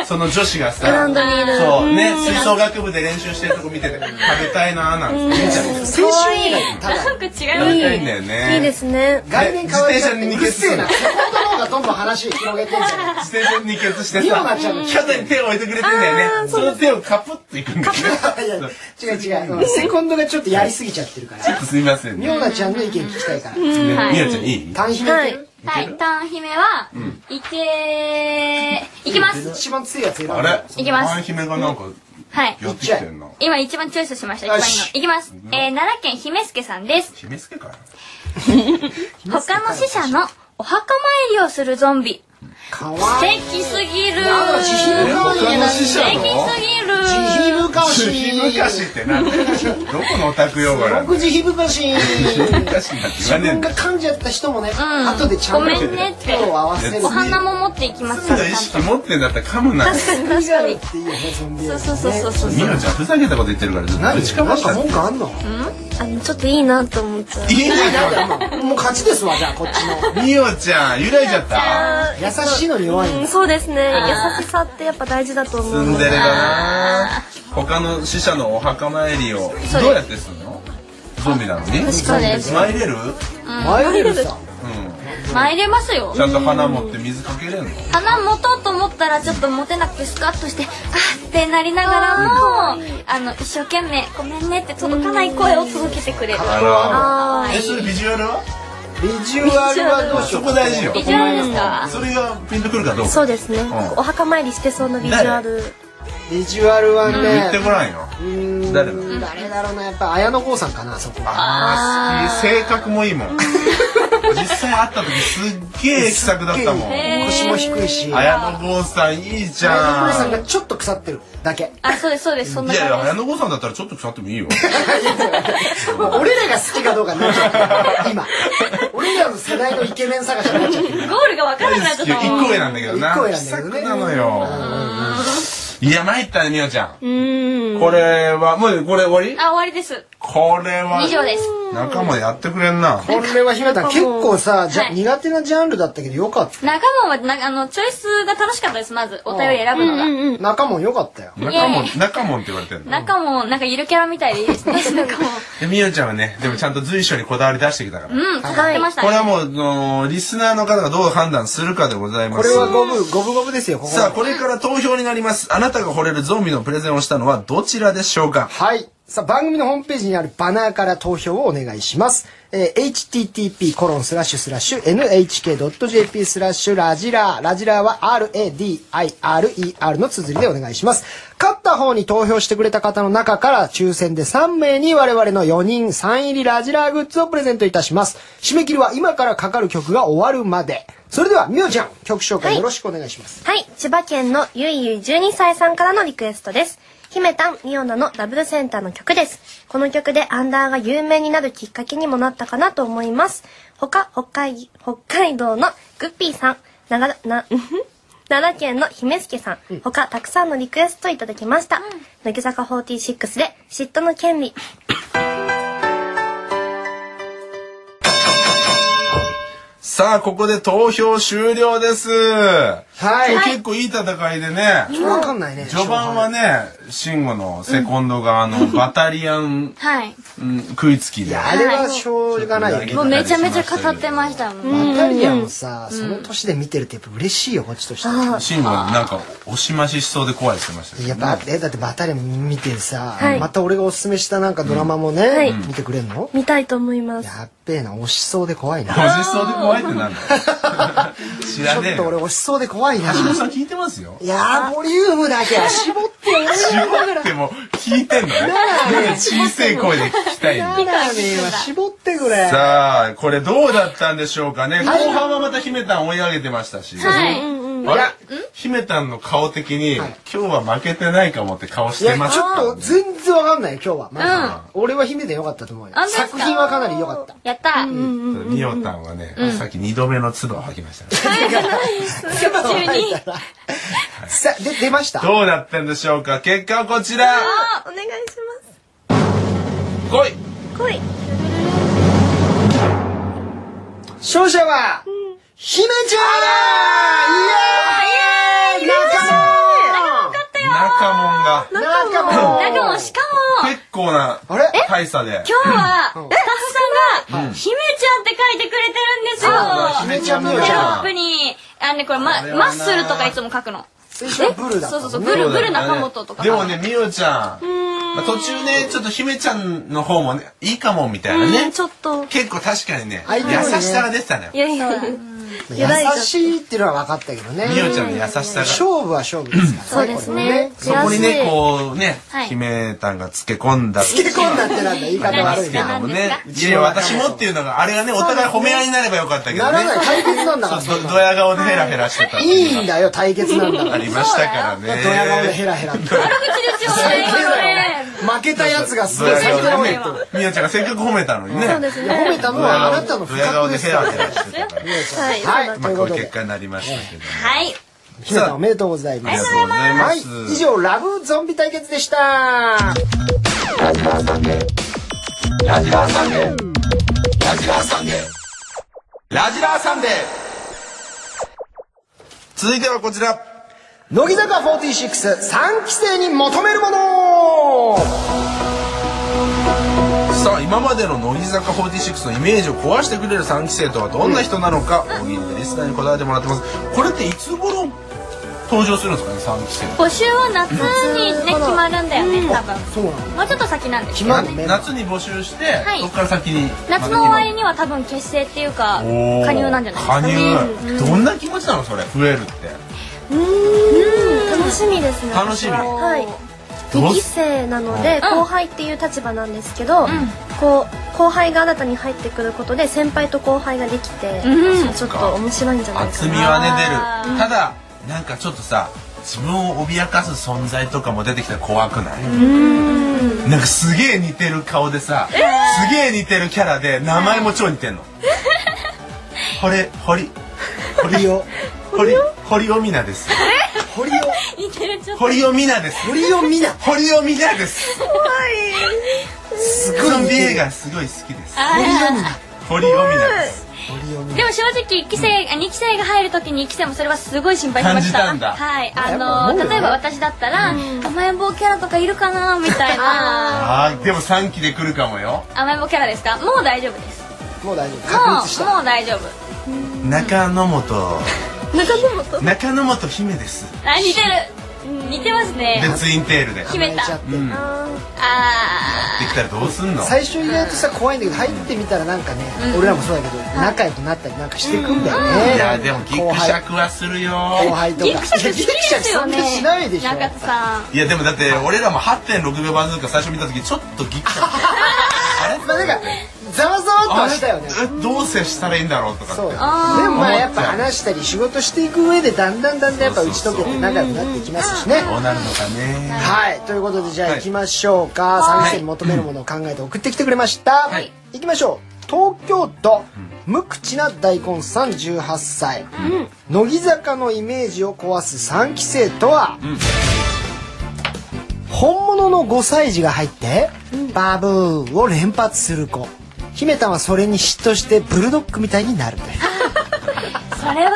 S1: その女子がさ
S5: ランドにいる
S1: そうね吹奏楽部で練習してるとこ見てて食べたいなーなんて見ちゃう
S2: 青春映画だよただ
S3: なんか違いま
S1: 食べ
S3: す
S1: たいんだよね
S5: いいですね
S2: 概念変わっちゃって
S1: 自転車に逃
S2: うる
S1: げつつ
S2: せえなそこの方がどんどん話広げてんじゃん
S1: 自転車にケツして
S2: リオ
S1: さ
S2: ナちゃんの
S1: 肩に手を置いてくれてんだよねその手をカプッといくんだよね
S2: いや違う違う、うんセコンドがちょっとやりすぎちゃってるから
S1: ちょっとすみません
S2: ミ
S1: ね
S2: ョナちゃんの意見聞きたいから
S1: ね
S3: はい
S1: みやちゃんいい
S2: 単品
S5: は
S2: でいけ
S5: い
S2: る。
S3: はい、タン姫は、いけ、いきます。
S2: 一番強いやつ選んで
S1: あれ
S3: いきます
S1: 半姫がなんか
S3: はい。
S1: やってきてんな
S3: 今一番チョイスしました、一番
S2: よ
S3: いい
S2: し
S3: の。いきます。えー、奈良県姫助さんです。
S1: 姫助か
S3: 他の死者のお墓参りをするゾンビ。
S2: かわ
S3: 素
S2: いい
S3: 敵すぎる。
S2: なんだ地比
S1: え
S2: 昔
S1: 他の死
S3: 素
S1: 者
S3: 敵
S1: の
S3: すぎ
S2: 慈悲
S3: る。
S2: 昔
S1: ひ昔ってなんだよどこのオタク用語なんだ
S2: 僕
S1: よ
S2: 慈悲昔
S1: ひ昔なんて言わ
S2: 自
S1: ねえん
S2: 分
S1: だ
S2: が
S1: よ
S2: 噛んじゃった人もね、後でちゃんと
S3: ごめんねって
S2: 手を合わせる
S3: お花も持っていきますか
S1: 罪の
S3: ら、
S1: 意
S3: ちゃ
S1: 識
S3: んと
S1: 持ってんだったら噛むな
S5: 確かに
S2: いいっていうねゾンビ映画ね
S3: そうそうそうそう
S1: み
S3: そう。
S1: やちゃんふざけたこと言ってるからちょっと
S2: 何
S1: ぶちかま
S2: なん
S1: した
S2: か
S1: って
S2: 文句あんの
S5: あのちょっといいなと思った
S1: いいね
S2: もう勝ちですわじゃあこっちの
S1: みおちゃん揺らいじゃった
S2: 優しいのに弱いん
S5: う
S2: だ
S5: んそうですね優しさってやっぱ大事だと思
S1: ツ
S5: う
S1: ン
S5: の
S1: デレ
S5: で
S1: だな他の死者のお墓参りをどうやってするのゾンビなのに
S3: そうです。
S1: 参れる
S2: 参れるさ
S3: 参れますよ
S1: ち。ゃんと花持って水かけれるの
S3: 花持とうと思ったらちょっと持てなくてスカッとしてあーってなりながらもあの一生懸命ごめんねって届かない声を届けてくれる
S1: あ
S5: あ
S1: らえそれビジュアルは
S2: ビジュアルはどうしよ
S1: そこ大事よ
S3: ビジュアルですか
S1: それがピンとくるかどう
S5: ーそ
S1: か
S5: うですね
S1: ん
S5: お墓参りしてそうなビジュアル
S2: うビジュアルは
S1: 言って
S2: ね
S1: ごらんよ
S2: うーん
S1: 誰だ
S2: 誰だろうなやっぱ綾野剛さんかなそこは
S1: あー好き性格もいいもん実際会った時すっげえ気さくだったもん
S2: 腰も低いし綾
S1: 綾野剛さんいいじ
S2: 野剛
S1: ゃ
S2: さん
S1: ん
S2: がちょっと腐ってるだけ
S3: あそうですそうですそん
S1: い
S3: な
S1: やいや
S3: 感
S1: 綾
S3: じ
S1: 野剛さんだったらちょっと腐ってもいい よ
S2: 俺らが好きかどうかになっちゃってる今俺らの世代のイケメン探しになっちゃってる
S3: ですゴールが分からなくなっちゃ
S1: 一
S3: ったもん
S1: 個上なんだけどな
S2: 一個
S1: 気
S2: 上なんだ
S1: さ
S2: けど
S1: く
S2: ね
S1: なのよいや参ったねみおちゃん
S5: うーん
S1: これはもうこれ終わり
S3: あ終わりです
S1: これは
S3: 以上です
S1: 仲間やってくれんな
S2: これはひめた結構さじゃ
S3: はい
S2: 苦手なジャンルだったけどよかった
S3: 仲間はなあのチョイスが楽しかったですまずお便り選ぶのが、
S2: 仲もよかったよ
S1: 仲も仲もんって言われてんの
S3: 仲もなんかゆるキャラみたいでいいです ね仲も
S1: でみおちゃんはねでもちゃんと随所にこだわり出してきたから
S3: うん語ってました
S1: これ
S3: ね
S1: はもうあのリスナーの方がどう判断するかでございま
S2: こ
S1: す
S2: れは五分五分五分ですよここ
S1: さあ
S2: は
S1: これから投票になりますあなたが惚れるゾンビのプレゼンをしたのはどちらでしょうか
S2: はいさあ番組のホームページにあるバナーから投票をお願いします、えー http コロンスラッシュスラッシュ nhk.jp スラッシュラジラーラジラーは RADIRER の綴りでお願いします勝った方に投票してくれた方の中から抽選で3名に我々の4人サイン入りラジラーグッズをプレゼントいたします締め切りは今からかかる曲が終わるまでそれではみおちゃん曲紹介よろしくお願いします、
S5: はい、千葉県のゆいゆい12歳さんからのリクエストです。姫たん、ミオナのダブルセンターの曲です。この曲でアンダーが有名になるきっかけにもなったかなと思います。他、北海、北海道のグッピーさん、長、な、んふん奈良県の姫助さん、他、たくさんのリクエストいただきました。乃木坂46で、嫉妬の権利。
S1: さあここで投票終了です
S2: はい
S1: 今日結構いい戦いでね
S2: わかんないね
S1: 序盤はね慎吾のセコンドがあ のバタリアン
S3: はい
S1: うん食いつきで
S2: あれはしょうがないよね
S3: もうめちゃめちゃ語ってましたもん
S2: バタリアンをさ、その年で見てるってやっぱ嬉しいよこっちとしては。
S1: シンゴなんか押し増ししそうで怖いって言ってましたけど
S2: やっぱ、えだってバタリアン見てさ、
S5: はい
S2: また俺がおすすめしたなんかドラマもね、
S5: はい
S2: 見てくれんの、
S5: 見たいと思います。
S2: やっべえな押しそうで怖いな
S1: 押しそうで怖いってなんだよ 知
S2: ち
S1: ら
S2: ょ
S1: ね
S2: っ
S1: え
S2: と俺
S1: よ
S2: 押しそうで怖いな
S1: 慎吾さん聞いてますよ
S2: いやーボリュームだけは絞って俺
S1: 絞っても聞いてんのね小さい声で聞きたいんだ
S2: らねは絞ってくれ
S1: さあこれどうだったんでしょうかね後半はまた姫たん追い上げてましたし、
S3: はい
S1: あれ姫たんの顔的に、今日は負けてないかもって顔してま
S2: い
S1: し
S2: やち
S1: た
S2: ょっと全然わかんない今日は、まず俺は姫でよかったと思うよ
S3: あそうですか
S2: 作品はかなり良かった
S3: やった
S1: みおたんはね、さっき二度目の唾を吐きましたね、
S3: 曲 中に
S2: さで出ました
S1: どうなったんでしょうか結果はこちら
S5: あ、お願いしま
S1: 来い
S5: す。来い。
S2: 勝者は、姫ちゃんイエーイ仲
S1: 中門が
S2: 間仲間
S3: なんかもうしかも
S1: 結構な
S2: あれ
S1: 大差で
S3: 今日はスタッフさんがが、姫ちゃんって書いてくれてるんですよ。
S2: あ姫ちゃん
S3: テ
S2: み
S3: ロ
S2: よちゃ
S3: ッ
S2: ん
S3: プに、あのね、これ、ま、マッスルとかいつも書くの。
S2: 最初はブルだった
S3: そう
S2: も
S3: そ
S2: ん
S3: う
S2: ね
S3: そう、ブル、ブル中本とか。
S1: でもね、みよちゃん。まあ途中ね、ちょっと姫ちゃんの方もね、いいかもみたいな
S5: うん
S1: ね。
S5: ちょっと
S1: 結構確かにね、優
S2: 相手もね
S1: しさが出てたのよ
S5: い。やいや
S2: 優
S5: やばい
S2: しいっていうのは分かったけどね
S1: みよちゃんの優しさが。
S2: 勝負は勝負ですから
S5: そうですね
S1: そこにね、こうね
S3: は、い
S1: 姫たんがつけ込んだ。
S2: つけ込んだってなんだ言い
S1: あり
S2: 方
S1: ま
S2: 悪
S1: す
S2: い
S1: けど
S2: な
S1: も
S3: なん
S1: ね
S3: で。
S1: いやいや、私もっていうのが、あれがね、お互い褒め合いになればよかったけど
S2: なら
S1: ね。
S2: ない対決なんだから
S1: そう、ドヤ顔でヘラヘラしてた。
S2: いいんだよ対決なんだ
S1: あ
S2: から
S1: りましたからね。
S2: ドヤ顔でヘラヘラって
S3: 悪口ですよね、今のね。
S2: 負けたやつがす
S1: ド
S2: ごい
S1: ヤ
S2: 先
S1: 顔
S2: に褒め
S1: で
S2: てる
S1: ね。みよちゃんがせっかく褒めたのにね。そうです
S2: いや褒めたのはあなたの不
S1: ドヤ顔で
S2: 覚です
S1: ヘ
S2: か
S1: ラ
S2: ら
S1: ヘラしてたから。
S5: は
S2: はい
S5: い
S1: ま
S2: と
S1: あ、
S2: いう
S1: こ
S2: こ
S1: うい
S2: と
S1: う結
S2: で
S1: 果になりましたけど。
S3: はい。
S2: ひなたおめでとうござい
S1: あ
S2: ま
S1: りが
S2: す
S1: とうございま
S2: はい
S1: す。
S2: 以上ラブゾンビ対決でした
S1: ラジラーサンデー続いてはこちら
S2: 乃木坂463期生に求めるもの
S1: さあ今までの乃木坂46のイメージを壊してくれる3期生とはどんな人なの か大喜利でリスナーに答えてもらってますこれっていつ頃登場するんですかね3期
S3: 募集は夏にね、決まるんだよね、多分。
S2: そうなの
S3: もうちょっと先なんです
S2: 決
S3: よ
S2: まる
S1: 生
S2: ね
S1: 夏に募集して、
S3: い
S1: そこから先に
S3: 夏の終わりには多分結成っていうか、
S1: おー
S3: 加入なんじゃないですか。
S1: 加入、どんな気持ちなのそれ増えるって
S5: うん楽しみですね
S1: 楽しみ
S5: はい
S1: どう
S5: 2期
S1: す
S5: 生なので
S3: うん
S5: 後輩っていう立場なんですけど、こう後輩が新たに入ってくることで先輩と後輩ができて、
S3: うん
S5: ちょっと面白いんじゃないか
S1: 厚
S5: な
S1: みはね
S3: あ
S1: 出るただなんかちょっとさ自分を脅かす存在とかも出てきたら怖くないなんかすげえ似てる顔でさ、すげえ似てるキャラで名前も超似てん の堀堀
S2: 堀尾
S1: 堀堀尾美奈です
S2: 堀尾
S3: 似てる、ちょっと。
S1: 堀尾美奈です
S2: 堀尾美奈
S1: 堀尾美奈ですゾンビ映
S2: す似てる
S1: 画すごい好きです
S3: あ
S2: 堀尾美
S3: ー
S1: 堀尾美
S2: 奈
S1: 奈です
S2: 堀尾美奈
S3: でも正直1期生、あ2期生が入る時に1期生もそれはすごい心配しました
S1: 感じたんだ
S3: はい
S2: やっぱ
S3: あ
S2: 思う
S3: の
S2: よね
S3: 例えば私だったら、甘えん坊キャラとかいるかなみたいな
S1: あーでも3期で来るかもよ
S3: 甘えん坊キャラですかもう大丈夫ですも
S2: もう大丈夫確立し
S3: う
S2: た
S3: もう大丈夫
S1: 中野本
S5: 中野本
S1: 中野本姫です
S3: あ似てる似てます
S1: で
S3: ね
S1: ツインテールで
S3: 決めた
S2: 甘えちゃって
S5: あ
S3: あ
S1: できたらどうすんの
S2: 最初意外とさ怖いんだけど入ってみたらなんかね俺らもそうだけど仲良くなったりなんかしていくんだよね
S1: いやでもギクシャクはするよ
S2: 後輩と
S3: ー
S2: か
S3: ギクシャク好きですよ
S2: いやギクシャクそんな
S3: ね
S2: しないでしょ
S3: 中田さん
S1: いやでもだって俺らも8.6秒バズーカ最初見た時ちょっとギクシャクあれ
S2: まあなんかざわざわっとしたよね
S1: あれえどう接したらいいんだろうとかって
S2: そうでも
S3: あー
S2: まあやっぱ話したり仕事していく上でだんだんだんだんやっぱ打ち解けて仲良くなっていきますしね
S1: どうなるのかね
S2: はいということでじゃあ
S1: はい
S2: 行きましょうか参戦に求めるものを考えて送ってきてくれました
S1: はい
S2: 行きましょう東京都無口な大根さん18歳乃木坂のイメージを壊す3期生とは本物の5歳児が入って「バブー」を連発する子姫たんはそれに嫉妬してブルドッグみたいになるという
S3: それは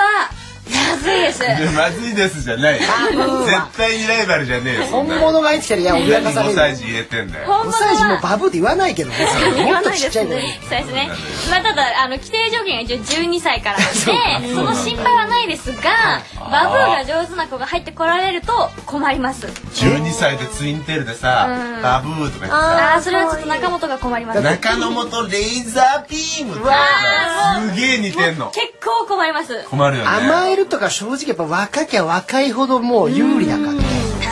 S3: まずいです
S1: いやまずいですじゃないよ絶対にライバルじゃねえよそん
S2: 本
S1: な
S2: 物が入ってきたらいや
S1: 何
S2: 脅かされ
S1: 5
S2: る
S1: 歳児入れてんだよ
S2: 5歳児もバブーって言わないけどねもっとちっちゃいのに
S3: そうですね。まあただあの規定条件が一応12歳からな ので、その心配はないですが、バブーが上手な子が入ってこられると困ります。
S1: 12歳でツインテールでさ
S3: うん
S1: バブーとか言ってさ
S3: ああーそれはちょっと中本が困ります。結
S1: 中野本レイザービームとかすげえ似てんの
S3: 構困ります。
S1: 困るよね
S2: 甘えるとか正直やっぱ若きゃ若いほどもう有利だからね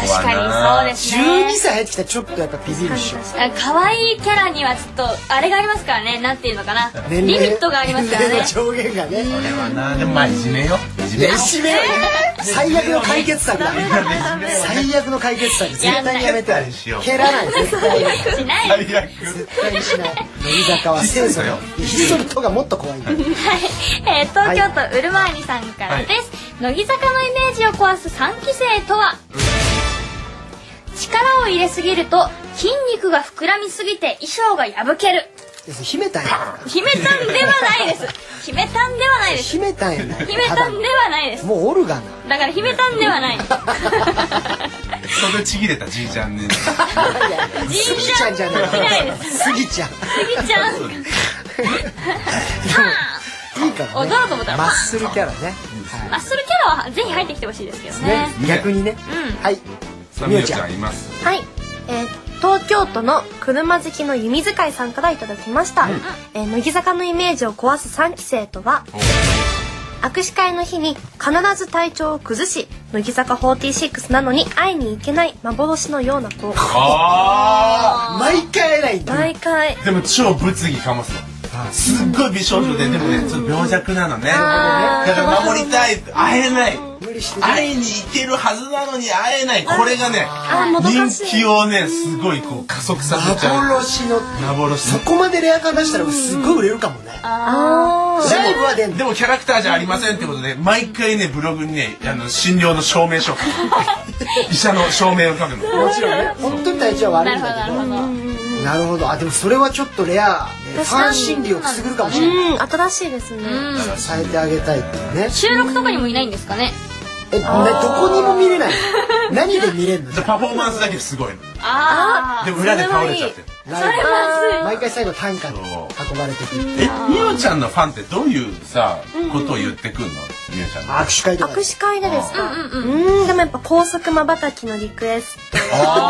S3: 確かにそうです
S2: 12
S3: ね。
S2: 歳入ってきたらちょっとやっぱビビるでしょ
S3: あ可愛いキャラにはちょっとあれがありますからね。なんていうのかな。リミットがありますから
S2: 年
S3: ね
S2: 齢。の上限が
S1: こ
S2: ね
S1: れはなでもまあいじめよいじめよ
S2: いじめよ最悪の解決策だ最悪の解決策絶対やめて
S1: やめたりしよう
S2: 蹴らない絶対に
S3: しない。はい。
S1: 最悪
S2: 絶対にしない乃木坂は清楚よひっそりとがもっと怖いんだよ
S3: えー東京都うるまわりさんからです。乃木坂のイメージを壊す3期生とは力を入れすぎると筋肉が膨らみすぎて衣装が破ける
S2: 秘めた んや
S3: 決めたんではないです 決めたんではないです
S2: 秘めたんや
S3: 決めたんではないです
S2: もうオルガン
S3: だから決めたんではない
S1: 袖ちぎれたじいちゃんね
S2: だスギちゃんじゃね
S3: いない
S2: え
S3: で
S2: スギちゃん
S3: すぎちゃん
S2: いいからね
S3: 踊ろうと思ったら
S2: マッスルキャラね
S3: マッスルキャラはぜひ入ってきてほしいですけどね
S2: ね逆にねはい
S4: さあ
S2: み
S4: み
S2: よ
S4: よ
S2: ち
S4: ち
S2: ゃ
S4: ゃ
S2: ん
S4: んいます
S5: はい、えー東京都の車好きの弓使いさんからいただきました、えー乃木坂のイメージを壊す3期生とは握手会の日に必ず体調を崩し乃木坂46なのに会いに行けない幻のような子
S2: あ毎回偉いんだ
S5: 毎回
S1: でも超物議かますのすっごい美少女ででもねちょっと病弱なのねだから守りたい会えない
S2: 無理して
S1: 会いに行けるはずなのに会えないこれがね
S5: あーもどかしい
S1: 人気をねすごいこう加速させちゃう
S2: 幻の
S1: 幻
S2: そこまでレア感出したらすっごい売れるかもね
S5: あー
S2: ライブは出んの
S1: でもキャラクターじゃありませんってことで毎回ねブログにねあの診療の証明書 を書く医者の証明を書くの
S2: もちろんね本当に体調は悪いんだけど
S3: なるほどなる
S2: なるほどあでもそれはちょっとレアねフ
S5: 確かに
S2: ァン心理をくすぐるかもしれない
S5: うん新しいですね、
S2: 支えてあげたいっていうね
S3: 収録とかにもいないんですかね
S2: えねどこにも見れない何で見れるの
S1: でパフォーマンスだけすごいの
S3: あ
S1: で裏で倒れちゃってる
S2: ライブ毎回最後短歌に運ばれてくる
S1: えみよちゃんのファンってどういうさことを言ってくんのみよちゃんの
S2: 握手会とかで
S5: 握手会でですかうんでもやっぱ高速まばたきのリクエスト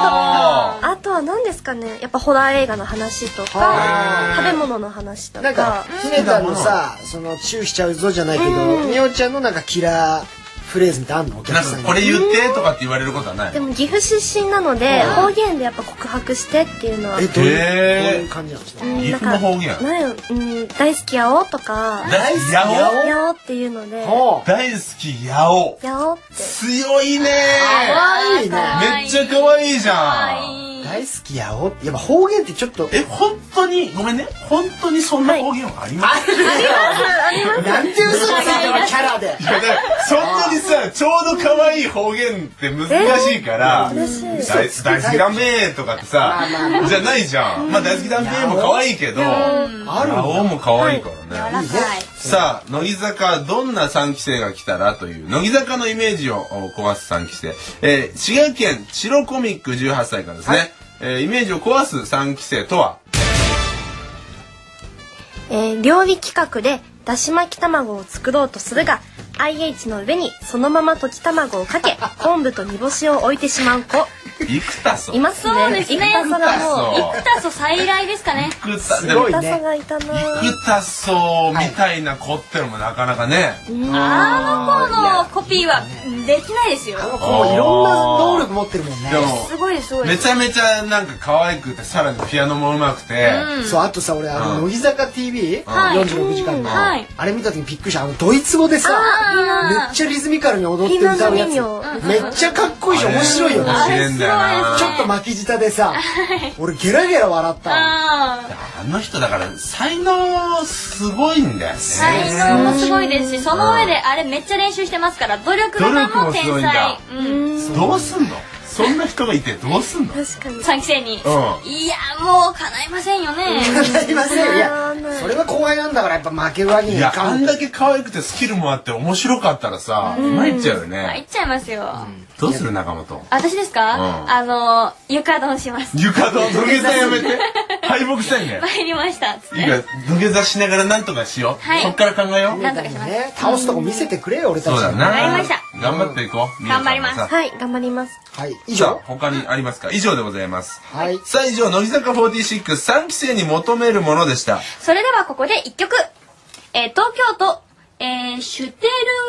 S1: あ
S5: あとは何ですかねやっぱホラー映画の話とか食べ物の話とか
S2: なんかひねたんのさそのチューしちゃうぞじゃないけどみおちゃんのなんかキラーフレーズみたいなのあんのお
S1: な
S2: 客
S1: ん
S2: さん
S1: か
S2: に
S1: これ言ってとかって言われることはない
S5: でも岐阜出身なので方言でやっぱ告白してっていうのは
S2: えどういう
S1: へー
S2: どういう感じなんですか
S1: 岐阜の方言
S5: なんやうん大好きやおとか
S1: 大好きや
S2: やお
S5: やおっていうので
S2: おう
S1: 大好きやお
S5: やおって
S1: 強いね
S2: 可愛いね
S1: めっちゃ可愛いじゃん
S2: 大好きやおやっぱ方言ってちょっと
S1: え本当にごめんね本当にそんな方言はあります、
S2: なんて嘘ついてのキャラで
S1: いやだからそんなにさちょうど可愛い方言って難しいから
S5: 嬉しい
S1: 大大好きだめーとかってさじゃないじゃんまあ大好きだめーも可愛いけど
S2: あるんだ
S1: 青も可愛いからね、
S3: あ柔らかい
S1: さあ乃木坂どんな3期生が来たらという乃木坂のイメージをお壊す3期生、えー滋賀県白コミック18歳からですね、えーイメージを壊す3期生とは
S5: えー料理企画でだし巻き卵を作ろうとするが IH の上にそのまま溶き卵をかけ昆布と煮干しを置いてしまう子
S1: 生田さん
S5: いますね
S3: そうですね
S5: 生田さんがもう
S1: そう
S3: 生田と再来ですかね
S1: 生田
S2: すごい
S5: 生田
S2: ね
S5: さんがいたな
S1: 生田荘みたいな子ってのもなかなかね、
S3: あの子のコピーはできないですよ
S2: あの子もいろんな能力持ってるもんね
S1: でも
S3: すごいですすごいで
S1: め
S3: す
S1: ちゃめちゃなんか可愛くてさらにピアノも上手くて、
S2: そうあとさ俺あの乃木坂 TV46
S3: はい
S2: 時間の
S3: はい
S2: あれ見た時びっくりしたあのドイツ語でさめっちゃリズミカルに踊って歌うやつ
S5: ひなの人形
S2: めっちゃかっこいいし面白いよね
S1: 面白いんだよな
S2: ちょっと巻き舌でさ俺ゲラゲラ笑ったわ
S3: あー
S1: あの人だから才能すごいんだよね、
S3: 才能もすごいですしその上であれめっちゃ練習してますから努力型も天
S1: 努力もすごいん
S3: 才
S1: だ
S3: うん
S1: どうすんのそんな人がいてどうすんの
S5: 確かに
S3: 3期生に
S1: う
S3: いやもう叶いませんよね
S2: 叶いませんよいやそれは後輩なんだからやっぱ負けるわけ
S1: い
S2: に
S1: や
S2: はいか
S1: あ
S2: ん
S1: んだけ可愛くてスキルもあって面白かったらさ参っちゃうよ
S3: 入っ
S1: ね
S3: ちゃいますよ
S1: どうする仲間と
S3: 私ですか
S1: うん
S3: あの床ドンします
S1: 床と土下座やめ て敗北したいね
S3: 入りましたつっ
S1: いい
S3: て
S1: か土下座しながらなんとかしよう、
S3: はい
S1: そっから考えよう
S3: なんとかします
S2: ね倒すとこ見せてくれよ俺たち
S1: そうだな。
S3: わかりました
S1: 頑張っていこう。みゆちゃんも
S3: 頑張ります
S1: さ
S5: はい頑張ります
S2: はい以
S1: さあ
S2: 上、
S1: 他にありますか以上でございます。
S2: はい
S1: さあ、以上、乃木坂46、三期生に求めるものでした。
S3: それではここで一曲、えー東京都、えーシュテルン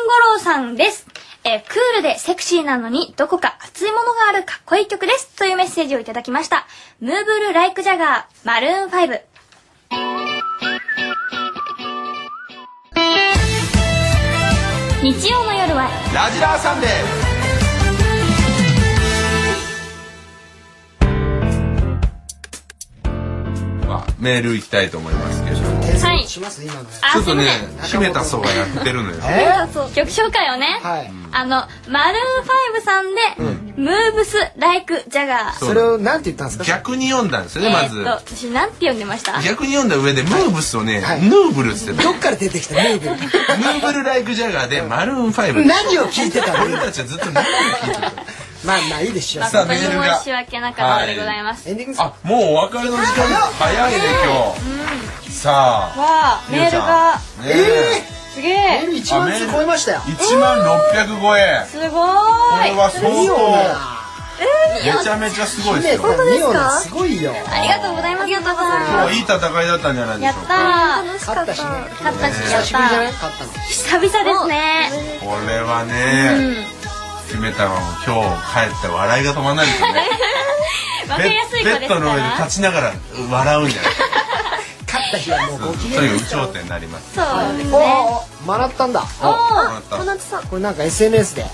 S3: ゴロウさんです、えークールでセクシーなのにどこか熱いものがあるかっこいい曲ですというメッセージをいただきましたムーブルライクジャガーマルーン5日曜の夜は
S1: ラジラーサンデーまあ、メール行きたいと思いますけれども。ち
S2: 転
S3: はい
S2: 送します今の
S3: あ
S1: ょっ
S3: すい
S1: と
S3: ま
S1: ね
S3: せん、
S1: 秘めた層がやってるのよ。
S2: え
S3: 曲紹介をね、
S2: はい
S3: あのマルーン5さんで、ムーブスライクジャガー
S1: う
S2: それをなんて言ったんですか
S1: 逆に読んだんですよね、まず
S3: え。ーっと私なんて読んでました
S1: 逆に読んだ上で、ムーブスをね、ヌ
S2: はい
S1: ーブルって言って
S2: どっから出てきたムーブル
S1: た。ヌーブルライクジャガーで、マルーン5。
S2: 何を聞いてたの
S1: 俺たちはずっと何を聞いてた
S2: まあまあいいでしょう
S1: さあ
S3: 本当に
S1: メールが
S3: 申し訳なかったでございます。
S2: エンディングです
S1: あもうお別れの時間だ早いね今日、さあ
S3: わあ
S1: みゆ
S3: メー
S1: ち
S3: ル
S1: ゃん
S3: が
S1: ね
S2: え
S3: すげ
S2: えメー
S3: え
S2: ル1万通超えましたよ
S1: 1万600超え
S3: すごーい
S1: これは相
S2: いいよ
S1: 当めちゃめちゃすごいです
S2: 姫
S1: よ
S2: さ
S1: も
S2: んミオナすごいよ
S3: ありがとうございますありがとうございま
S1: ういい戦いだったんじゃないでし
S3: やっ
S1: ょう
S3: た
S1: か
S3: ー
S5: 楽しか
S2: 勝
S5: っ
S2: ったしたね
S3: 勝ったし
S2: 久
S3: やっ
S2: しぶりじゃない
S3: た
S2: 勝ったの
S3: 久々ですね
S1: これはね姫たまも今日帰って笑いが止まらないですよね
S3: わかりやすい子
S1: ベ
S3: で
S1: ッ
S3: す
S1: ベッ
S3: か
S1: ドの上で
S3: ら
S1: 立ちながら笑うんじゃない
S2: 勝った日はもうご
S1: そ
S2: 機
S1: う
S2: 嫌
S1: い
S2: で
S1: う
S2: す
S1: 頂点になります
S3: そうです
S2: お
S3: ね
S2: おお学ったんだ
S1: あ
S5: 小夏さん
S2: これなんか SNS でや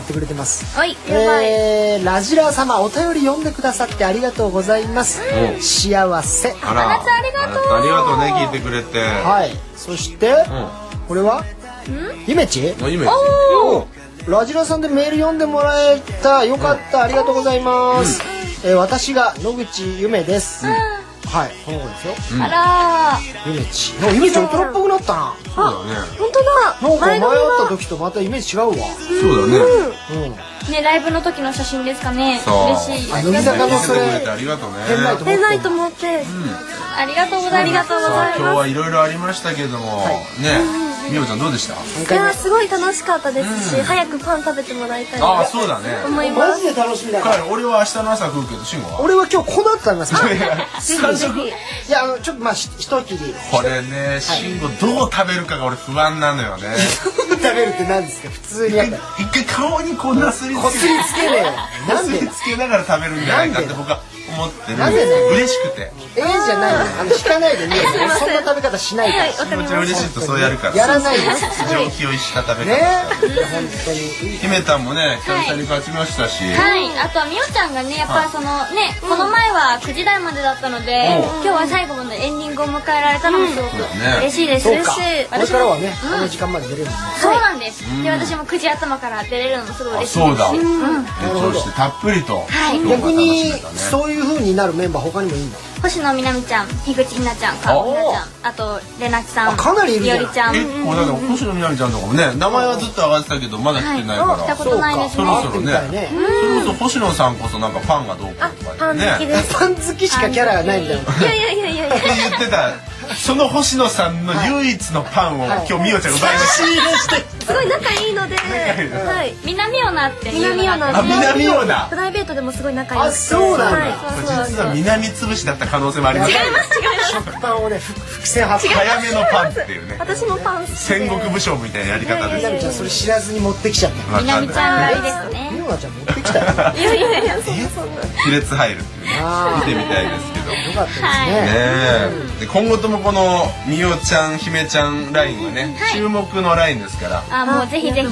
S2: ってくれてます
S3: おいやばい
S2: えー、ラジラー様お便り読んでくださってありがとうございます、
S1: ん
S2: 幸せ
S1: あら
S3: 夏ありがとう
S1: 夏ありがとうね聞いてくれて
S2: はいそして、これはゆめち
S1: もう今
S2: おラジラーさんでメール読んでもらえたよかった、ありがとうございます、えー私が野口ゆめです、はいこの子ですよ、
S3: あら
S2: ゆめちなんかゆめち大人っぽくなったな
S1: そうだね
S5: 本当だ
S2: なんか前会っ
S5: 前髪
S2: た
S5: が
S2: 時とまたイメージ違う
S1: そ
S2: わ、
S1: うだね
S2: うん、
S3: ーねライブの時の写真ですかね
S1: そう
S3: 嬉しい
S2: あ乃木坂のそ
S1: 聞いてくれ
S2: れ
S1: てありがとうね
S2: 変ないと思っ
S5: 出
S2: て
S5: ないと思って
S3: ありがとうございますありがとうご
S1: さあ今
S3: ざい
S1: 日
S3: ま
S1: はいろいろありましたけどもねみおちゃんどうでした
S5: いやすごい楽しかったですし早くパン食べてもらいたい
S1: ああ
S5: なと
S1: そうだね
S5: 思いま
S2: マ
S5: す
S2: ジで楽しみだから
S1: 彼俺は明日の朝食うけど慎吾は
S2: 俺は今日この後食べます
S1: 三食
S2: いやあのちょっとまあひ一切り
S1: これね慎吾どう食べるかが俺不安なのよね
S2: 食べるって何ですか普通にやったら
S1: 一回顔にこうなすりつけ
S2: こすりつけねえよな
S1: なんす
S2: でえ
S1: りつけながら食べるんじゃないかって僕は思ってる
S2: なんでなん
S1: 嬉しくて
S2: えじゃないのあの引かないでね俺そんな食べ方しないから
S1: 気持ち嬉しいとそうやるから
S2: やらないです
S1: 上気を逸した食べ
S2: ね
S1: 方
S2: 本当に
S1: 姫たんもね久々に勝ちましたし
S3: すはいあとはみおちゃんがねやっぱりそのねこの前は9時台までだったので今日は最後までエンディングを迎えられたのもすごく
S1: だね
S3: 嬉しいです
S2: そうかこれ
S3: 私
S2: から
S3: も
S2: はねこの時間まで寝れるもんね
S3: そうなんですで私も9時頭から出れるのもすごい嬉
S1: あ
S3: しいです
S1: そうだ
S2: るほど
S1: そうしてたっぷりと
S3: はい
S1: 今日
S2: 逆
S1: は楽し
S2: に
S1: めたね
S2: そういう風になるメンバー他にもいいんだ
S3: 星野みなみちゃん、樋口ひなちゃん、川村ちゃん、あとれなきさ
S2: あ
S3: ん、
S2: かなりいるじ
S3: ひ
S2: ゃ
S3: よ
S2: ん
S3: りちゃん、うん
S1: 結構だって星野みなみちゃんとかもね名前はずっと上がってたけどまだ来てない
S3: はいお来
S1: か
S3: た
S1: ら
S3: こ
S1: そ
S3: とないです
S1: ろ
S3: ね。
S1: そろね
S2: 会ってみたい
S1: それこそ星野さんこそなんかパンがどうこうと
S5: パ
S1: か
S5: ン好
S1: ね
S5: き
S1: って
S5: です
S2: パン好きしかキャラがないみたいない
S3: やいやいやいやいや。
S1: 言ってたその星野さんの唯一のパンを今日みおちゃんが奪いました
S5: すごい仲いいのではい
S3: 南オナっていう
S5: 南
S3: の
S5: オ
S3: が
S5: ナ
S1: あ南オナ
S5: プライベートでもすごい仲良くて
S2: あそうなんだ
S5: はい
S1: 実は南つぶしだった可能性もあります
S2: 食パンをねふ伏線張って
S1: 早めのパンっていうね
S5: 私もパン好きで
S1: 戦国武将みたいなやり方
S2: みなみ
S1: で
S2: ちゃんそれ知らずに持ってきちゃった
S1: す
S3: 南ちゃんがいいですね。
S2: みおなちゃん持ってきたよよかっ
S1: 亀裂入るっていうね
S2: あー
S1: 見てみたいですけどね
S2: たですね
S1: えで今後ともこのみおちゃん姫ちゃんラインはね注目のラインですから
S3: あもうぜひぜひ。
S1: ね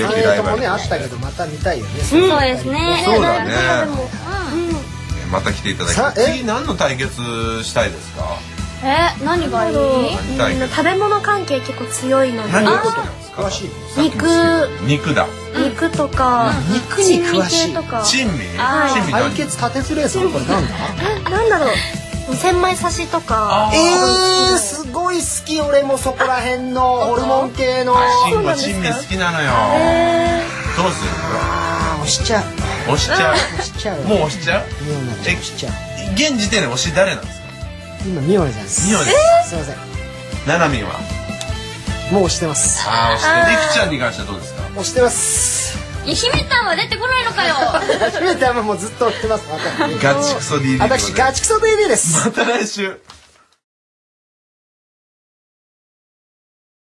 S1: 良
S2: そ
S1: き
S2: れ
S1: ライ
S2: と
S1: バ
S2: も
S1: ル
S2: ねあったけどまた見たいよね
S3: そうですね。
S1: そうだね
S3: うん。
S1: また来ていただき
S2: さ
S1: たい
S2: え
S1: 次何の対決したいですか
S3: え何がいい？
S1: 何
S5: み
S1: 対
S5: んな
S1: 決
S5: 食べ物関係結構強いので
S1: 何のことなんですか
S2: 詳しいね
S5: 肉
S1: 肉だ
S5: 肉とか
S2: 肉に詳しい
S5: 珍味系とか
S1: 珍味
S3: あー
S1: 珍味
S2: 対
S1: 何
S2: 決立てずれさんこれなんだ
S5: ななんだろう千枚刺しとか
S1: あ
S2: えー、すごい好き俺もそこら辺のホルモン系の
S1: 慎吾珍味好きなのよどうす
S2: あー押しちゃう
S1: る押しちゃ
S2: 押しちゃう
S1: うもう押しちゃう
S2: ミオナちゃん押しちゃう
S1: 現時点で推し誰なんですか
S2: 今ミオナちゃんです
S1: ミオナです
S2: すいません
S1: ななみんは
S2: もう押してます
S1: ああ押してりきちゃんに関してはどうですか
S2: 押してます
S3: いや姫たんは出てこないのかよ。
S2: 初めてあんまもうずっと押してます
S1: ガチクソ DD
S2: 私ガチクソ DD です
S1: また来週